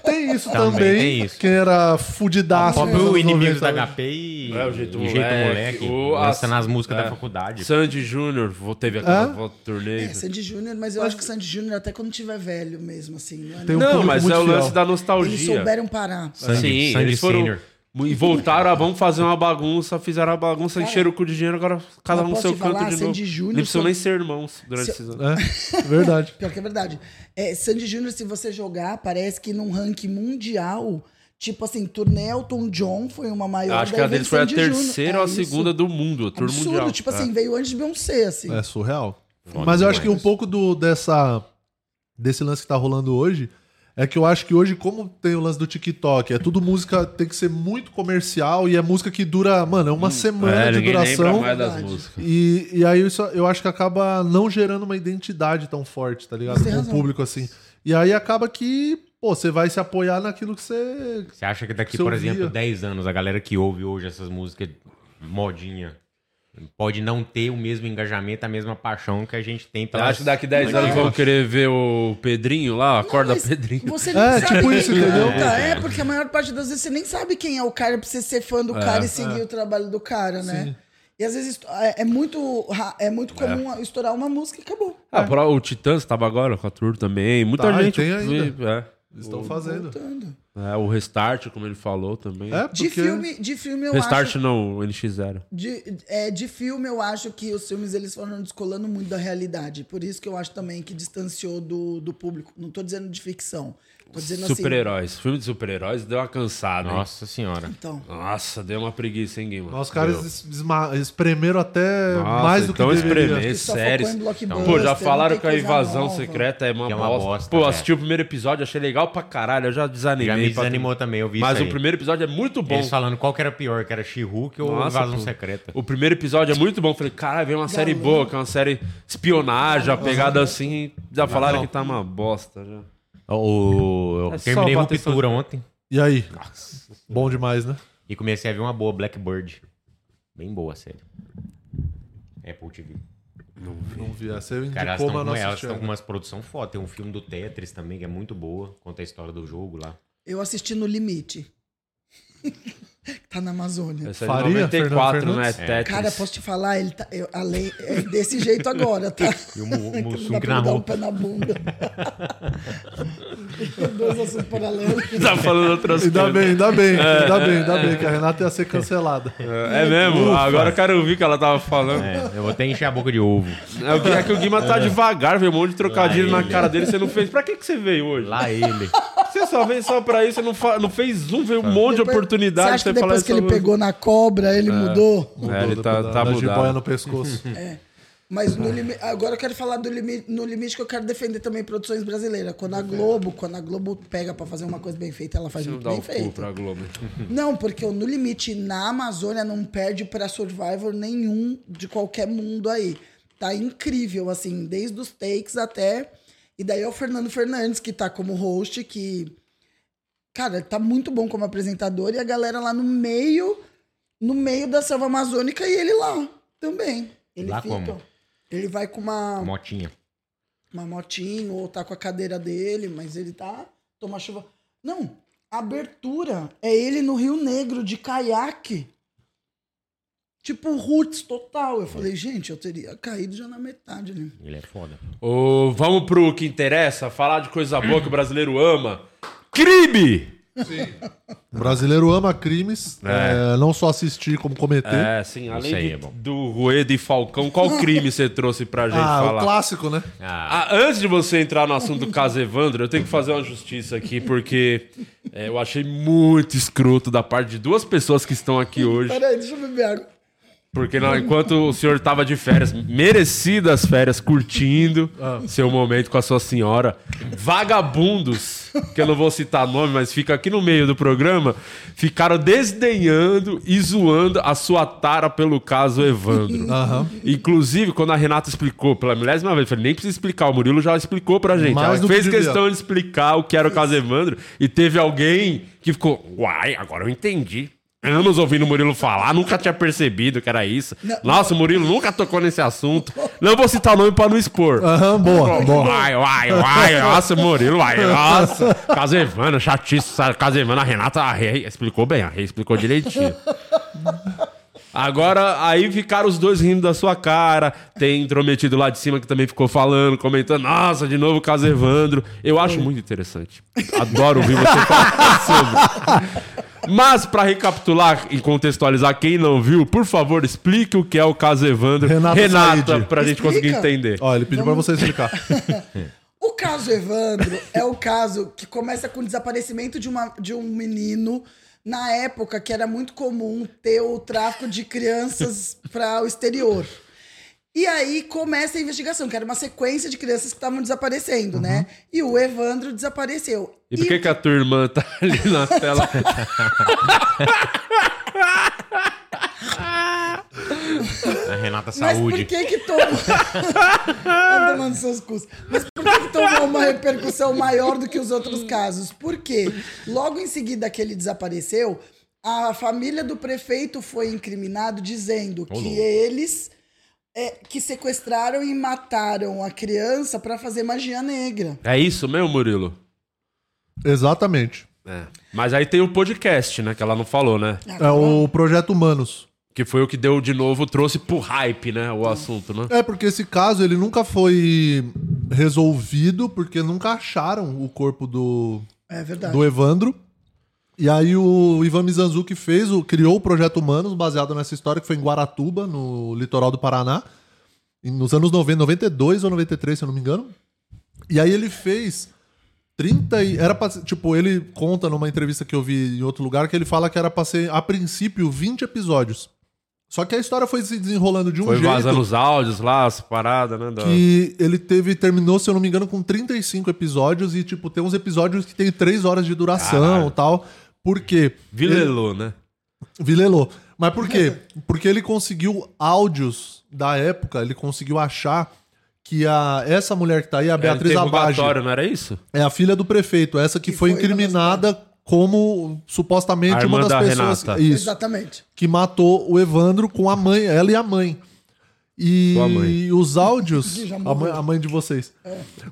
B: Tem isso também.
C: Também tem isso.
B: Que era fudidaço.
C: Só
B: nos anos
C: pro
B: 90,
C: inimigos da
B: né?
C: HP e
A: É, o Jeito
C: e
A: Moleque, o-
C: lança
A: as-
C: né? nas músicas
A: é.
C: da faculdade.
A: Sandy Júnior vo- teve aquela
B: Hã?
A: vo- turnê.
D: É, Sandy Júnior, mas eu acho que Sandy Júnior até quando tiver velho mesmo, assim. Não, é
B: Tem um
D: nem-
A: Não,
B: público
A: mas
B: muito
A: é o
B: fiel.
A: lance da
D: Eles
A: nostalgia.
D: souberam parar.
C: Sandy-
A: Sim,
C: Sandy
A: eles foram...
C: Senior.
A: E voltaram, ah, vamos fazer uma bagunça, fizeram a bagunça, encheram o cu de dinheiro, agora cada um no
D: mas posso
A: seu
D: te
A: canto
D: falar,
A: de
D: Sandy
A: novo.
D: Júnior
A: não precisam
D: foi-
A: nem ser irmãos durante esses anos.
B: É, verdade.
D: Pior que é verdade. É, Sandy Júnior, se você jogar, parece que num ranking mundial, tipo assim, turnê Elton John foi uma maior.
A: Acho que
D: daí
A: a deles
D: veio
A: foi a
D: é, Sandy Júnior.
A: terceira ou a
D: É isso.
A: segunda do mundo, a turma
D: Absurdo,
A: mundial. É.
D: tipo assim, veio antes de Beyoncé, assim.
B: É surreal. Mas eu acho que um pouco do, dessa, desse lance que tá rolando hoje é que eu acho que hoje, como tem o lance do TikTok, é tudo música, tem que ser muito comercial e é música que dura, mano, é uma semana de
A: Hum. ninguém lembra
B: duração.
A: mais das
D: Verdade.
A: músicas.
B: E, e aí isso, eu acho que acaba não gerando uma identidade tão forte, tá ligado?
D: Você tem
B: Com o
D: razão.
B: público assim. E aí acaba que, pô, você vai se apoiar naquilo que você.
C: Você acha que daqui,
B: Você
C: por
B: ouvia.
C: exemplo, 10 anos, a galera que ouve hoje essas músicas modinha pode não ter o mesmo engajamento, a mesma paixão que a gente tem
A: Eu
C: pela...
A: acho que daqui 10 anos vão querer ver o Pedrinho lá, acorda
D: Mas
A: Pedrinho.
D: Você
B: É,
D: nem sabe
B: tipo
D: quem
B: isso,
A: né?
B: entendeu?
D: canta, É, porque a maior parte das vezes você nem sabe quem é o cara pra você ser fã do
A: É,
D: cara e seguir o trabalho do cara, né? E às vezes é, é muito, ra- é muito comum estourar uma música e acabou.
A: Ah, pra- o Titãs tava agora com a tour também. Muita
B: Tá, e
A: gente.
B: tem ainda.
A: É,
B: Eles estão fazendo.
D: Voltando.
A: É, o Restart, como ele falou também.
B: É,
D: De
B: porque.
D: filme, de filme eu
A: Restart
D: acho.
A: não, o NX0.
D: De, é, de filme, eu acho que os filmes eles foram descolando muito da realidade. Por isso que eu acho também que distanciou do, do público. Não tô dizendo de ficção. Tô dizendo assim.
A: Super-heróis. Filme de super-heróis deu uma cansada. hein?
C: Nossa senhora.
D: Então,
A: Nossa, deu uma preguiça, hein, Guima?
B: Os caras es- esma- espremeram até
C: é
A: Nossa,
B: mais do que
A: então
B: deveria.
A: espremer,
D: Que só focou
A: séries.
D: em blockbuster,
A: Pô, já
D: não
A: falaram
D: tem
A: que a
D: coisa
A: invasão
D: nova.
A: secreta é uma,
C: Que é uma
A: bosta.
C: bosta,
A: Pô,
C: é.
A: assisti o primeiro episódio, achei legal pra caralho. Eu já desanimei.
C: Já me
A: pra-
C: desanimou também, eu vi
A: Mas
C: isso
A: o
C: aí.
A: primeiro episódio é muito bom.
C: Eles falando qual que era pior, que era She-Hulk ou
A: Nossa,
C: Invasão
A: pô.
C: Secreta.
A: O primeiro episódio é muito bom. Falei, caralho, veio uma série boa, que é uma série de espionagem, a pegada assim. Já falaram que tá uma bosta. Já.
C: O- Eu
A: É só
C: terminei
A: bater
C: Ruptura ontem
B: E aí? Bom demais, né?
C: e comecei a ver uma boa, Blackbird. Bem boa, sério. Apple TV.
B: Não vi essa. Eu
C: Cara, elas
B: indicou,
C: estão
B: mas
C: com,
B: não
C: elas
B: assisti.
C: tão com
B: ainda.
C: umas produções foda. Tem um filme do Tetris também, que é muito boa. Conta a história do jogo lá.
D: eu assisti no Limite. tá na Amazônia.
A: Essa é de
B: Faria,
A: 94,
B: Fernando
A: né?
B: Fernandes?
A: Tetris.
D: Cara, posso te falar, ele tá. eu- além, é desse jeito agora, tá?
C: E o Mu- o
D: Não dá
C: Mussum que
D: pra dar um
C: narrou.
D: pé na bunda. Dois assuntos paralelos.
A: Tá falando outras
B: Ainda
A: coisas.
B: bem, ainda bem, ainda bem, ainda bem, que a Renata ia ser cancelada.
A: É mesmo? Agora eu quero ouvir o que ela tava
D: um
A: falando. É.
C: É, eu vou até encher a boca de ovo.
A: o que- é que o Guima tá devagar, veio um monte de trocadilho
C: Lá
A: na
C: ele.
A: cara dele. Você não fez. Pra que, que você veio hoje?
C: Lá ele.
A: Você só veio só pra isso, você não, fa- não fez um, veio um monte de
D: Depois-
A: oportunidade.
D: Você acha que
A: pra
D: depois
A: falar
D: que ele
A: essa
D: pegou na cobra, ele mudou?
A: música. É, ele
B: Da-
A: tá,
B: da-
A: tá
B: da jiboia
A: mudado.
B: no pescoço.
D: Mas
A: Ah.
D: no limi- agora eu quero falar do limi- no limite que eu quero defender também produções brasileiras. Quando
A: Uhum.
D: a Globo, quando a Globo pega pra fazer uma coisa bem feita, ela faz
A: Deixa eu
D: muito
A: dar
D: bem
A: o cu
D: feita.
A: pra Globo.
D: Não, porque o No Limite na Amazônia não perde pra Survivor nenhum de qualquer mundo aí. Tá incrível, assim, desde os takes até. E daí é o Fernando Fernandes, que tá como host, que. Cara, ele tá muito bom como apresentador e a galera lá no meio, no meio da selva amazônica e ele lá também. Ele
C: Lá
D: fica.
C: como?
D: Ele vai com uma
C: Motinha.
D: uma motinho ou tá com a cadeira dele, mas ele tá toma chuva. Não, a abertura é ele no Rio Negro de caiaque. Tipo roots total. Eu falei, gente, eu teria caído já na metade né? ali.
C: Ele é foda.
A: Ô, vamos pro que interessa, falar de coisa boa que o brasileiro ama. Cribe!
B: O brasileiro ama crimes,
A: É.
B: eh, não só assistir como cometer.
A: É, sim, além
C: aí
A: de-
C: é bom.
A: do Rueda e Falcão, qual crime você trouxe pra gente
B: ah,
A: falar?
B: o clássico, né?
A: Ah, antes de você entrar no assunto do caso Evandro, eu tenho que fazer uma justiça aqui, porque é, eu achei muito escroto da parte de duas pessoas que estão aqui hoje.
D: Peraí, deixa eu beber água.
A: Porque na- enquanto o senhor tava de férias, merecidas férias, curtindo
B: Ah.
A: seu momento com a sua senhora, vagabundos, que eu não vou citar nome, mas fica aqui no meio do programa, ficaram desdenhando e zoando a sua tara pelo caso Evandro. Inclusive, quando a Renata explicou pela milésima vez, eu falei, nem precisa explicar, o Murilo já explicou pra gente.
B: Mais do
A: Ela
B: que
A: fez
B: devia.
A: questão de explicar o que era o caso Evandro e teve alguém que ficou, uai, agora eu entendi. Anos ouvindo o Murilo falar, nunca tinha percebido que era isso. Nossa, o Murilo nunca tocou nesse assunto. Não vou citar nome pra não expor.
B: Aham, boa, boa.
A: Uai, uai, uai, nossa, Murilo, uai, nossa. Casevana, chatice, sabe? Casevana, a Renata a Rei explicou bem, a Rei explicou direitinho. Agora, aí ficaram os dois rindo da sua cara. Tem intrometido lá de cima que também ficou falando, comentando. Nossa, de novo o caso Evandro. Eu acho muito interessante. Adoro ouvir você falar sobre. Mas, pra recapitular e contextualizar quem não viu, por favor, explique o que é o caso Evandro.
B: Renata
A: Renata,
B: Said.
A: pra gente conseguir
D: Explica.
A: entender.
B: Ó, ele pediu pra
D: Vamos-
B: você explicar.
D: O caso Evandro é o caso que começa com o desaparecimento de, uma, de um menino. Na época que era muito comum ter o tráfico de crianças para o exterior. E aí começa a investigação, que era uma sequência de crianças que estavam desaparecendo, né? E o Evandro desapareceu.
A: Uhum. E por que, que a tua irmã tá ali na tela?
C: A Renata
D: Mas
C: Saúde.
D: por que que tomou... Tá tomando seus cus. Mas por que que tomou uma repercussão maior do que os outros casos? Por quê? Logo em seguida que ele desapareceu, a família do prefeito foi incriminado dizendo que
C: louco.
D: eles é, que sequestraram e mataram a criança pra fazer magia negra.
A: É isso mesmo, Murilo?
B: Exatamente.
A: É. Mas aí tem o podcast, né? Que ela não falou, né?
B: É
C: um
B: o Projeto Humanos.
A: Que foi o que deu de novo, trouxe pro hype, né? O assunto, né?
B: É, porque esse caso ele nunca foi resolvido, porque nunca acharam o corpo do,
D: É verdade.
B: do Evandro. E aí o Ivan Mizanzuki fez, o, criou o Projeto Humanos, baseado nessa história, que foi em Guaratuba, no litoral do Paraná, em- nos anos 90, 92 ou 93, se eu não me engano. E aí ele fez 30 e... Era pra, ser- tipo, ele conta numa entrevista que eu vi em outro lugar, que ele fala que era pra ser, a princípio, 20 episódios. Só que a história foi se desenrolando de um
A: Foi
B: jeito...
A: vazando os áudios lá, as paradas, né? da-
B: Que ele teve, terminou, se eu não me engano, com 35 episódios e, tipo, tem uns episódios que tem 3 horas de duração
A: Caralho.
B: e tal. Por quê? Ele-
A: Vilelô, né?
B: Vilelô. Mas por quê? Porque ele conseguiu áudios da época, ele conseguiu achar que a, essa mulher que tá aí, a
A: Era
B: Beatriz Abage,
A: interrogatório, É, não era isso?
B: é a filha do prefeito, essa que,
D: Que
B: foi,
D: foi uma das-
B: incriminada como
A: A
B: supostamente
A: irmã
B: uma das
A: da
B: pessoas.
A: Renata.
B: Isso
D: Exatamente.
B: que matou o Evandro com a mãe, ela e a mãe. E
A: Sua mãe.
B: os áudios.
D: Que já
B: a,
D: morreu. É.
B: mãe, a mãe de vocês.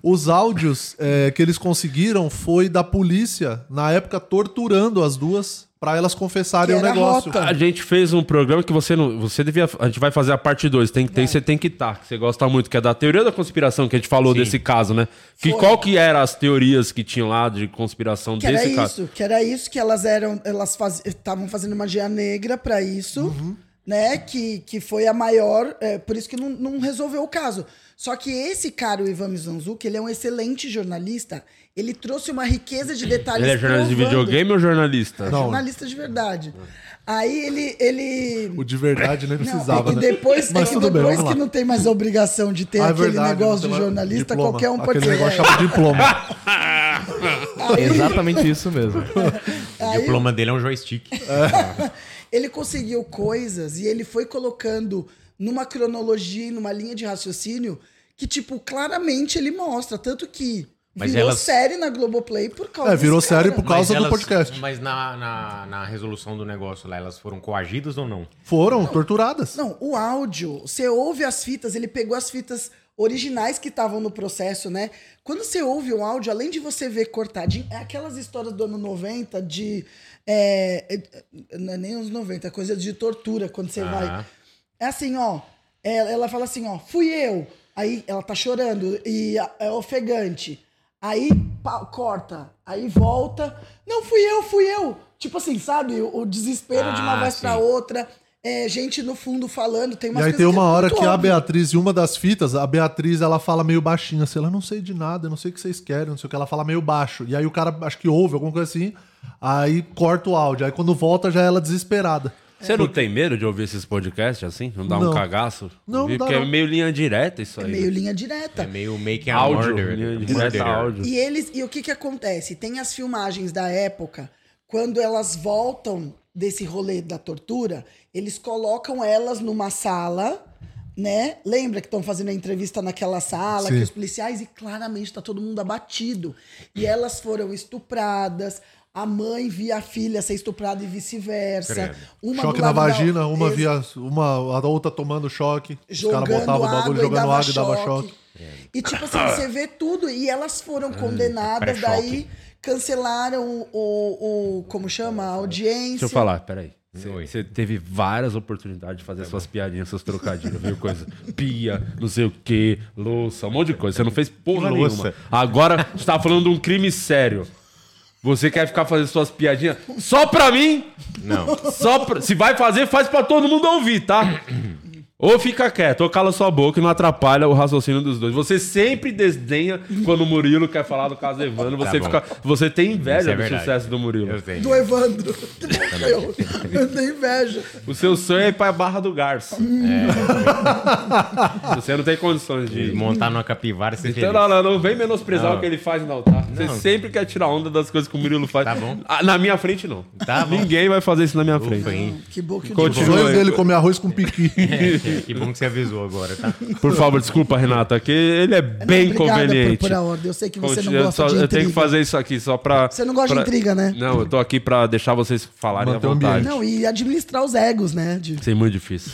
B: Os áudios é, que eles conseguiram foi da polícia, na época, torturando as duas pra elas confessarem
D: Que
B: o
D: era
B: negócio.
D: rota.
A: A gente fez um programa que você não. Você devia. A gente vai fazer a parte 2. Tem que ter e você tem que estar. Que você gosta muito, que é da teoria da conspiração que a gente falou
C: Sim.
A: desse caso, né? Que,
D: Foi.
A: qual que eram as teorias que tinham lá de conspiração
D: Que era
A: desse caso?
D: isso, que era isso que elas eram, elas faz- estavam fazendo magia negra pra isso,
B: Uhum.
D: né? Que, que foi a maior, é, por isso que não, não resolveu o caso. Só que esse cara, o Ivan Mizanzuki, ele é um excelente jornalista. Ele trouxe uma riqueza de detalhes.
A: Ele é jornalista de
D: provando-
A: videogame ou jornalista?
D: É
B: Não.
D: Jornalista de verdade. Aí ele, ele
B: O de verdade nem
D: não,
B: precisava,
D: é que
B: né?
D: depois,
B: Mas
D: é que,
B: tudo bem,
D: depois
B: vamos lá.
D: que não tem mais a obrigação de ter
B: Ah, é
D: aquele
B: verdade,
D: negócio
B: não
D: de
B: tem mais-
D: jornalista,
B: diploma.
D: qualquer um pode
B: Aquele
D: ser.
B: negócio chamado diploma.
E: Exatamente isso mesmo.
C: O diploma dele é um joystick.
D: ele conseguiu coisas e ele foi colocando numa cronologia e numa linha de raciocínio que, tipo, claramente ele mostra. Tanto que
C: Mas
D: virou
C: elas-
D: série na Globoplay por causa
B: É, virou
D: desse cara.
B: série por causa do podcast.
C: Mas na, na, na resolução do negócio lá, elas foram coagidas ou não?
B: Foram torturadas.
D: Não, o áudio, você ouve as fitas, ele pegou as fitas originais que estavam no processo, né? Quando você ouve o áudio, além de você ver cortadinho, é aquelas histórias do ano 90 de. é, é, não é nem os 90, é coisa de tortura quando você
C: Aham.
D: vai. É assim, ó. Ela, ela fala assim, ó, fui eu. Aí ela tá chorando e a- é ofegante. Aí pá, corta. Aí volta. Não, fui eu, fui eu. Tipo assim, sabe? O, o desespero de uma
C: Ah,
D: vez pra
C: sim.
D: outra. É, gente no fundo falando,
B: E
D: tem umas
B: aí
D: coisas
B: tem uma
D: é
B: hora
D: muito
B: que a
D: óbvia.
B: Beatriz, em uma das fitas, a Beatriz ela fala meio baixinho, assim, ela não sei de nada, eu não sei o que vocês querem, não sei o que, ela fala meio baixo. E aí o cara acho que ouve, alguma coisa assim, aí corta o áudio. Aí quando volta já é ela desesperada.
A: Você não tem medo de ouvir esses podcasts assim? Não dá
B: Não.
A: um cagaço?
B: Não, não dá,
A: Porque
B: não.
A: é meio linha direta isso
D: É
A: aí.
D: meio linha direta.
C: É meio making a
A: áudio.
C: murder, né?
A: linha direta
C: Murderer.
A: áudio.
D: E eles, e o que que acontece? Tem as filmagens da época, quando elas voltam desse rolê da tortura, eles colocam elas numa sala, né? Lembra que estão fazendo a entrevista naquela sala,
B: Sim.
D: que os policiais, e claramente tá todo mundo abatido. E elas foram estupradas. A mãe via a filha ser estuprada e vice-versa.
C: Credo.
D: Uma
B: choque
D: do
B: na
D: lado da-
B: vagina, uma
D: Ex-
B: via uma, a outra tomando choque. Os caras
D: jogando
B: botavam o bagulho
D: água e
B: jogando
D: dava
B: água e dava choque.
A: É.
D: E tipo assim, você vê tudo. E elas
A: Hum,
D: foram condenadas,
C: pré-choque.
D: daí cancelaram o, o, como chama? A
A: Deixa
D: audiência.
A: eu falar, peraí. Você-
C: Oi. Tá
A: Você teve várias oportunidades de fazer suas piadinhas, seus trocadilhos, viu? Coisa. Pia, não sei o quê, louça, um monte de coisa. Você não fez porra
C: Louça.
A: nenhuma. Agora você tá falando de um crime sério. Você quer ficar fazendo suas piadinhas só pra mim?
C: Não.
A: Só pra- se vai fazer, faz pra todo mundo ouvir, tá? Ou fica quieto, ou cala sua boca e não atrapalha o raciocínio dos dois. Você sempre desdenha quando o Murilo quer falar do caso Evandro.
C: Tá
A: Você,
C: bom.
A: fica, você tem
C: Isso
A: inveja
C: é
A: do
C: verdade.
A: sucesso do Murilo.
C: Eu tenho.
D: Do Evandro. Eu, eu tenho inveja.
A: O seu sonho é ir pra Barra do Garço. Você não tem condições de ir.
C: Montar numa capivara e ser
A: Então,
C: feliz.
A: É. não, não, não vem menosprezar
C: Não.
A: o que ele faz no altar. Você
C: Não.
A: sempre quer tirar onda das coisas que o Murilo faz.
C: Tá bom.
A: Ah, Na minha frente, não.
C: Tá bom.
A: Ninguém vai fazer isso na minha
C: Ufa,
A: frente.
C: hein?
D: Que bom que o
B: O
A: Continua.
B: sonho
A: aí.
B: dele comer arroz com piqui.
C: Que bom que você avisou agora, tá?
A: Por favor, desculpa, Renata, que ele é bem
D: Obrigada
A: conveniente.
D: Por, por a ordem. Eu sei que você não
A: eu,
D: gosta
A: só-
D: de
A: eu
D: intriga.
A: tenho que fazer isso aqui só pra.
D: Você não gosta de
A: pra-
D: intriga, né?
A: Não, eu tô aqui pra deixar vocês falarem
B: Manter
A: à
B: o
A: vontade.
B: ambiente.
A: Não.
D: Não, e administrar os egos, né? De-
A: Isso é muito difícil.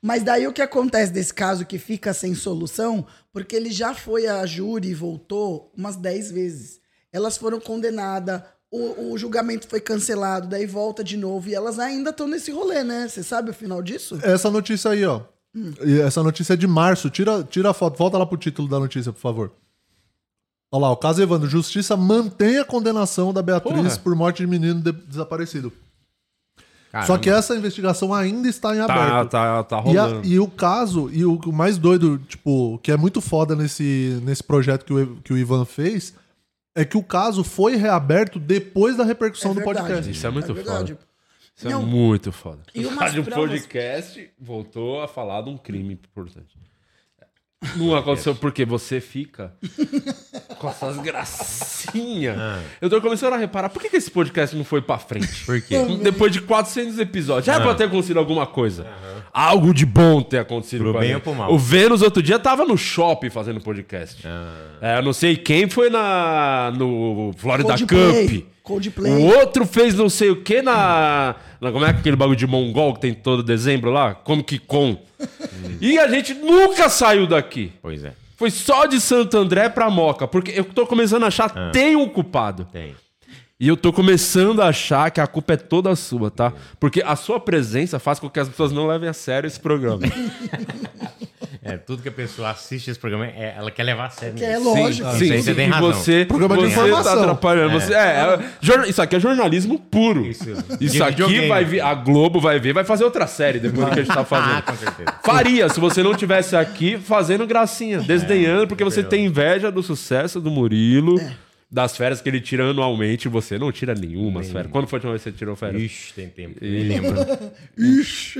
D: Mas daí o que acontece desse caso que fica sem solução, porque ele já foi a júri e voltou umas 10 vezes. Elas foram condenadas, o, o julgamento foi cancelado, daí volta de novo e elas ainda estão nesse rolê, né? Você sabe o final disso?
B: Essa notícia aí, ó. E Essa notícia é de março. Tira, tira a foto. Volta lá pro título da notícia, por favor. Olha lá, o caso Evandro. Justiça mantém a condenação da Beatriz
A: Porra.
B: por morte de menino de- desaparecido. Só
C: Caramba.
B: que essa investigação ainda está em
A: tá,
B: aberto.
A: tá, tá
B: E, a-
A: rolando.
B: e o caso, e o, o mais doido, tipo, que é muito foda nesse, nesse projeto que o, E- que o Ivan fez, é que o caso foi reaberto depois da repercussão
D: É
B: do
D: verdade.
B: podcast.
A: Isso é muito
D: verdade.
A: foda. Isso
D: Não.
A: é muito foda.
D: E umas
A: Rádio
D: provas-
A: um podcast voltou a falar de um crime importante. Não aconteceu porque você fica com essas gracinhas. Eu tô começando a reparar, por que, que esse podcast não foi pra frente?
C: Por quê?
A: Depois de 400 episódios, já era pra ter acontecido alguma coisa. Algo de bom ter acontecido.
C: Pro
A: com a
C: bem
A: gente.
C: ou pro mal?
A: O Vênus outro dia tava no shopping fazendo podcast. É, eu não sei quem foi na, no Florida
D: Coldplay.
A: Cup.
D: Coldplay.
A: O outro fez não sei o que na, na- Como é que aquele bagulho de mongol que tem todo dezembro lá? Como que com? e a gente nunca saiu daqui.
C: Pois é.
A: Foi só de Santo André pra Moca. Porque eu tô começando a achar tem um culpado.
C: Tem.
A: E eu tô começando a achar que a culpa é toda sua, tá? Porque a sua presença faz com que as pessoas não levem a sério esse programa.
C: É, tudo que a pessoa assiste esse programa, é, ela quer levar a sério.
D: Que é
C: mesmo.
D: lógico.
C: Isso aí você tem
A: E
C: razão.
A: Você,
B: Programa de
A: você
B: informação.
A: tá atrapalhando. Você, é, é, jorna- isso aqui é jornalismo puro.
C: Isso.
A: Isso,
C: De videogame.
A: aqui vai vir. A Globo vai ver, vai fazer outra série depois do que a gente tá
C: Ah,
A: fazendo.
C: com certeza. É,
A: Faria se você não tivesse aqui fazendo gracinha, desdenhando, porque você tem inveja do sucesso do Murilo, das férias que ele tira anualmente, você não tira nenhuma férias. Quando foi a última vez que você tirou férias?
C: Ixi, tem tempo. Me lembro.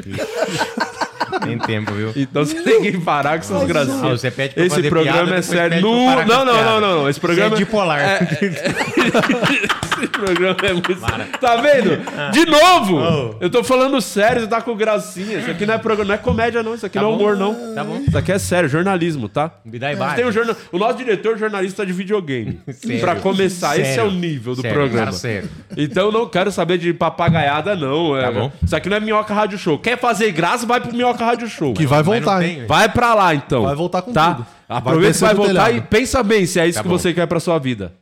C: Ixi. Tem tempo, viu?
A: Então você tem que parar com essas gracinhas.
C: Ah, você pede pra eu
A: Esse
C: fazer
A: programa
C: piada,
A: é
C: depois
A: sério.
C: pede pra eu
A: Nu-
C: parar com
A: Não,
C: as
A: não,
C: piadas.
A: não, não, Esse programa.
C: Você é bipolar.
A: Esse programa é muito. Tá
C: Ah.
A: vendo? De novo!
C: Oh.
A: Eu tô falando sério, você tá com gracinha. Isso aqui não é programa, não é comédia, não. Isso aqui
C: Tá
A: não é
C: bom.
A: humor, não.
C: Tá bom.
A: Isso aqui é sério, jornalismo, tá?
C: Me dá
A: Tem um
C: embaixo.
A: jornal... O nosso diretor jornalista de videogame.
C: Sério.
A: Pra começar, esse é o
C: Sério.
A: nível do
C: Sério,
A: programa.
C: cara, sério.
A: Então não quero saber de papagaiada, não. É...
C: Tá bom.
A: Isso aqui não é Minhoca Rádio Show. Quer fazer graça, vai pro Minhoca Rádio Show.
B: Que vai
C: Mas não
B: voltar,
C: tem, né?
B: hein?
A: Vai pra lá, então.
B: Vai voltar com
A: tá?
B: tudo. Vai
A: Aproveita que vai
B: descer do
A: voltar
B: telhado.
A: e pensa bem se é isso
C: Tá
A: que
C: bom.
A: você quer pra sua vida.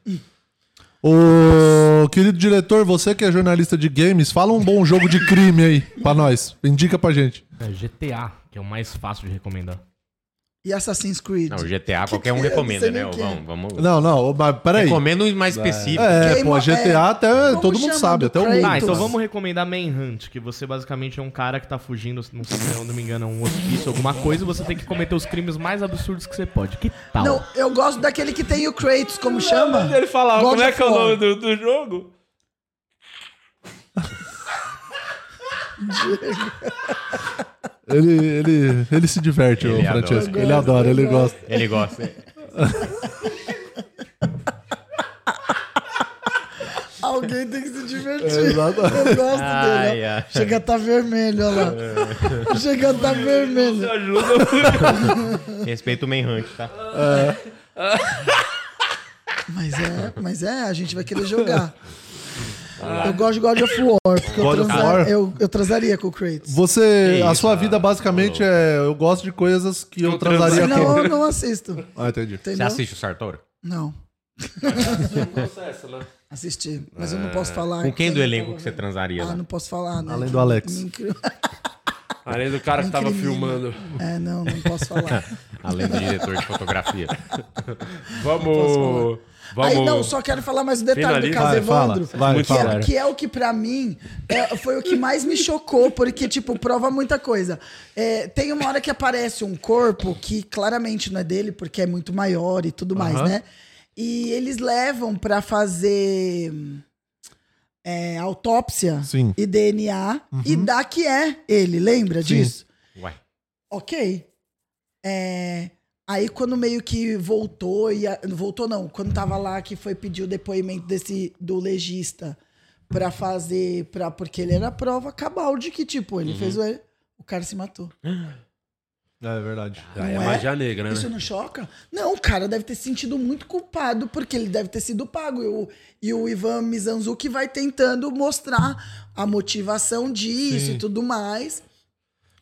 B: Ô, querido diretor, você que é jornalista de games, fala um bom jogo de crime aí pra nós. Indica pra gente.
E: É GTA, que é o mais fácil de recomendar.
D: e Assassin's Creed.
C: Não, o GTA
D: Que
C: qualquer um
D: que é?
C: recomenda,
D: Não sei
C: né?
D: nem o que é.
C: Vamos, vamos.
B: Não, não, mas
A: é
B: peraí.
C: Recomenda um mais específico.
B: É,
D: Game
B: pô,
D: of-
B: GTA
D: é,
B: até
D: como
B: todo mundo
D: chama
B: sabe,
D: do
B: até o
D: Kratos?
E: Tá,
D: Muito
E: então
D: bom.
E: vamos recomendar Manhunt, que você basicamente é um cara que tá fugindo, não sei se eu não me engano, é um hospício, alguma coisa, e você tem que cometer os crimes mais absurdos que você pode. Que tal?
D: Não, eu gosto daquele que tem o Kratos, como chama?
A: Ele falava,
D: God
A: como é
D: of
A: que é o
D: War.
A: nome do, do jogo?
B: Ele, ele, ele se diverte,
C: Ele
B: o
C: adora.
B: Francesco.
D: Eu
B: Ele
D: gosto,
B: adora,
D: eu
B: ele
D: gosto.
B: gosta.
C: Ele gosta.
D: Alguém tem que se divertir.
B: É, Exato.
D: Eu gosto dele.
C: Ai,
D: ó.
C: ai.
D: Chega a tá vermelho, olha lá. Chega a tá vermelho.
C: Respeita o Manhunt, tá?
D: Mas é, mas é, a gente vai querer jogar. Eu gosto de God of War, porque eu,
B: God of
D: transar-
B: War?
D: eu, eu transaria com o Kratos.
B: Você.
C: Que
B: a
C: isso,
B: sua
C: ah,
B: vida basicamente é. Eu gosto de coisas que eu,
C: Eu
B: transaria
C: transaria.
B: com.
D: Senão eu não assisto,
B: Ah, entendi.
C: Você
D: entendeu?
C: assiste o Sartori?
D: Não, assisti. Mas eu não posso falar.
C: É. Com quem do
D: eu
C: elenco
D: não-
C: que você tá transaria
D: Ah,
C: lá?
D: não posso falar, né?
B: Além
D: Que
B: do Alex.
D: me incri-
A: Além do cara que tava
D: Incrível.
A: filmando.
D: É, não, não posso falar.
C: Além do diretor de fotografia.
A: Vamos. Vamos.
D: Aí, não, só quero falar mais um detalhe do
A: Finaliza.
D: caso
B: Vai, fala.
D: Evandro.
B: Vai,
D: que,
B: fala.
D: é, que é o que, pra mim, é, foi o que mais me chocou, porque, tipo, prova muita coisa. É, tem uma hora que aparece um corpo que claramente não é dele, porque é muito maior e tudo mais, né? E eles levam pra fazer é, autópsia
B: Sim. Uhum.
D: e DNA e dá que é ele, lembra
B: Sim.
D: disso?
C: Ué.
D: ok. É, aí quando meio que voltou, e a- voltou não, quando tava lá que foi pedir o depoimento desse do legista pra fazer, pra, porque ele era a prova cabal de que tipo,
A: Uhum.
D: ele fez o o cara se matou.
B: É verdade.
A: Aí é
D: Não é?
A: magia negra, né?
D: Isso não choca? Não, o cara deve ter se sentido muito culpado, porque ele deve ter sido pago. E o, e o Ivan Mizanzuki vai tentando mostrar a motivação disso
B: Sim.
D: e tudo mais.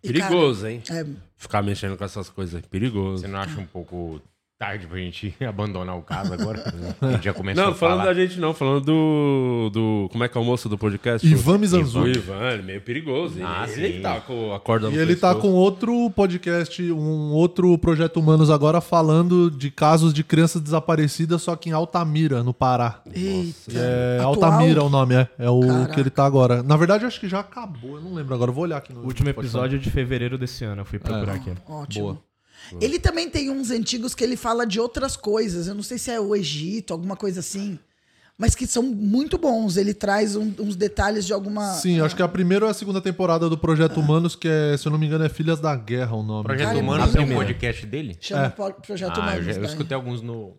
D: E, cara,
A: Perigoso, hein?
D: é,
A: Ficar mexendo com essas coisas aí. Perigoso.
C: Você não
D: Tá.
C: acha um pouco tarde pra gente abandonar o caso agora? A gente já começou
A: Não,
C: a
A: falando da
C: falar.
A: gente não, falando do. do como é que é o moço do podcast?
B: Ivan
A: O
B: Mizanzuki.
A: Ivan, ele é meio perigoso. hein?
C: Ah,
A: ele
C: sim.
A: tá com a corda no
B: E ele tá
A: pescoço.
B: com outro podcast, um outro Projeto Humanos agora falando de casos de crianças desaparecidas, só que em Altamira, no Pará.
D: eita.
B: É
D: Atual?
B: Altamira o nome, é. É o
D: Caraca.
B: que ele tá agora. Na verdade, eu acho que já acabou, eu não lembro agora. eu Vou olhar aqui no.
E: O último
B: Spotify.
E: episódio é de fevereiro desse ano, eu fui
B: É.
E: procurar aqui.
B: um
D: Ótimo.
B: Boa.
D: Ele também tem uns antigos que ele fala de outras coisas. Eu não sei se é o Egito, alguma coisa assim. Mas que são muito bons. Ele traz um- uns detalhes de alguma.
B: Sim, é. acho que a primeira ou a segunda temporada do Projeto Humanos, que é, se eu não me engano, é Filhas da Guerra o nome.
C: Projeto
D: Cara, é
C: Humanos tem um
E: primeira.
C: podcast dele?
D: Chama
B: É.
D: po- Projeto
C: Ah, eu,
D: Humanos.
C: já- eu
D: né?
C: escutei alguns no...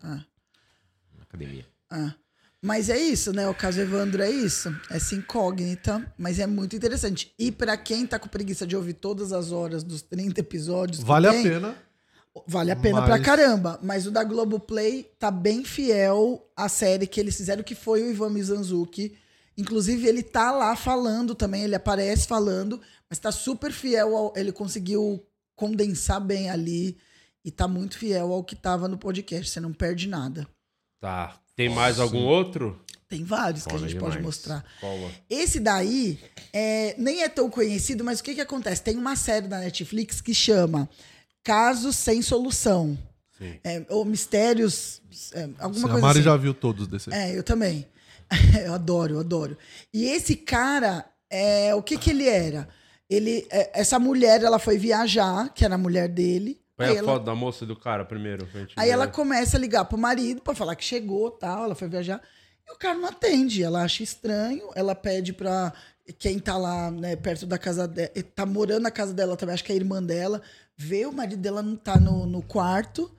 C: na academia.
D: Ah. Mas é isso, né? O caso Evandro é isso. Essa incógnita, mas é muito interessante. E pra quem tá com preguiça de ouvir todas as horas dos 30 episódios. que
B: Vale a
D: tem,
B: pena.
D: Vale a pena
B: Mas-
D: pra caramba. Mas o da Globoplay tá bem fiel à série que eles fizeram, que foi o Ivan Mizanzuki. Inclusive, ele tá lá falando também, ele aparece falando, mas tá super fiel ao. Ele conseguiu condensar bem ali e tá muito fiel ao que tava no podcast. Você não perde nada.
A: Tá. Tem mais algum outro?
D: Tem vários que
C: Foda
D: a gente pode
C: demais.
D: mostrar.
A: Cola.
D: Esse daí é, nem é tão conhecido, mas o que que acontece? Tem uma série da Netflix que chama Casos Sem Solução.
A: Sim.
D: É, ou Mistérios, é, alguma
B: Sim, a
D: coisa
B: Mari
D: assim.
B: já viu todos desse. aí.
D: É, eu também. eu adoro, eu adoro. E esse cara, é, o que que ele era? Ele, é, essa mulher, ela foi viajar, que era a mulher dele.
A: Põe
D: Aí
A: a
D: ela-
A: foto da moça e do cara primeiro. pra gente
D: Aí
A: ver.
D: ela começa a ligar pro marido pra falar que chegou tal, ela foi viajar. E o cara não atende. Ela acha estranho, ela pede pra quem tá lá, né, perto da casa dela, tá morando na casa dela também, acho que é a irmã dela, vê o marido dela não tá no, no quarto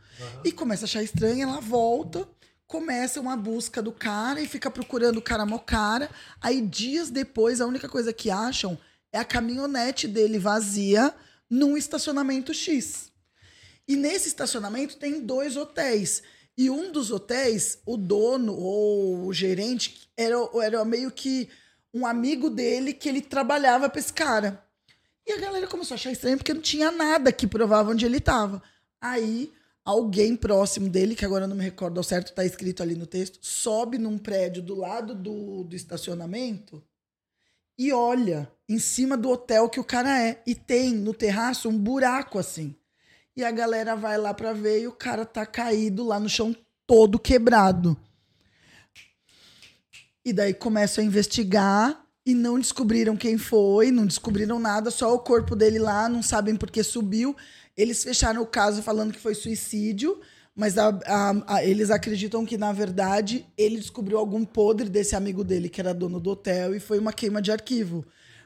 D: e começa a achar estranho, ela volta. Começa uma busca do cara e fica procurando o cara mó cara. Aí, dias depois, a única coisa que acham é a caminhonete dele vazia num estacionamento X. E nesse estacionamento tem dois hotéis. E um dos hotéis, o dono ou o gerente, era, era meio que um amigo dele que ele trabalhava pra esse cara. E a galera começou a achar estranho porque não tinha nada que provava onde ele tava. Aí alguém próximo dele, que agora eu não me recordo ao certo, tá escrito ali no texto, sobe num prédio do lado do, do estacionamento e olha em cima do hotel que o cara é. E tem no terraço um buraco assim. E a galera vai lá pra ver e o cara tá caído lá no chão todo quebrado. E daí começam a investigar e não descobriram quem foi, não descobriram nada, só o corpo dele lá, não sabem por que subiu. Eles fecharam o caso falando que foi suicídio, mas a- a- a- eles acreditam que, na verdade, ele descobriu algum podre desse amigo dele, que era dono do hotel, e foi uma queima de arquivo.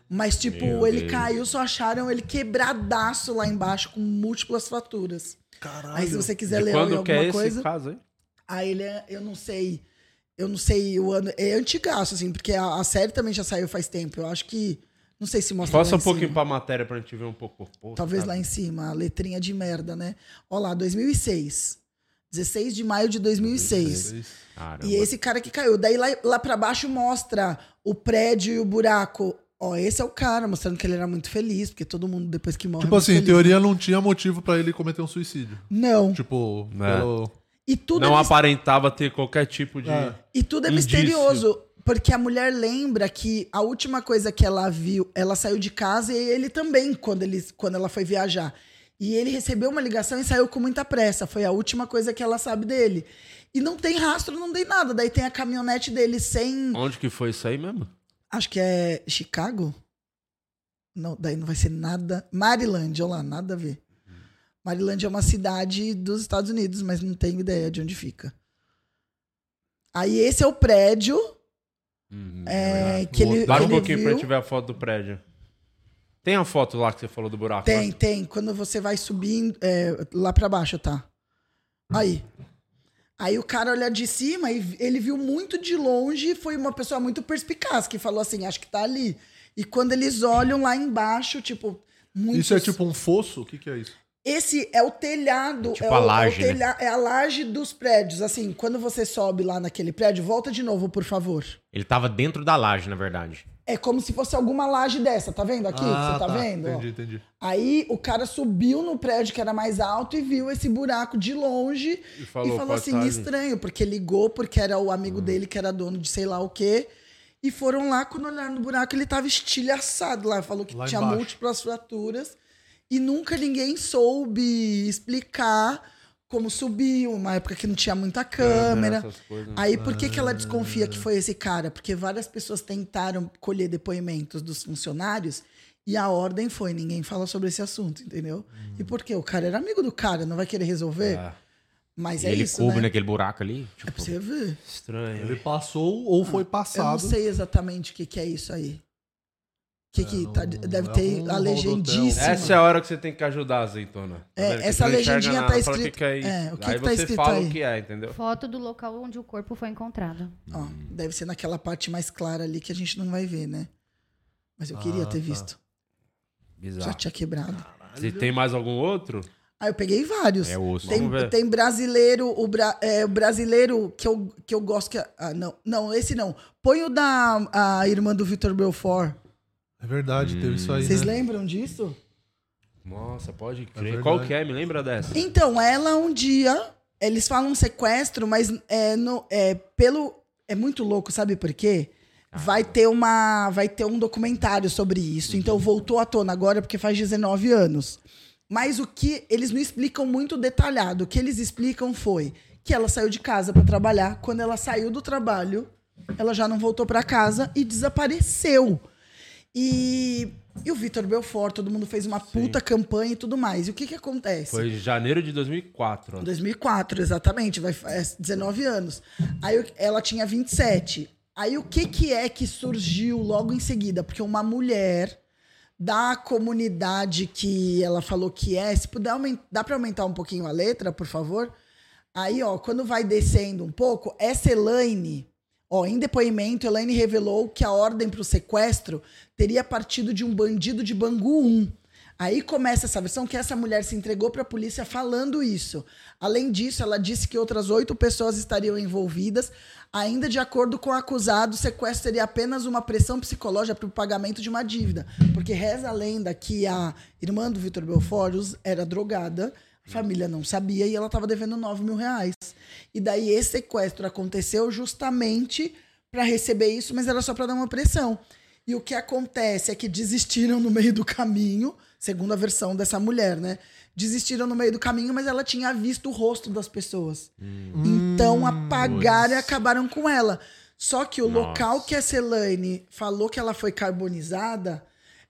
D: Mas, tipo,
C: Meu
D: ele
C: Deus.
D: caiu, só acharam ele quebradaço lá embaixo, com múltiplas fraturas.
B: Caralho.
D: Aí, se você quiser
A: De
D: ler aí
A: quando
D: alguma
A: que é esse
D: coisa.
A: caso, hein?
D: Aí ele é, eu não sei. Eu não sei o ano. É antigaço, assim, porque a, a série também já saiu faz tempo. Eu acho que. Não sei se mostra.
A: Passa
D: lá
A: um
D: em
A: pouquinho
D: cima.
A: pra matéria pra gente ver um pouco. Pô,
D: Talvez
A: cara.
D: lá em cima, a letrinha de merda, né? Olha lá, 2006. 16 de maio de 2006.
C: Caramba.
D: E esse cara que caiu. Daí lá, lá pra baixo mostra o prédio e o buraco. Ó, esse é o cara, mostrando que ele era muito feliz, porque todo mundo depois que morre. é
B: Tipo
D: muito
B: assim, em
D: feliz.
B: teoria não tinha motivo pra ele cometer um suicídio.
D: Não.
B: Tipo,
E: É.
A: Né?
B: pelo...
D: E tudo
A: Não
D: é
A: aparentava ter qualquer tipo de.
B: É.
D: E tudo é
A: Indício.
D: misterioso, porque a mulher lembra que a última coisa que ela viu, ela saiu de casa e ele também, quando, ele, quando ela foi viajar. E ele recebeu uma ligação e saiu com muita pressa. Foi a última coisa que ela sabe dele. E não tem rastro, não tem nada. Daí tem a caminhonete dele sem.
A: Onde que foi isso aí mesmo?
D: Acho que é Chicago? Não, daí não vai ser nada. Maryland, olha lá, nada a ver.
A: Uhum.
D: Maryland é uma cidade dos Estados Unidos, mas não tenho ideia de onde fica. Aí esse é o prédio
A: Uhum,
D: é, que ele,
A: Dá um
D: ele
A: pouquinho pra
D: viu.
A: gente ver a foto do prédio. Tem a foto lá que você falou do
B: Tá
A: buraco? né?
D: Tem, tem. Quando você vai subindo, é, lá pra baixo, tá? Aí. Aí o cara olha de cima e ele viu muito de longe. Foi uma pessoa muito perspicaz que falou assim: acho que tá ali. E quando eles olham lá embaixo, tipo. Muitos...
B: Isso é tipo um fosso? O que que é isso?
D: Esse é o telhado.
C: Tipo
D: é
C: a
D: o-
C: laje,
B: né?
D: é, o telha- é a laje dos prédios. Assim, quando você sobe lá naquele prédio, volta de novo, por favor.
C: Ele tava dentro da laje, na verdade.
D: É como se fosse alguma laje dessa, tá vendo aqui?
B: Ah,
D: você tá, vendo? ó?
B: Entendi, entendi.
D: Aí o cara subiu no prédio que era mais alto e viu esse buraco de longe
A: E
D: e
A: falou,
D: falou,
A: "Pode
D: assim,
A: estar ali."
D: estranho, porque ligou porque era o amigo dele que era dono de sei lá o quê. E foram lá, quando olharam no buraco, ele tava estilhaçado lá. Falou que
B: Lá
D: tinha
B: embaixo.
D: múltiplas fraturas. E nunca ninguém soube explicar como subiu, uma época que não tinha muita câmera.
A: Essas coisas, né?
D: Aí por que, que ela desconfia que foi esse cara? Porque várias pessoas tentaram colher depoimentos dos funcionários e a ordem foi, ninguém fala sobre esse assunto, entendeu? E por quê? O cara era amigo do cara, não vai querer resolver?
A: Ah,
D: Mas
C: E
D: é
C: ele
D: isso,
C: coube
D: né?
C: naquele buraco ali.
D: É
C: Tipo,
D: pra você ver.
A: estranho.
B: Ele passou ou foi
D: Eu não
B: passado.
D: sei exatamente o que, que é isso aí. O que, que
B: É
D: tá-
B: um-
D: deve
B: é
D: ter
B: um
D: a
B: hall do hotel.
D: legendíssima.
A: Essa é a hora que você tem que ajudar, azeitona. Tá
D: É,
A: vendo? Que
D: essa
A: você não enxerga
D: legendinha
A: nada, fala
D: tá
A: O que,
D: escrito-
A: que é isso?
D: é, o que
A: aí
D: que tá
A: você
D: escrito
A: fala
D: aí?
A: o que é, entendeu?
F: Foto do local onde o corpo foi encontrado.
D: Ó, deve ser naquela parte mais clara ali que a gente não vai ver, né? Mas eu queria
B: Ah,
D: ter
B: tá.
D: visto. Já
A: Bizarro.
D: tinha quebrado.
A: E tem mais algum outro?
D: Ah, eu peguei vários.
C: É osso.
D: Tem,
A: Vamos ver.
D: tem brasileiro, o, bra- é, o brasileiro que eu, que eu gosto que. Ah, não. Não, esse não. Põe o da a irmã do Vitor Belfort.
B: É verdade, teve isso aí.
D: Vocês
B: né?
D: lembram disso?
A: Nossa, pode crer.
B: verdade.
A: Qual que é? Me lembra dessa?
D: Então, ela um dia. Eles falam um sequestro, mas é, no, é pelo. É muito louco, sabe por quê? Vai ter uma. Vai ter um documentário sobre isso. Então voltou à tona agora porque faz 19 anos. Mas o que eles não explicam muito detalhado. O que eles explicam foi que ela saiu de casa para trabalhar. Quando ela saiu do trabalho, ela já não voltou para casa e desapareceu. E, e o Vitor Belfort, todo mundo fez uma puta campanha e tudo mais. E o que que acontece?
A: Foi em janeiro de 2004. ó.
D: 2004, exatamente, vai é 19 anos. Aí eu- ela tinha 27. Aí o que que é que surgiu logo em seguida? Porque uma mulher da comunidade que ela falou que é, se puder aumen- dá para aumentar um pouquinho a letra, por favor? Aí, ó, quando vai descendo um pouco, essa Elaine, ó, em depoimento, Elaine revelou que a ordem para o sequestro teria partido de um bandido de Bangu 1. Aí começa essa versão que essa mulher se entregou para a polícia falando isso. Além disso, ela disse que outras oito pessoas estariam envolvidas. Ainda de acordo com o acusado, o sequestro seria apenas uma pressão psicológica para o pagamento de uma dívida. Porque reza a lenda que a irmã do Vitor Belfort us- era drogada, a família não sabia e ela estava devendo 9 mil reais. E daí esse sequestro aconteceu justamente para receber isso, mas era só para dar uma pressão. E o que acontece é que desistiram no meio do caminho, segundo a versão dessa mulher, né? desistiram no meio do caminho, mas ela tinha visto o rosto das pessoas.
C: Hum,
D: Então apagaram e acabaram com ela. Só que o local que a Selane falou que ela foi carbonizada,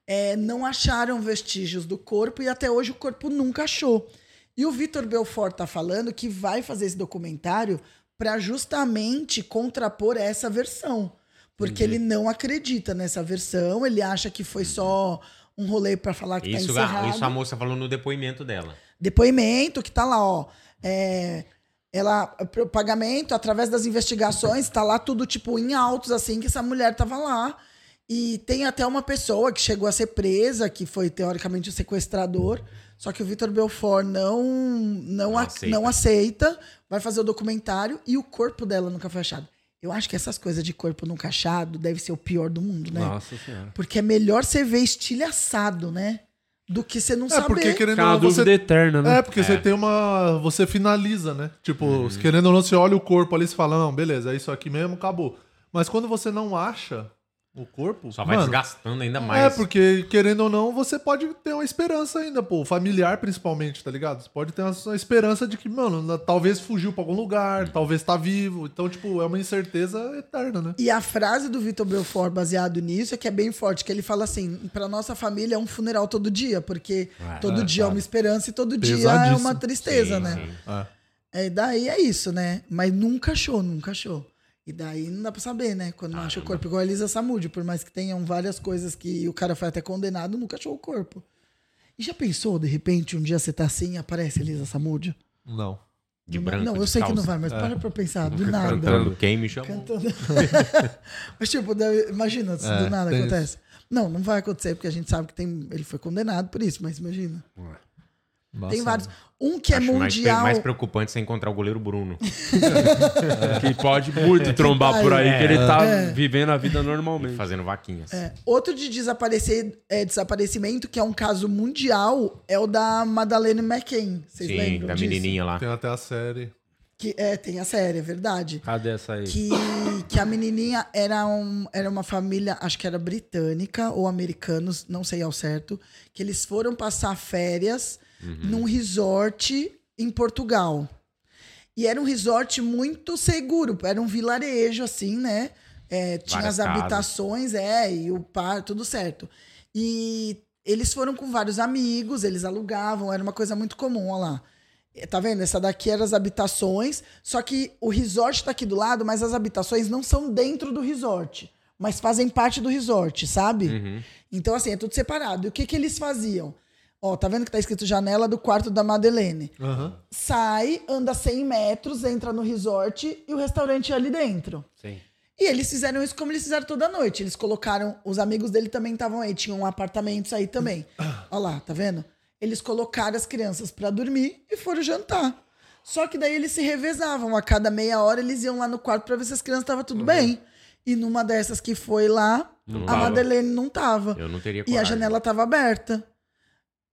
D: é, não acharam vestígios do corpo e até hoje o corpo nunca achou. E o Vitor Belfort tá falando que vai fazer esse documentário para justamente contrapor essa versão. Porque ele não acredita nessa versão, ele acha que foi só um rolê para falar que
C: Isso,
D: tá
C: ga-
D: encerrado
C: isso a moça falou no depoimento dela.
D: depoimento que tá lá, ó. É, ela, pro pagamento, através das investigações, tá lá tudo tipo em altos, assim, que essa mulher tava lá. E tem até uma pessoa que chegou a ser presa, que foi teoricamente o sequestrador. Só que o Vitor Belfort não, não,
C: Não
D: ac-
C: aceita.
D: não aceita, vai fazer o documentário e o corpo dela nunca foi achado. Eu acho que essas coisas de corpo nunca achado deve ser o pior do mundo, né?
A: Nossa senhora.
D: Porque é melhor você ver estilhaçado, né? Do que você não
B: É
D: saber.
B: porque querendo
A: É
B: ou
A: uma
B: não,
A: dúvida
B: você...
A: eterna, né?
B: É, porque você tem uma. Você finaliza, né? Tipo, querendo ou não, você olha o corpo ali e você fala, não, beleza, é isso aqui mesmo, acabou. Mas quando você não acha o corpo.
C: Só vai
B: mano,
C: desgastando ainda
B: É,
C: mais.
B: porque querendo ou não, você pode ter uma esperança ainda, pô. Familiar, principalmente, tá ligado? Você pode ter uma uma esperança de que, mano, na- talvez fugiu pra algum lugar, talvez tá vivo. Então, tipo, é uma incerteza eterna, né?
D: E a frase do Vitor Belfort baseado nisso é que é bem forte, que ele fala assim: pra nossa família é um funeral todo dia, porque todo dia é uma esperança e todo dia é uma
B: Pesadíssimo.
D: tristeza,
C: Sim,
D: né?
C: sim.
D: É, daí é isso, né? Mas nunca achou, nunca achou. E daí não dá pra saber, né? Quando
C: Ah,
D: não acha o corpo, igual a Elisa Samúdio, por mais que tenham várias coisas que o cara foi até condenado, nunca achou o corpo. E já pensou, de repente, um dia você tá assim e aparece Elisa Samúdio?
B: Não.
C: De
D: Não-
C: branco,
D: Não, eu sei que não
C: descalço.
D: vai, mas para pra pensar, do nada.
C: Cantando quem me chamou.
D: Cantando. Mas, tipo, deve- imagina, se
B: É,
D: do nada
B: tem
D: acontece. Não, não vai acontecer, porque a gente sabe que tem, ele foi condenado por isso, mas imagina. tem vários. Um que é
C: né? Acho mais pre-
D: mundial.
C: Mais, preocupante você encontrar o goleiro Bruno.
B: É.
A: Que pode muito trombar por aí, que ele tá vivendo a vida normalmente.
C: fazendo vaquinhas.
D: é. outro de desaparecer, é, desaparecimento, que é um caso mundial, é o da Madalena McCain. Vocês
C: Sim,
D: lembram
C: da
D: disso?
C: menininha lá.
B: Tem até a série.
D: Que, é, tem a série, é verdade.
A: Cadê essa aí?
D: Que, que a menininha era, um, era uma família, acho que era britânica ou americanos, não sei ao certo, que eles foram passar férias num resort em Portugal. E era um resort muito seguro, era um vilarejo assim, né? É, tinha
C: Várias
D: as
C: casas.
D: habitações, é, e o par, tudo certo. E eles foram com vários amigos, eles alugavam, era uma coisa muito comum, olha lá. É, Tá vendo? Essa daqui era as habitações, só que o resort tá aqui do lado, mas as habitações não são dentro do resort, mas fazem parte do resort, sabe?
C: Uhum.
D: Então, assim, é tudo separado. E o que que eles faziam? Ó, tá vendo que tá escrito janela do quarto da Madeleine?
B: Aham.
D: sai, anda 100 metros, entra no resort e o restaurante é ali dentro.
A: Sim.
D: E eles fizeram isso como eles fizeram toda noite. Eles colocaram. Os amigos dele também estavam aí, tinham apartamentos aí também. Olha lá, tá vendo? Eles colocaram as crianças pra dormir e foram jantar. Só que daí eles se revezavam. A cada meia hora eles iam lá no quarto pra ver se as crianças estavam tudo bem. E numa dessas que foi lá,
C: Uhum. Não
D: a
C: tava.
D: Madeleine não tava.
C: Eu não teria
D: E
C: coragem.
D: a janela tava aberta.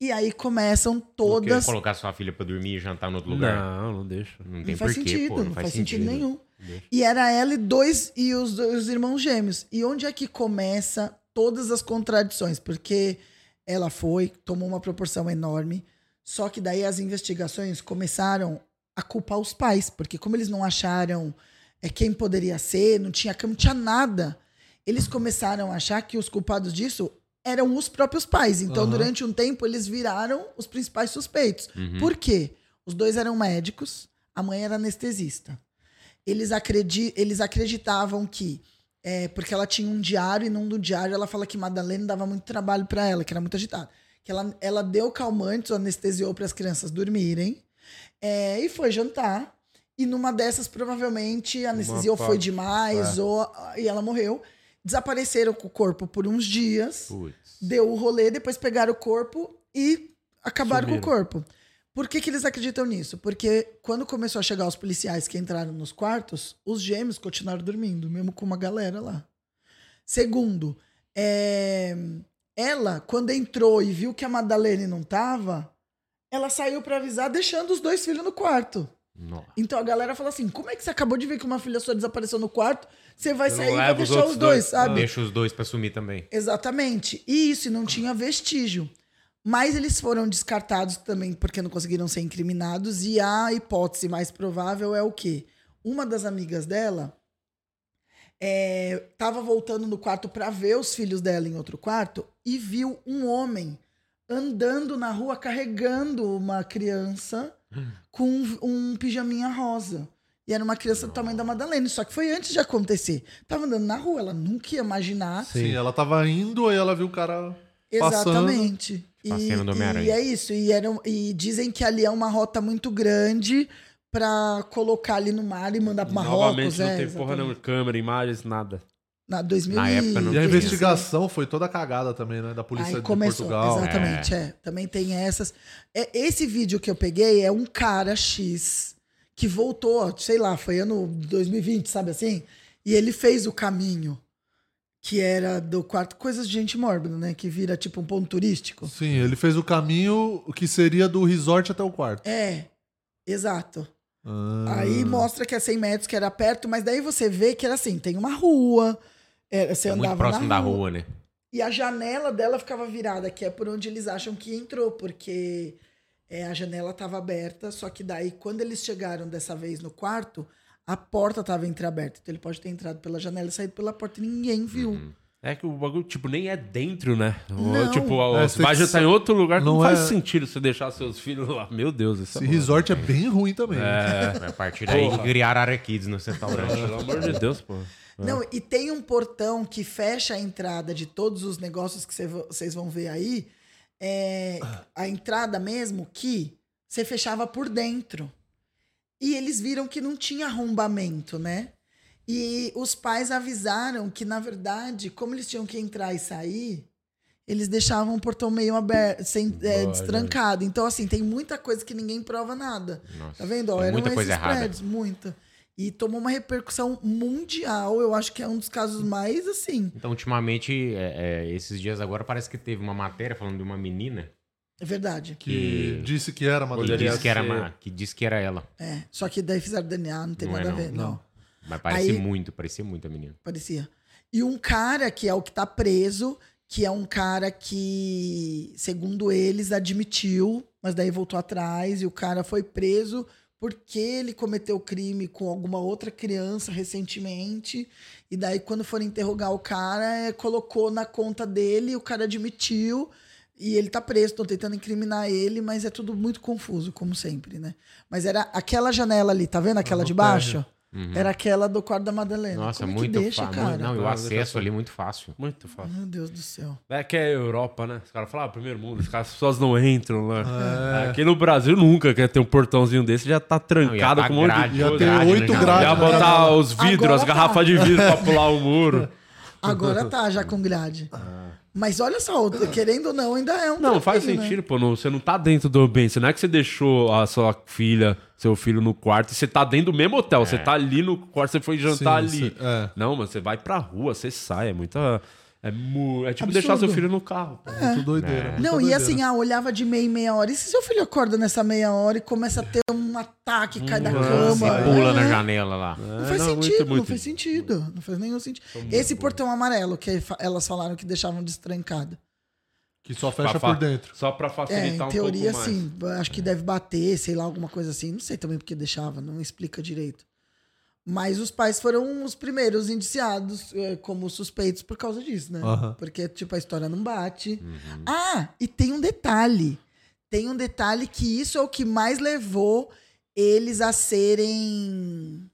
D: E aí começam
C: Porque
D: todas.
C: Colocar sua filha pra dormir e jantar no outro lugar.
A: Não, não deixa.
C: Não, tem
D: Não faz
C: porquê,
D: sentido,
C: pô.
D: não, faz, sentido, nenhum.
C: Deixa.
D: E era ela e dois e os, dois irmãos gêmeos. E onde é que começa todas as contradições? Porque ela foi, tomou uma proporção enorme, só que daí as investigações começaram a culpar os pais, porque como eles não acharam é, quem poderia ser, não tinha cama, não tinha nada. Eles começaram a achar que os culpados disso eram os próprios pais. Então,
B: Aham.
D: durante um tempo, eles viraram os principais suspeitos.
C: Uhum.
D: Por quê? Os dois eram médicos, a mãe era anestesista. Eles, acredi eles acreditavam que, é, porque ela tinha um diário e num do diário ela fala que Madalena dava muito trabalho para ela, que era muito agitada. Que ela, ela deu calmantes, anestesiou para as crianças dormirem é, e foi jantar. E numa dessas, provavelmente, a anestesia ou
A: pa-
D: foi demais
C: é.
D: ou, e ela morreu. Desapareceram com o corpo por uns dias
C: Putz.
D: deu o rolê, depois pegaram o corpo e acabaram
A: Sumiram.
D: com o corpo. Por que, que eles acreditam nisso? Porque quando começou a chegar os policiais que entraram nos quartos, os gêmeos continuaram dormindo, mesmo com uma galera lá. Segundo, é, ela, quando entrou e viu que a Madalene não tava, ela saiu pra avisar, deixando os dois filhos no quarto.
C: Nossa.
D: Então a galera fala assim: como é que você acabou de ver que uma filha sua desapareceu no quarto? Você vai
A: Você não
D: sair e vai
A: leva os
D: deixar os,
A: outros
D: dois,
A: dois.
D: sabe?
C: Deixa os dois pra sumir também.
D: Exatamente. E isso e não tinha vestígio. Mas eles foram descartados também porque não conseguiram ser incriminados. E a hipótese mais provável é o quê? Uma das amigas dela é, tava voltando no quarto para ver os filhos dela em outro quarto e viu um homem andando na rua carregando uma criança com um, um pijaminha rosa. E era uma criança do tamanho da Madalena, só que foi antes de acontecer. Tava andando na rua, ela nunca ia imaginar.
B: Sim, ela tava indo, aí ela viu o cara passando.
D: Exatamente. E,
C: Tipo a cena do Homem-Aranha.
D: e é isso. E, era, um- e dizem que ali é uma rota muito grande pra colocar ali no mar e mandar pra Marrocos.
A: Novamente não
D: é,
A: tem porra
D: exatamente.
A: nenhuma. Câmera, imagens, nada.
D: Na 2000
C: Na época não
B: E a
C: tinha.
B: investigação foi toda cagada também, né? Da polícia
D: Aí
B: de
D: começou,
B: Portugal.
D: exatamente, é. Também tem essas. É, esse vídeo que eu peguei é um cara X que voltou, sei lá, foi ano 2020, sabe assim? E ele fez o caminho que era do quarto coisas de gente mórbida, né? Que vira tipo um ponto turístico.
B: Sim, ele fez o caminho que seria do resort até o quarto.
D: É, exato.
B: Ah,
D: Aí mostra que é 100 metros, que era perto, mas daí você vê que era assim, tem uma rua, é, você
C: É
D: andava
C: muito próximo
D: na
C: da rua, né?
D: E a janela dela ficava virada, que é por onde eles acham que entrou, porque é, a janela estava aberta, só que daí, quando eles chegaram dessa vez no quarto, a porta estava entreaberta. Então ele pode ter entrado pela janela e saído pela porta e ninguém viu.
A: É que o bagulho, tipo, nem é dentro, né? Ou,
D: Não.
A: Tipo, a,
B: É,
A: os
B: tem
A: pais
B: que
A: já
B: ser-
A: tá em outro lugar. Não,
B: não
A: faz
B: é-
A: sentido você deixar seus filhos lá. Meu Deus, isso
B: Esse
A: é
B: resort é bem ruim também.
C: É, A partir daí
A: Porra.
C: criaram Araquids no restaurante.
A: Pelo amor de Deus, pô.
D: Não, e tem um portão que fecha a entrada de todos os negócios que cê vo- vocês vão ver aí. É, a entrada mesmo que você fechava por dentro. E eles viram que não tinha arrombamento, né? E os pais avisaram que, na verdade, como eles tinham que entrar e sair, eles deixavam o portão meio aberto, sem, é,
A: Olha.
D: destrancado. Então, assim, tem muita coisa que ninguém prova nada.
C: Nossa,
D: Tá vendo? Ó,
C: tem
D: eram
C: muita coisa
D: esses
C: errada.
D: prédios, muita. E tomou uma repercussão mundial. Eu acho que é um dos casos mais assim.
C: Então, ultimamente, é, é, esses dias agora, parece que teve uma matéria falando de uma menina
D: É verdade.
B: Que
C: Que-
B: disse que era
C: que
A: Poderia
B: Madalena.
C: disse que, era
A: ser.
C: ma- que disse que era ela.
D: É. Só que daí fizeram DNA, não tem
C: Não é
D: nada a
C: não.
D: ver. Não.
B: Não.
C: Mas parecia
D: Aí-
C: muito, parecia muito a menina.
D: parecia. E um cara que é o que tá preso, que é um cara que, segundo eles, admitiu, mas daí voltou atrás e o cara foi preso porque ele cometeu crime com alguma outra criança recentemente. E daí, quando foram interrogar o cara, eh, colocou na conta dele, o cara admitiu. E ele tá preso, estão tentando incriminar ele, mas é tudo muito confuso, como sempre, né? Mas era aquela janela ali, tá vendo aquela de baixo? Era aquela do quarto da Madalena.
C: Nossa,
D: Como é
C: muito
D: que deixa,
C: fácil.
D: cara?
C: Não, e o
A: Ah,
C: acesso ali é muito fácil.
A: Muito fácil.
D: Meu Deus do céu.
A: É que é Europa, né? Os caras falam, ah, primeiro mundo, os caras, as pessoas não entram lá.
C: É.
A: Aqui no Brasil nunca quer ter um portãozinho desse, já tá trancado
C: Não, ia tá
A: com um monte
C: grade,
A: de
B: Ia
A: coisa.
B: ter
C: Grade,
B: oito
C: né,
B: graus.
A: Ia
C: cara?
B: na
A: botar
B: janela.
A: os vidros,
D: Agora
A: as
D: tá.
A: garrafas de vidro pra pular o muro.
D: Agora tá já com grade. Mas olha só, querendo ou não, ainda é um.
A: Não, faz
D: trapinho,
A: sentido,
D: Né?
A: pô. não- você não tá dentro do ambiente. Não é que você deixou a sua filha, seu filho no quarto e você tá dentro do mesmo hotel. Você tá ali no quarto, você foi jantar
B: Sim,
A: ali.
B: sim, é.
A: Não, mano, você vai pra rua, você sai. É muita. É, mu- é tipo
D: Absurdo.
A: deixar seu filho no carro. pô.
B: Muito doideira. muito
D: É. Não, e
B: é doideira.
D: assim, ah, olhava de meia em meia hora. E se seu filho acorda nessa meia hora e começa a ter um ataque, cai da
C: Se
D: cama?
C: pula na
D: É.
C: janela lá.
D: Não faz
A: não, muito,
D: sentido, não
A: muito.
D: faz sentido. Não faz nenhum sentido. Esse portão amarelo que fa- elas falaram que deixavam destrancado.
B: Que só fecha
A: Pra fa-
B: por dentro.
A: Só pra
D: É,
A: facilitar
D: em
A: um
D: teoria,
A: pouco mais. É.
D: sim. Acho que deve bater, sei lá, alguma coisa assim. Não sei também porque deixava, não explica direito. Mas os pais foram os primeiros indiciados eh, como suspeitos por causa disso, né?
B: Aham.
D: Porque, tipo, a história não bate.
A: Uhum.
D: Ah, e tem um detalhe. Tem um detalhe que isso é o que mais levou eles a serem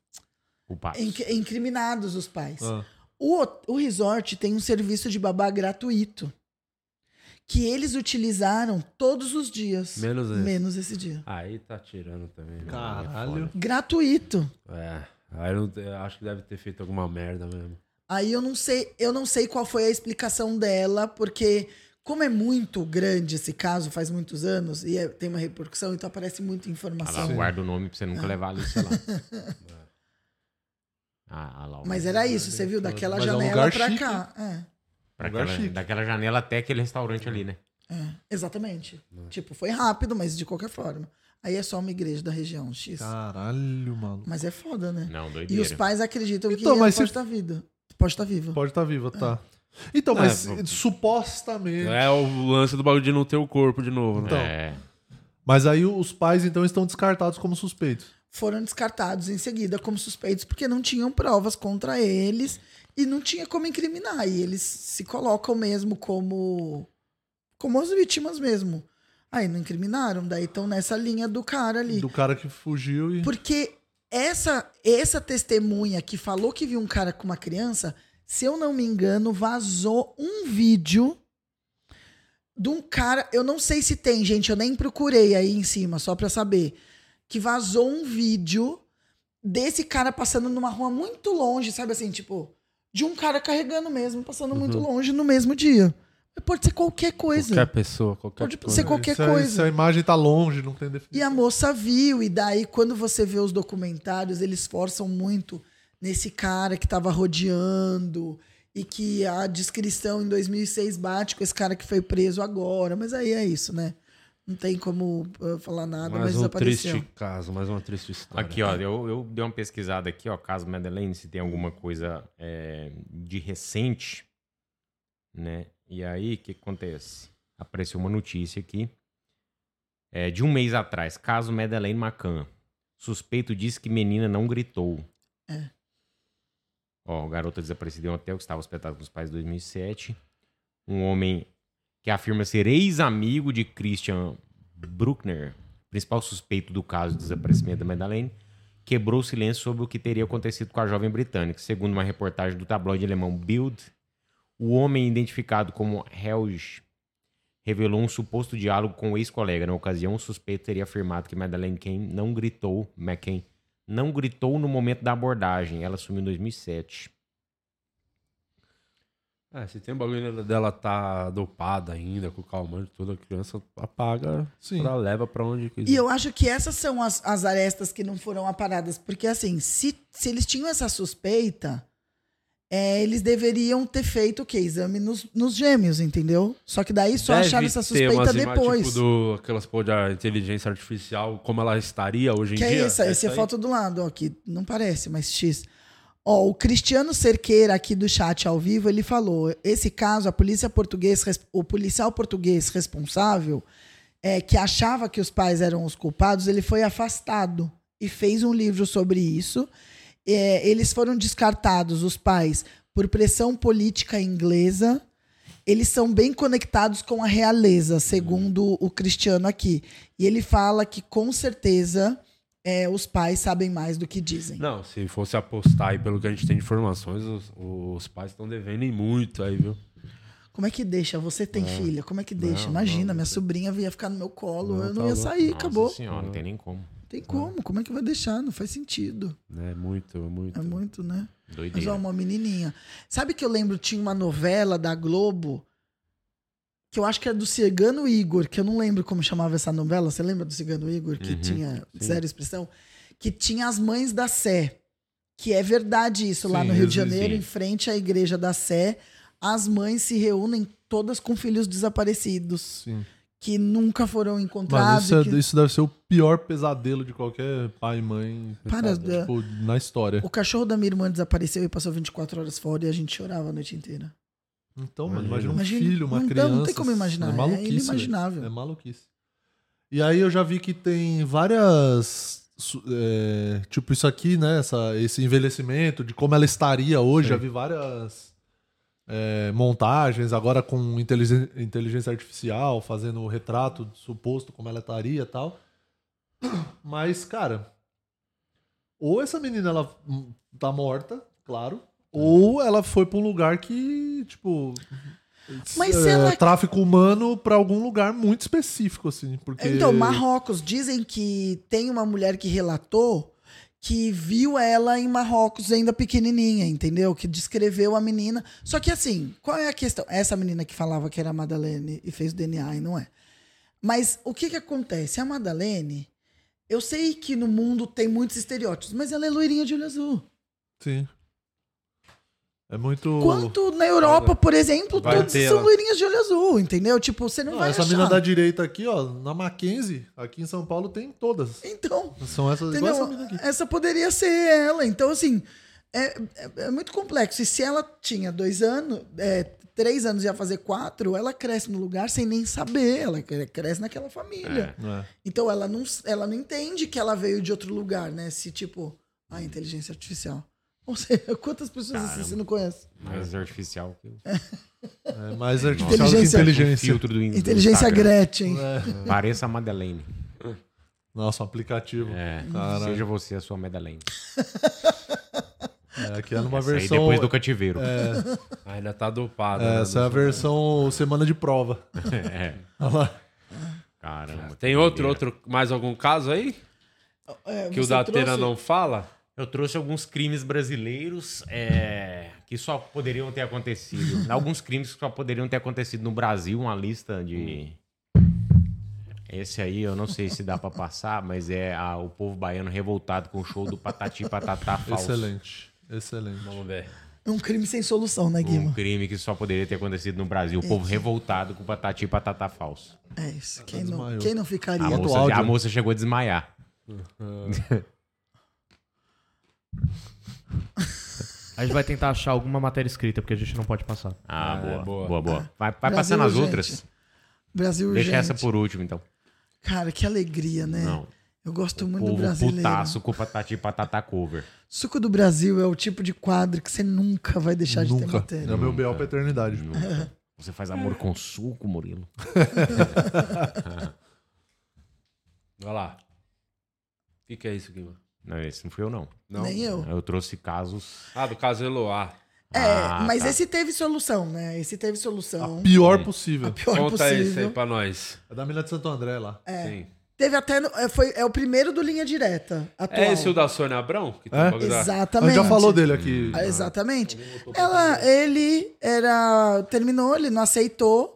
C: O pai.
D: inc- incriminados, os pais.
B: Ah.
D: O, hot- o resort tem um serviço de babá gratuito. Que eles utilizaram todos os dias.
A: Menos esse.
D: Menos esse dia.
A: Aí tá tirando também. né?
B: Caralho.
D: Gratuito.
A: É. Aí não te- acho que deve ter feito alguma merda mesmo.
D: Aí eu não sei, eu não sei qual foi a explicação dela, porque como é muito grande esse caso, faz muitos anos, e é- tem uma repercussão, então aparece
C: Ah
D: muita
C: lá,
D: informação.
C: guarda o nome pra você
D: É.
C: nunca levar ali, sei lá. Ah, ah lá, ó.
D: Mas era isso, você viu? Daquela
B: Mas é um
D: janela
B: lugar
D: pra
B: chique.
D: cá. É,
C: Pra
B: Lugar
C: aquela-
B: chique.
C: daquela janela até aquele restaurante ali, né?
D: é, exatamente. Tipo, foi rápido, mas de qualquer forma. Aí é só uma igreja da região X.
B: Tá. Caralho, maluco.
D: Mas é foda, né?
C: Não,
D: E
C: doideira.
D: os pais acreditam que é um
B: Então,
D: ela
B: mas
D: pode
B: se-
D: estar viva. Pode estar viva.
B: Pode estar viva, tá. Então, mas supostamente.
A: É o lance do bagulho de não ter o corpo de novo, né?
B: Então,
C: É.
B: Mas aí os pais, então, estão descartados como suspeitos.
D: Foram descartados em seguida como suspeitos porque não tinham provas contra eles e não tinha como incriminar. E eles se colocam mesmo como como as vítimas mesmo. Aí não incriminaram, daí estão nessa linha do cara ali.
B: Do cara que fugiu e.
D: Porque essa essa testemunha que falou que viu um cara com uma criança, se eu não me engano, vazou um vídeo de um cara, eu não sei se tem, gente, eu nem procurei aí em cima, só pra saber, que vazou um vídeo desse cara passando numa rua muito longe, sabe assim, tipo, de um cara carregando mesmo, passando muito longe no mesmo dia. Pode ser qualquer coisa.
A: Qualquer pessoa, qualquer
D: é. Pode
A: coisa.
D: ser qualquer
B: se a-
D: coisa.
B: se a imagem tá longe, não tem definição.
D: E a moça viu, e daí quando você vê os documentários, eles forçam muito nesse cara que tava rodeando e que a descrição em 2006 bate com esse cara que foi preso agora, mas aí é isso, né? Não tem como uh, falar nada, mas,
A: Mais um
D: desapareceu.
A: triste caso, mais uma triste história.
C: Aqui, ó, eu, eu dei uma pesquisada aqui, ó, caso Madeleine, se tem alguma coisa é, de recente, né? E aí, o que que acontece? Apareceu uma notícia aqui, é, de um mês atrás, caso Madeleine Macan. Suspeito disse que menina não gritou.
D: É.
C: Ó, garota desaparecida em um hotel que estava hospedado com os pais em 2007. Um homem que afirma ser ex-amigo de Christian Bruckner, principal suspeito do caso de desaparecimento da Madeleine, quebrou o silêncio sobre o que teria acontecido com a jovem britânica. Segundo uma reportagem do tabloide alemão Bild, o homem identificado como Helge revelou um suposto diálogo com o ex-colega. Na ocasião, o suspeito teria afirmado que Madeleine Kane não gritou, McCain não gritou no momento da abordagem. Ela sumiu em 2007.
A: É, se tem bagulho dela tá dopada ainda, com calmante, tudo, a criança apaga,
B: Sim.
A: ela leva pra onde quiser.
D: E eu acho que essas são as, as arestas que não foram aparadas. Porque, assim, se, se eles tinham essa suspeita, é, eles deveriam ter feito o quê? Exame nos, nos gêmeos, entendeu? Só que daí só
A: Deve
D: acharam essa
A: ter
D: suspeita
A: umas imagens,
D: depois.
A: Tipo, do, aquelas pô, da inteligência artificial, como ela estaria hoje em
D: Que
A: dia.
D: é essa? Essa é
A: aí?
D: foto do lado, ó, que não parece, mas X. Ó, o Cristiano Cerqueira aqui do chat ao vivo, ele falou: esse caso, a polícia português, res- o policial português responsável, é, que achava que os pais eram os culpados, ele foi afastado e fez um livro sobre isso. É, eles foram descartados, os pais, por pressão política inglesa. Eles são bem conectados com a realeza, segundo o Cristiano aqui. E ele fala que, com certeza, é, os pais sabem mais do que dizem.
A: Não, se fosse apostar aí pelo que a gente tem de informações, os, os pais estão devendo em muito aí, viu?
D: Como é que deixa? Você tem filha? Como é que deixa? Imagina, minha sobrinha ia ficar no meu colo,
A: Não,
D: eu não
A: tá
D: ia
A: louco.
D: sair,
C: Nossa
D: acabou.
C: senhora, não tem nem como.
D: Tem como? Como é que vai deixar? Não faz sentido.
A: É muito, muito.
D: É muito, né? Mas
C: Doideira.
D: ó, uma menininha. Sabe que eu lembro, tinha uma novela da Globo que eu acho que era do Cigano Igor, que eu não lembro como chamava essa novela. Você lembra do Cigano Igor?
A: Uhum.
D: Que tinha zero expressão? Que tinha as mães da Sé. Que é verdade isso. Lá
A: Sim,
D: no Rio de
A: sim,
D: Janeiro,
A: sim.
D: em frente à igreja da Sé, as mães se reúnem todas com filhos desaparecidos.
B: Sim.
D: Que nunca foram
B: Mas
D: encontrados.
B: isso, é-
D: Um que-
B: isso deve ser o pior pesadelo de qualquer pai e mãe
D: Para,
B: sabe? tipo, na história.
D: O cachorro da minha irmã desapareceu e passou 24 horas fora e a gente chorava a noite inteira.
B: Então, mano, imagina um
D: Imagina.
B: filho, uma
D: Não dá-
B: criança.
D: não tem como imaginar,
B: É
D: é
B: maluquice. velho.
D: inimaginável.
B: É maluquice. E aí eu já vi que tem várias. su- é, tipo, isso aqui, né? essa- esse envelhecimento de como ela estaria hoje. Já vi várias é, montagens agora com inteligen- inteligência artificial, fazendo o retrato do suposto como ela estaria e tal. Mas, cara, ou essa menina ela hum, tá morta, claro.
C: É.
B: Ou ela foi pra um lugar que, tipo.
D: Mas
B: é,
D: se ela-
B: Tráfico humano pra algum lugar muito específico, assim. Porque.
D: Então, Marrocos, dizem que tem uma mulher que relatou que viu ela em Marrocos ainda pequenininha, entendeu? Que descreveu a menina. Só que assim, qual é a questão? Essa menina que falava que era a Madalene e fez o DNA e não é. Mas o que que acontece? A Madalene, eu sei que no mundo tem muitos estereótipos, mas ela é loirinha de olho azul.
B: Sim. É muito.
D: Quanto na Europa, por exemplo,
A: Vai
D: todos
A: ter
D: são
A: ela.
D: loirinhas de olho azul, entendeu? Tipo, você não,
B: Não,
D: vai
B: essa
D: achar.
B: menina da direita aqui, ó, na Mackenzie, aqui em São Paulo, tem todas.
D: Então,
B: São essas igual
D: Entendeu?
B: essa menina aqui.
D: Essa poderia ser ela. Então, assim, é, é- é muito complexo. E se ela tinha dois anos, é, três anos e ia fazer quatro, ela cresce no lugar sem nem saber. Ela cre- cresce naquela
C: É.
D: família.
B: É,
D: Então ela não, s- ela não entende que ela veio de outro lugar, né? Se tipo, a inteligência artificial. Ou seja, quantas pessoas assim
C: é
D: você não conhece?
C: Mais artificial que o
B: É mais artificial do que
D: Inteligência-
B: inteligência. É.
C: filtro do in- do
D: Inteligência
C: Instagram. É.
D: Gretchen.
C: Pareça a Madeleine.
B: Nossa, um aplicativo.
C: É.
B: Caralho.
C: Seja você a sua Madeleine.
B: É, aqui é numa
C: Essa aí
B: versão.
C: depois do cativeiro.
A: Ainda tá dopado. né?
B: Essa é a versão semana de prova.
C: É.
B: Olha lá. é
C: Caramba.
A: Tem
C: que
A: outro,
C: doideira.
A: outro, mais algum caso aí?
D: É,
A: Que o
D: você
A: da Atena
D: trouxe-
A: não fala?
C: Eu trouxe alguns crimes brasileiros é, que só poderiam ter acontecido. alguns crimes que só poderiam ter acontecido no Brasil, uma lista de. Esse aí eu não sei se dá pra passar, mas é a- o povo baiano revoltado com o show do Patati Patatá falso.
B: Excelente. Excelente.
A: Vamos ver.
D: É um crime sem solução, né,
C: Um
D: Guima?
C: crime que só poderia ter acontecido no Brasil. O povo revoltado com o Patati Patatá falso.
D: É isso. Quem não,
B: desmaiou.
D: quem não
C: A
D: ficaria?
B: Bota o
C: moça,
B: áudio.
C: a moça chegou a desmaiar.
E: A gente vai tentar achar alguma matéria escrita, porque a gente não pode passar.
C: Ah, boa,
A: boa.
C: boa. Boa, Vai, vai
D: Brasil
C: passando as
D: urgente.
C: outras.
D: Brasil
C: Deixa
D: urgente.
C: essa por último, então.
D: Cara, que alegria, né?
C: Não.
D: Eu gosto muito do
C: Povo
D: brasileiro.
C: putaço com o Patati Patatá cover.
D: Suco do Brasil é o tipo de quadro que você nunca vai deixar de ter
B: Nunca.
D: matéria.
B: É o meu B.O. pra eternidade.
C: Você faz amor com suco, Murilo?
A: Vai lá. O que, que é isso, Guima?
C: Não, esse não fui eu, não.
D: Nem eu.
C: Eu trouxe casos.
A: Ah, do caso Eloá.
D: É, mas
C: tá. Ah,
D: esse teve solução, né? Esse teve solução.
B: Pior possível.
D: Pior
A: Conta isso aí
D: possível.
A: pra nós.
B: É da mina de Santo André lá.
A: É. Sim.
D: Teve até. no- é, foi, é o primeiro do Linha Direta. Atual.
A: É esse o da Sônia Abrão? Que tem
B: É?
A: um bagulho da-
B: A gente
D: Exatamente.
B: já falou dele aqui.
D: Ah, Exatamente. Ela, ele era. Terminou, ele não aceitou.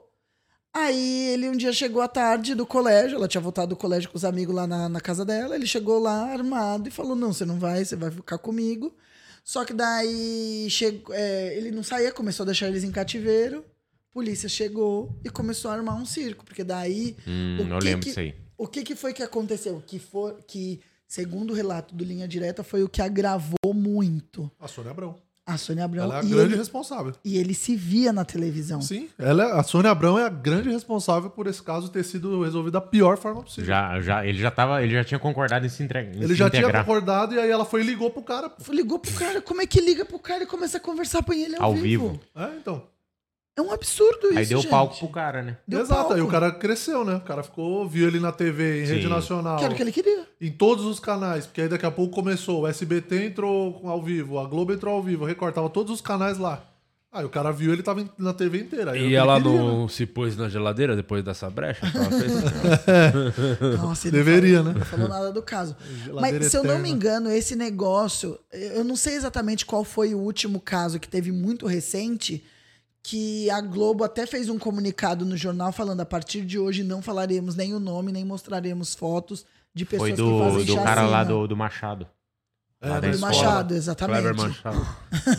D: Aí ele um dia chegou à tarde do colégio, ela tinha voltado do colégio com os amigos lá na, na casa dela. Ele chegou lá armado e falou: Não, você não vai, você vai ficar comigo. Só que daí chegou, é, ele não saía, começou a deixar eles em cativeiro. Polícia chegou e começou a armar um circo, porque daí.
C: Hum,
D: o
C: eu
D: que
C: lembro
D: que-
C: disso aí.
D: o que, que foi que aconteceu? Que, for, que, segundo o relato do Linha Direta, foi o que agravou muito
B: A Sônia Abrão.
D: a Sônia Abrão.
B: Ela é a
D: e,
B: grande
D: ele,
B: responsável.
D: e ele se via na televisão.
B: Sim. Ela, é- a Sônia Abrão é a grande responsável por esse caso ter sido resolvido da pior forma possível.
C: Já, já, ele, já tava, ele já tinha concordado em se, entre... em
B: Ele
C: se
B: já tinha
C: integrar.
B: concordado e aí ela foi e ligou pro cara. pô.
D: Ligou pro cara, como é que liga pro cara e começa a conversar com ele ao,
C: Ao
D: vivo?
C: vivo.
B: É, então.
D: É um absurdo isso.
C: Aí deu
D: gente.
C: palco pro cara, né?
D: Deu
B: Exato.
D: palco.
B: Aí o cara cresceu, né? O cara ficou, viu ele na TV, em
C: Sim.
B: rede nacional.
D: Que era o que ele queria.
B: Em todos os canais, porque aí daqui a pouco começou, o SBT entrou ao vivo, a Globo entrou ao vivo, recortava todos os canais lá. Aí o cara viu, ele tava em- na TV inteira. aí era
A: E
B: o que
A: ela
B: ele queria, né?
A: não se pôs na geladeira depois dessa brecha? que ela fez?
D: Nossa, ele
B: Deveria, né?
D: não falou nada do caso.
B: Geladeira
D: Mas, se eu não me
B: eterna.
D: engano, esse negócio. Eu não sei exatamente qual foi o último caso que teve muito recente. Que a Globo até fez um comunicado no jornal falando: a partir de hoje não falaremos nem o nome, nem mostraremos fotos de pessoas
C: Foi
D: que
C: do,
D: fazem assim,
C: do
D: chacina.
C: cara lá do, do Machado.
B: É,
C: lá da
B: do
D: Do
C: escola.
D: Machado,
A: Kleber
D: exatamente.
A: Machado.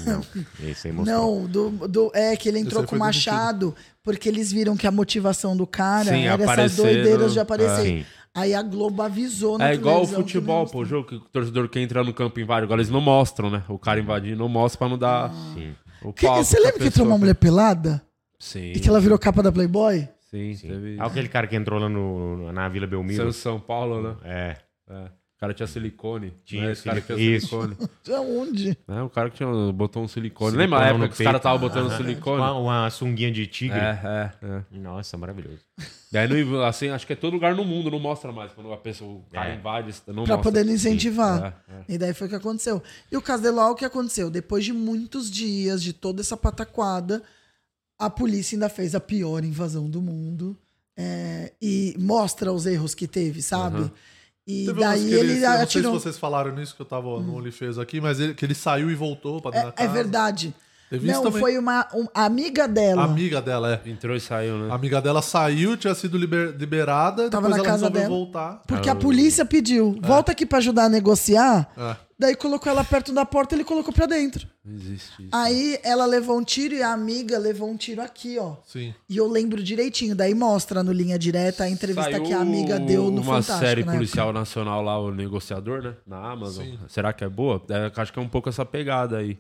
C: Não, esse aí mostrou.
D: Não, do, do, é que ele entrou
B: aí
D: com
B: foi
D: o
B: do
D: Machado, porque eles viram que a motivação do cara
A: Sim,
D: era essas
A: apareceram.
D: doideiras de aparecer.
C: Sim.
D: Aí a Globo avisou na
A: É igual o
D: televisão que
A: futebol,
D: não-
A: pô. O jogo que o torcedor quer entrar no campo invade. Agora eles não mostram, né? O cara invadir não mostra pra não dar.
C: Sim.
A: O
D: Ah. Que-
A: palco
D: você
A: pra
D: lembra que entrou
A: pessoa.
D: uma mulher pelada?
A: Sim.
D: E que ela virou capa da Playboy?
A: Sim, teve.
C: Ah, aquele cara que entrou lá no, na Vila
A: Saiu
C: Belmiro.
A: de São Paulo, né?
C: É.
A: É. O cara tinha silicone.
C: Tinha
A: né? Esse cara
C: silicone.
A: tinha
C: Isso.
A: silicone.
D: Da onde?
A: É, o cara que tinha, botou um silicone.
C: Silicone
A: Lembra a
C: no
A: época que os
C: peito.
A: caras estavam botando
C: Uma,
A: silicone?
C: uma sunguinha de tigre.
A: É, é, é.
C: Nossa, maravilhoso.
A: Daí, não, assim, acho que é todo lugar no mundo, não mostra mais. Quando a pessoa, o cara
C: É.
A: invade, não
D: Pra
A: mostra.
D: poder não incentivar.
A: É, é.
D: E daí foi o que aconteceu. E o caso de Eloá, o que aconteceu? Depois de muitos dias, de toda essa pataquada, a polícia ainda fez a pior invasão do mundo. é, e mostra os erros que teve, sabe? E
B: Teve um lance
D: daí
B: que
D: ele,
B: Eu não sei se
D: atirou. Hum.
B: vocês falaram nisso que eu tava no OnlyFans aqui, mas ele, que ele saiu e voltou pra dentro da
D: É, é
B: tá casa.
D: verdade.
B: Teve isso
D: não,
B: também.
D: foi uma, um- a amiga dela.
B: A amiga dela, é.
A: Entrou e saiu, né?
B: A amiga dela saiu, tinha sido liber- liberada, e
D: Tava
B: depois
D: na
B: ela
D: casa
B: resolveu
D: dela.
B: voltar.
D: Porque a polícia pediu, volta aqui pra ajudar a negociar.
B: É.
D: Daí colocou ela perto da porta, ele colocou pra dentro.
A: Não existe isso.
D: Aí ela levou um tiro e a amiga levou um tiro aqui, ó.
B: Sim.
D: E eu lembro direitinho, daí mostra no linha direta tá, a entrevista
A: Saiu
D: que a amiga deu no
A: uma
D: Fantástico,
A: série
D: né?
A: policial nacional lá, o negociador, né? Na Amazon. Será que é boa? É, acho que é um pouco essa pegada aí.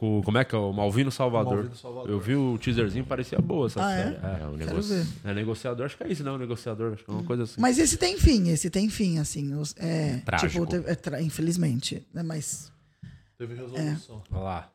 A: com- como é que é? O Malvino Salvador.
B: Malvino Salvador.
A: Eu vi o teaserzinho, parecia boa essa
D: Ah, é?
A: série. É, o
D: Quero ver.
A: é negociador, acho que é isso, não, negociador, acho que é uma coisa assim.
D: Mas esse tem fim, esse tem fim, assim. os- é,
C: Trágico.
D: Tipo, teve- é tra- infelizmente. Né? Mas.
B: Teve
D: É.
B: resolução.
A: Olha lá.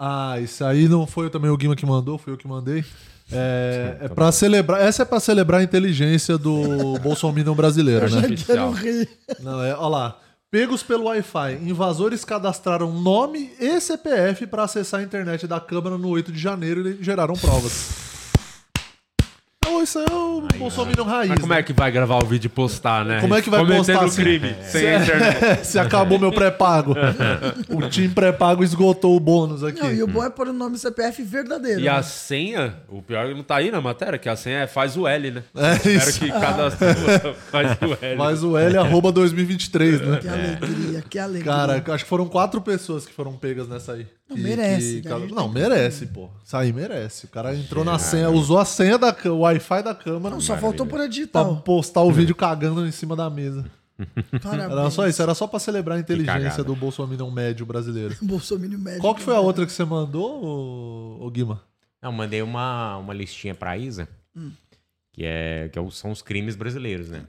B: Ah, isso aí não foi também o Guima que mandou, foi eu que mandei. É, é para celebrar. Essa é pra celebrar a inteligência do Bolsonaro brasileiro, né?
D: Eu
A: Artificial.
D: não ri.
B: Não, é, ó lá. Pegos pelo Wi-Fi, invasores cadastraram nome e CPF para acessar a internet da Câmara no 8 de janeiro e geraram provas. Então, isso é o Bolsonaro raiz. né?
A: Mas como
D: né?
A: é que vai gravar o vídeo e postar, né?
B: Como é que vai
A: Cometendo
B: postar assim?
A: crime, sem a internet.
B: né? Se acabou meu pré-pago. o time pré-pago esgotou o bônus aqui.
D: Não, e o bom é pôr o nome e CPF verdadeiro.
A: Hum. E a
D: né?
A: senha, o pior é que não tá aí na matéria, que a senha é faz o L, né?
B: É
A: Espero
B: isso.
A: que
D: Ah.
A: cada sua faz o L.
B: Mas o L arroba 2023, né?
D: Que alegria, que alegria.
B: Cara, acho que foram quatro pessoas que foram pegas nessa aí.
D: Não,
B: Que-
D: merece,
B: que-
D: né? A gente
B: não, merece, pô. Isso aí merece. O cara entrou na senha, usou a senha da câ- o Wi-Fi da câmera
D: Não, só faltou pôr a
B: pra
D: digital.
B: postar o vídeo cagando em cima da mesa. Tá Era
D: Parabéns.
B: só isso, era só pra celebrar a inteligência
C: cagada.
B: do Bolsonaro médio brasileiro.
D: Bolsonaro médico.
B: Qual que foi a outra que você mandou, ô, ô Guima?
C: Não, mandei uma, uma listinha pra Isa,
D: Hum.
C: que, é, que é o- são os crimes brasileiros, né?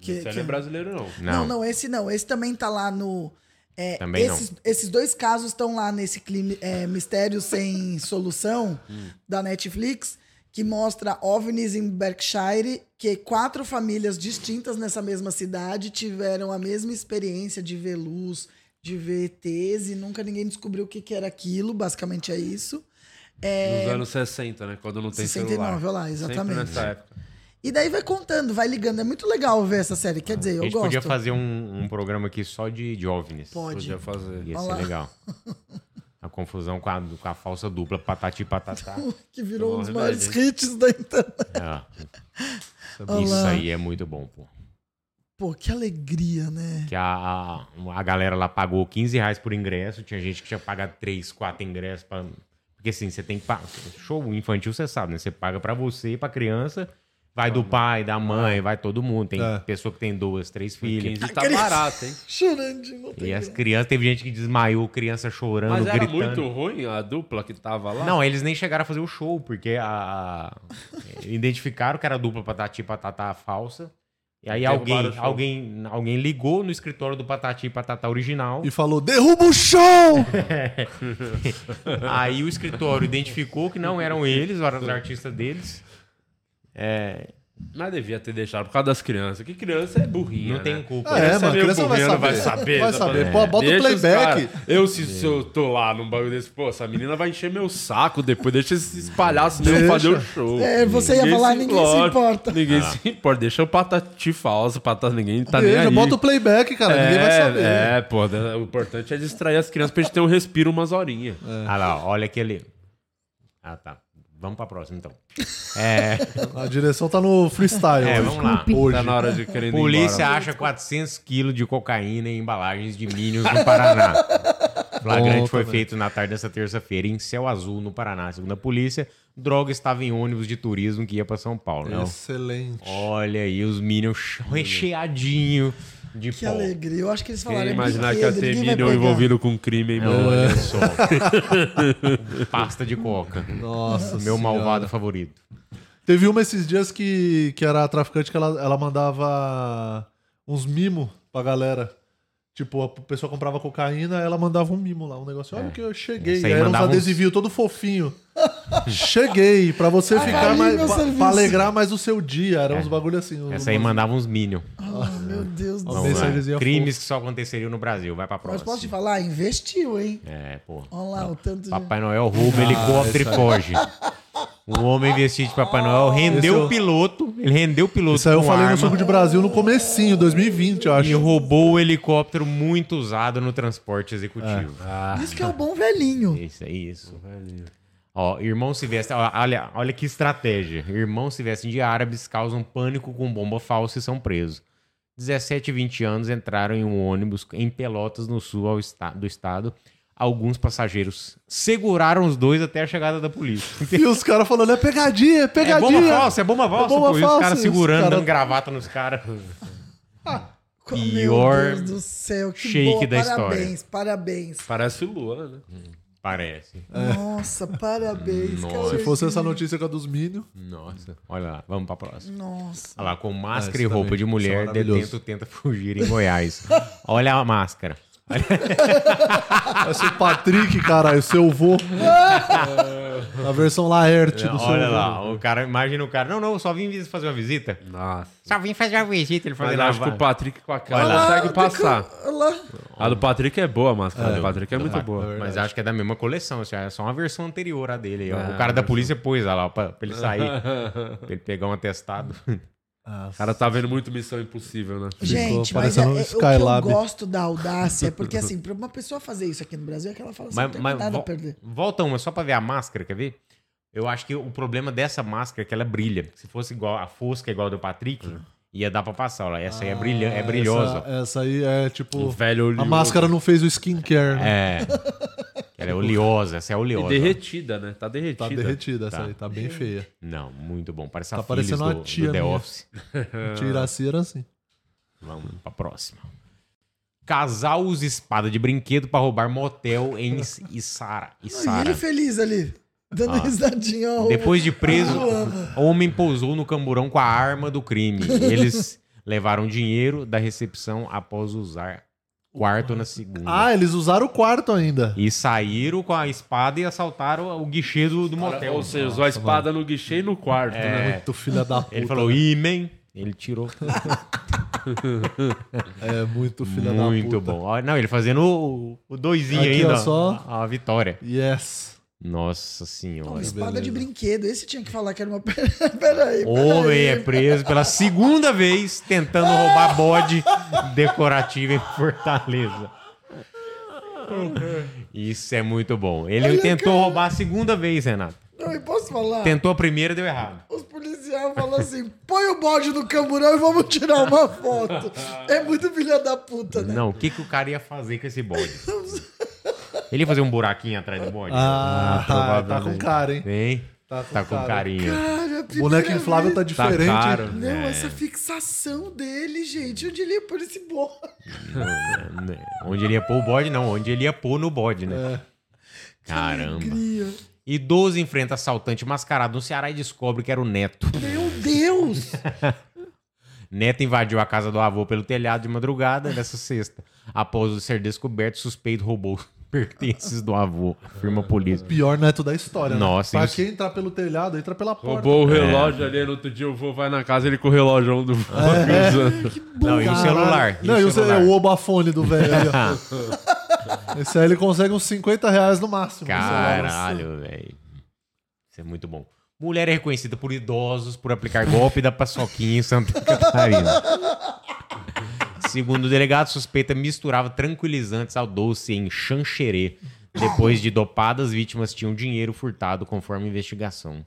D: Que,
A: Você
D: que-
A: não é brasileiro, não.
D: Não, não, esse não. Esse também tá lá no. é,
C: Também não.
D: esses, esses dois casos estão lá nesse clima, é, Mistério Sem Solução da Netflix, que mostra OVNIs em Berkshire, que quatro famílias distintas nessa mesma cidade tiveram a mesma experiência de ver luz, de ver ETs, e nunca ninguém descobriu o que, que era aquilo, basicamente é isso. É,
A: Nos anos 60, né? Quando não tem
D: 69,
A: celular.
D: olha lá,
A: Sempre
D: exatamente.
A: nessa
C: É.
A: época.
D: E daí vai contando, vai ligando. É muito legal ver essa série. Quer dizer,
C: A
D: eu
C: gente
D: gosto.
C: podia fazer um, um programa aqui só de, de OVNIs.
D: Pode.
A: Podia fazer.
C: Ia
D: Olha
C: ser
D: lá.
C: legal. A confusão com a, com a falsa dupla patati e patatá.
D: Que virou um dos
A: Verdade,
D: maiores hits da internet.
C: É,
D: Olha
C: isso
D: lá.
C: aí é muito bom, pô.
D: Pô, que alegria, né?
C: Que a, a, a galera lá pagou 15 reais por ingresso. Tinha gente que tinha pagado 3, 4 ingressos. Pra... Porque assim, você tem que pagar. Show infantil, você sabe, né? Você paga pra você, pra criança. Vai do pai, da
A: Ah.
C: mãe, vai todo mundo. Tem
B: É.
C: pessoa que tem duas, três filhos.
A: 15 tá
D: Aquele-
A: barato, hein?
D: Chorandinho. não
B: é
D: tem
C: E as
D: graça.
C: crianças, teve gente que desmaiou, criança chorando,
A: Mas era
C: gritando.
A: muito ruim a dupla que tava lá.
C: Não, eles nem chegaram a fazer o show, porque a... identificaram que era a dupla Patati e Patatá falsa. E aí
A: Derrubaram o
C: alguém,
A: show.
C: alguém, alguém ligou no escritório do Patati e Patatá original.
B: E falou: derruba o show!
C: aí o escritório identificou que não eram eles, eram os artistas deles.
A: Mas devia ter deixado por causa das crianças. Que criança é burrinha.
C: Não tem
A: né?
C: culpa.
B: Ah, é,
A: Criança
B: mano,
A: meio
B: criança não vai
A: burrinha,
B: saber.
A: não vai saber.
B: Vai
A: tá
B: saber.
A: falando.
B: Pô, bota o
A: Deixa os
B: playback.
A: cara. Eu, se, se eu tô lá num bagulho desse, pô, essa menina vai encher meu saco depois. Deixa esses palhaços mesmo
B: Deixa.
A: fazer o show.
D: É, você ia falar, ninguém se
A: lógico,
D: importa.
A: Ninguém se importa. Deixa o patati falso, patati, ninguém tá
B: Veja,
A: nem aí.
B: bota o playback, cara, ninguém vai saber.
A: É, pô, o importante é distrair as crianças pra gente ter um respiro umas horinhas.
B: É.
C: Ah lá, olha aquele... Ah tá, vamos pra próxima então.
B: A direção tá no freestyle.
C: É,
B: hoje.
C: vamos lá.
A: Tá na hora de querer ir
C: Polícia
A: embora.
C: acha 400 quilos de cocaína em embalagens de Minions no Paraná. O flagrante
B: Bom
C: foi
D: né?
B: também.
C: feito na tarde desta terça-feira em Céu Azul, no Paraná. Segundo a polícia, droga estava em ônibus de turismo que ia para São Paulo. né?
B: Excelente.
C: Olha aí os Minions ch- recheadinho de
D: Que
C: pó.
D: alegria. Eu acho que eles
A: Quem
D: falaram. é
A: imaginar que ia
D: brinquedo,
A: ter
D: ninguém vai
A: Minion
D: pegar.
A: envolvido com crime, hein, mano?
B: É.
C: Olha só. Pasta de coca.
B: Nossa,
C: Meu
B: senhora.
C: malvado favorito.
B: Teve uma esses dias que, que era a traficante que ela, ela mandava uns mimos pra galera. Tipo, a pessoa comprava cocaína, ela mandava um mimo lá, um negócio. Olha que eu cheguei.
C: É. Essa aí
B: Aí era uns
C: mandava uns-
B: adesivinhos todo fofinho. cheguei, pra você ficar
D: Avalie
B: mais.
D: meu
B: Pra,
D: serviço.
B: pra alegrar mais o seu dia. Era uns bagulho assim. uns-
C: É. Essa aí mandava uns Minions.
D: Ah, meu Deus do
B: Vamos
D: céu.
B: Esse aí dizia
C: Crimes que só aconteceriam no Brasil. Vai pra
D: Mas
C: próxima.
D: posso te falar? Investiu, hein?
C: É, porra.
D: Olha lá o tanto de.
C: Papai Noel
B: Ah,
C: rouba helicóptero e foge. Um homem vestido de Papai Noel
B: Esse
C: rendeu
B: eu-
C: o piloto. Ele rendeu o piloto
B: Isso aí eu
C: com
B: falei
C: arma
B: no Suco de Brasil no comecinho, 2020, eu
C: e
B: acho.
C: roubou o helicóptero muito usado no transporte executivo.
D: Isso que é o bom velhinho.
C: Isso é isso. Ó, irmão se veste. ó, Olha, olha que estratégia. Irmãos se vestem de árabes, causam pânico com bomba falsa e são presos. 17 e 20 anos entraram em um ônibus em Pelotas, no sul ao esta- do estado. Alguns passageiros seguraram os dois até a chegada da polícia.
B: E os caras falando, é pegadinha, é
C: É
B: pegadinha.
C: bomba falsa, é bomba falsa.
B: bomba
C: pô, e os
B: falsa,
C: caras
B: os
C: segurando,
B: cara-
C: dando gravata nos caras.
D: Meu
C: pior
D: Deus do céu, que
C: shake
D: boa.
C: da história.
D: parabéns, parabéns.
A: Parece Luan, né?
C: Parece.
D: Nossa, parabéns.
C: Nossa.
D: cara.
B: Se fosse essa notícia com a dos Minions,
C: Nossa. Olha lá, vamos pra próxima.
D: Nossa.
C: Olha lá, com máscara
B: Ah,
C: e
B: isso
C: roupa
B: também.
C: de
B: Isso é
C: mulher,
B: maravilhoso.
C: detento tenta fugir em Goiás. Olha a máscara.
B: vai ser o Patrick, caralho, seu vô. A versão Laerte é do seu
C: Olha
B: vô.
C: lá, o cara, imagina o cara. Não, não, eu só vim fazer uma visita.
A: Nossa.
C: Só vim fazer uma visita, ele
A: Mas
C: fazendo
A: acho que
C: a-
A: o Patrick com a cara
C: Olha lá.
A: consegue passar.
D: Olha lá.
A: A do Patrick é boa, a máscara do Patrick é muito boa.
C: Mas acho que é da mesma coleção, assim, é só uma versão anterior à dele.
A: Ah,
C: o cara da
A: versão.
C: polícia pôs olha lá pra, pra ele sair, pra ele pegar um atestado.
B: Ah,
A: O cara tá vendo muito Missão Impossível, né?
D: Gente, mas é,
B: parecendo um
D: é- o que eu
B: Skylab.
D: gosto da audácia é porque, assim, pra uma pessoa fazer isso aqui no Brasil é que ela fala assim,
C: mas
D: não tem
C: mas
D: nada a
C: vo-
D: perder.
C: volta uma só pra ver a máscara, quer ver? Eu acho que o problema dessa máscara é que ela brilha. Se fosse igual a fosca, igual a do Patrick,
A: Hum.
C: ia dar pra passar. Olha, essa aí é, brilha, é brilhosa.
B: Essa, essa aí é
A: Ah, O
B: tipo.
A: velho
B: A
A: oleoso.
B: máscara não fez o skincare, né?
C: É. Ela é oleosa, essa é
A: E
C: oleosa.
A: derretida, né? Tá
B: Tá
A: derretida.
B: derretida essa
C: Tá.
B: aí, tá bem feia.
C: Não, muito bom. Parece
B: Tá
C: a Phyllis
B: parecendo
C: do,
B: uma
C: do
B: tia
C: The
B: minha.
C: Office.
D: É.
B: Tirar a cera assim.
C: Vamos pra próxima. Casal usa espada de brinquedo pra roubar motel em Is- Isara.
D: E ele
C: Isara.
D: feliz ali, dando
C: Ah.
D: risadinha. ó.
C: Depois
B: Oh,
C: de preso, um homem pousou no camburão com a arma do crime. Eles levaram dinheiro da recepção após usar quarto na segunda.
B: Ah, eles usaram o quarto ainda.
C: E saíram com a espada e assaltaram o guichê do, do motel.
A: Ou seja, usou a espada no guichê e no quarto, né?
B: Muito filha da puta. né?
C: É. Ele falou, imen. Ele tirou.
B: É muito filha da
C: Muito
B: puta.
C: bom. Ó, Não, ele fazendo o, o doisinho
B: Aqui,
C: ainda.
B: ó,
C: ó,
B: só.
C: A, a vitória.
B: Yes.
C: Nossa
D: Uma
C: senhora.
D: espada
B: beleza.
D: de brinquedo. Esse tinha que falar que era uma. Peraí.
C: Homem é preso pela segunda vez tentando roubar bode decorativo em Fortaleza. Isso é muito bom. Ele
D: Olha,
C: tentou
D: cara.
C: roubar a segunda vez, Renato.
D: Não, eu posso falar?
C: Tentou a primeira e deu errado.
D: Os policiais falam assim: põe o bode no camburão e vamos tirar uma foto. É muito filha da puta, né?
C: Não, o que, que o cara ia fazer com esse bode? Ele ia fazer um buraquinho atrás do bode?
B: Ah, tá com
C: provavelmente.
B: cara, hein?
C: Hein?
B: Tá com
C: Tá com
B: cara.
C: carinho.
D: Cara, a
B: O boneco
D: primeira
B: inflável tá É.
D: vez-
B: diferente. hein?
C: caro.
D: Não, essa fixação dele, gente. Onde ele ia pôr esse bode?
C: Né? Onde ele ia pôr o bode, não. Onde ele ia pôr no bode,
B: É.
C: né? Caramba.
D: Alegria.
C: Idoso enfrenta assaltante mascarado no Ceará e descobre que era o neto.
D: Meu Deus!
C: Neto invadiu a casa do avô pelo telhado de madrugada nessa sexta. Após ser descoberto, suspeito roubou os pertences do avô, afirma a polícia.
B: Pior neto da história. né?
C: Nossa,
B: Pra
C: isso-
B: quem entrar pelo telhado, entra pela porta.
A: Roubou o relógio ali, no outro dia o vô vai na casa ele com o relógio um do vô. usando.
C: Não, e o
B: Caralho.
C: celular.
B: Não, e o, ce-
C: celular.
B: é o obafone do velho aí, ó. Esse aí ele consegue uns 50 reais no máximo.
C: Caralho, velho. Isso é muito bom. Mulher é reconhecida por idosos por aplicar golpe da paçoquinha em Santa Catarina. Segundo o delegado, suspeita misturava tranquilizantes ao doce em Xanxerê. Depois de dopadas, vítimas tinham dinheiro furtado conforme a investigação.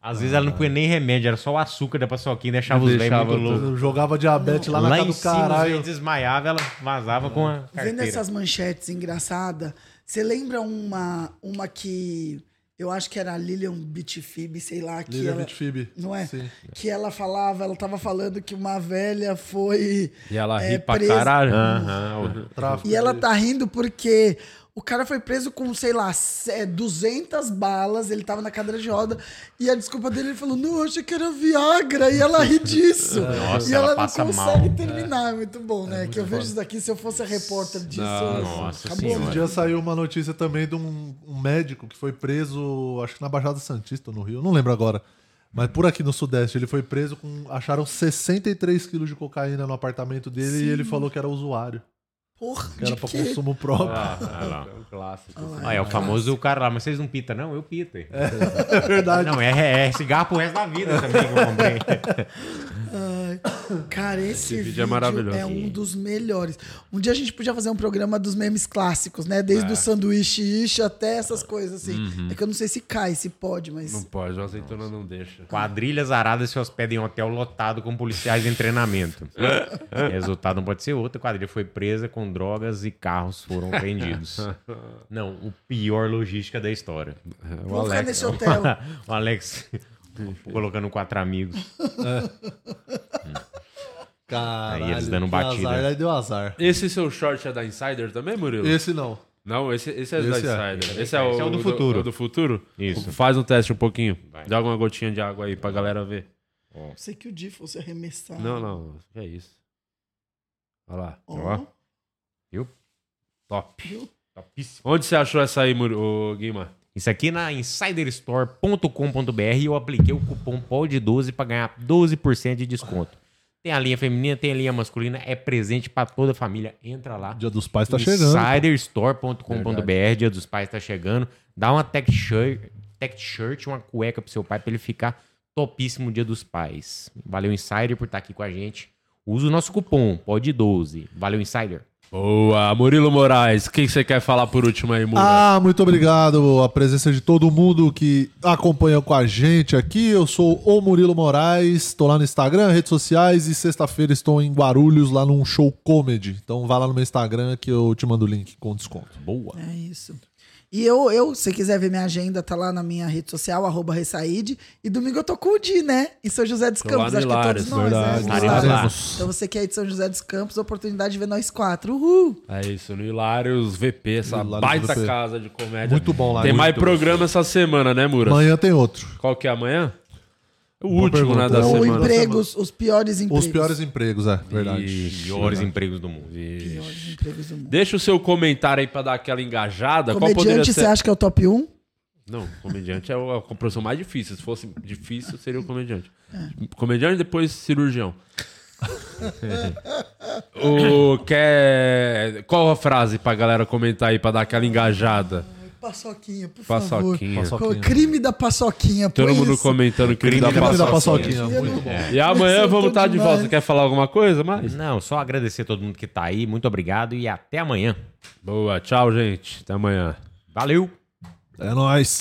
C: Às vezes ela não punha nem remédio, era só o açúcar da paçoquinha, deixava os velhos
A: Deixava
C: muito
A: tudo.
C: loucos.
B: Eu jogava diabetes lá na
C: Lá
B: casa
C: em
B: do
C: cima, os
B: caralho.
C: velhos desmaiavam, ela vazava com a
D: Vendo
C: carteira.
D: essas manchetes engraçadas, você lembra uma, uma que eu acho que era a Lilian Bitfib, sei lá, que
B: Lilian
D: ela,
B: Bitfib.
D: não é?
B: Sim.
D: Que ela falava, ela tava falando que uma velha foi
A: E ela
D: É,
A: ri pra
D: presa.
A: caralho.
C: Aham,
B: Tráfico
D: e ela
B: de-
D: tá rindo porque o cara foi preso com, sei lá, cé- 200 balas, ele tava na cadeira de roda, e a desculpa dele, ele falou, não, eu achei que era Viagra, e ela ri disso.
C: Nossa,
D: e ela,
C: ela
D: não
C: passa
D: consegue
C: mal.
D: terminar, é muito bom, né? que eu vejo isso daqui, se eu fosse a repórter disso, eu-
C: Nossa
D: acabou, né?
C: senhora.
B: Esse dia saiu uma notícia também de um, um médico que foi preso, acho que na Baixada Santista, no Rio, não lembro agora. Mas por aqui no Sudeste, ele foi preso com. Acharam 63 quilos de cocaína no apartamento dele e ele falou que era usuário.
D: Porra,
B: Que era
D: de
B: pra
D: quê?
B: consumo próprio.
C: olha lá.
A: É um clássico.
C: Ah, é o famoso cara lá, mas vocês não pita, não? Eu pito.
B: É verdade.
C: Não, é, é cigarro pro resto da vida também né? que eu comprei.
D: Ai, cara, esse,
A: vídeo é
D: vídeo, é
A: maravilhoso.
D: um dos melhores. Um dia a gente podia fazer um programa dos memes clássicos, né?
A: É.
D: Desde o sanduíche ish até essas coisas assim. É que eu não sei se cai, se pode, mas.
A: Uhum. Não pode, o azeitona não deixa.
C: Quadrilhas aradas se hospedam em hotel lotado com policiais em treinamento. Resultado não pode ser outro. A quadrilha foi presa com drogas e carros foram prendidos. Não, o pior logística da história.
A: É, O
D: Vou ficar
A: Alex.
D: nesse hotel.
C: o Alex colocando quatro amigos.
B: Caralho,
C: Aí eles dando
B: que
C: batida.
B: Azar, aí deu azar.
A: Esse seu short é da Insider também, Murilo?
B: Esse não.
A: Não, esse, esse é da
B: Esse é.
A: Insider. Esse é o,
C: é o do futuro.
A: é o do futuro?
C: Isso.
A: Faz um teste um pouquinho.
C: Vai.
A: Joga uma gotinha de água aí pra galera ver.
D: Sei que o Di fosse arremessar.
A: Não, não. Que é isso. Olha lá.
D: Ó,
C: Ó. Top.
D: viu?
C: Topíssimo.
A: Onde você achou essa aí, Mur... ô, Guima?
C: Isso aqui na insiderstore.com.br eu apliquei o cupom POD12 para ganhar 12% de desconto. Tem a linha feminina, tem a linha masculina, é presente para toda a família. Entra lá.
B: Dia dos Pais tá chegando.
C: Insiderstore.com.br, Dia dos Pais tá chegando. Dá uma tech shirt, tech shirt, uma cueca pro seu pai pra ele ficar topíssimo Dia dos Pais. Valeu, Insider, por estar aqui com a gente. Usa o nosso cupom, pode 12. Valeu, Insider.
A: Boa. Murilo Moraes, o que que você quer falar por último aí, Murilo?
B: Ah, muito obrigado a presença de todo mundo que acompanha com a gente aqui. Eu sou o Murilo Moraes, tô lá no Instagram, redes sociais e sexta-feira estou em Guarulhos lá num show comedy. Então vá lá no meu Instagram que eu te mando o link com desconto.
C: Boa.
D: É isso. E eu, eu, se quiser ver minha agenda, tá lá na minha rede social, arroba Ressaíde. E domingo eu tô com o Di, né? Em São José dos
A: Tô
D: Campos.
A: lá
D: Acho
A: no
D: que é
A: Hilários,
D: todos nós,
B: verdade.
D: né?
C: Hilários.
D: Hilários. Então você que é de São José dos Campos, oportunidade de ver nós quatro. Uhul!
A: É isso, no Hilários VP, essa
B: Hilários
A: baita
B: VP.
A: casa de comédia.
B: Muito bom lá.
A: Tem mais
B: muito bom.
A: programa essa semana, né, Mura?
B: Amanhã tem outro.
A: Qual que é amanhã? O
B: Boa
A: último, né,
B: pergunta.
A: da
B: É o
D: Ou
A: semana.
D: empregos, os piores empregos.
B: Os piores empregos, é, verdade.
C: Melhores empregos do mundo.
D: Piores empregos do mundo.
A: Deixa o seu comentário aí pra dar aquela engajada. Qual poderia
D: Comediante,
A: ser?
D: você acha que é o top 1?
A: Não, comediante é a profissão mais difícil. Se fosse difícil,
D: É.
A: seria o comediante. Comediante, depois cirurgião. o, quer... Qual a frase pra galera comentar aí, pra dar aquela engajada?
D: Paçoquinha, por
A: Paçoquinha.
D: favor. Paçoquinha. Crime da paçoquinha,
A: Todo
D: põe
A: mundo É.
D: isso.
A: comentando crime,
B: Crime
A: da,
B: da
A: paçoquinha.
B: paçoquinha,
D: Eu
B: muito
D: não-
B: bom.
A: E amanhã
D: Acertou
A: vamos estar de
D: demais.
A: volta. Quer falar alguma coisa mais?
C: Não, só agradecer a todo mundo que tá aí. Muito obrigado e até amanhã.
A: Boa, tchau, gente. Até amanhã.
C: Valeu!
B: É nóis.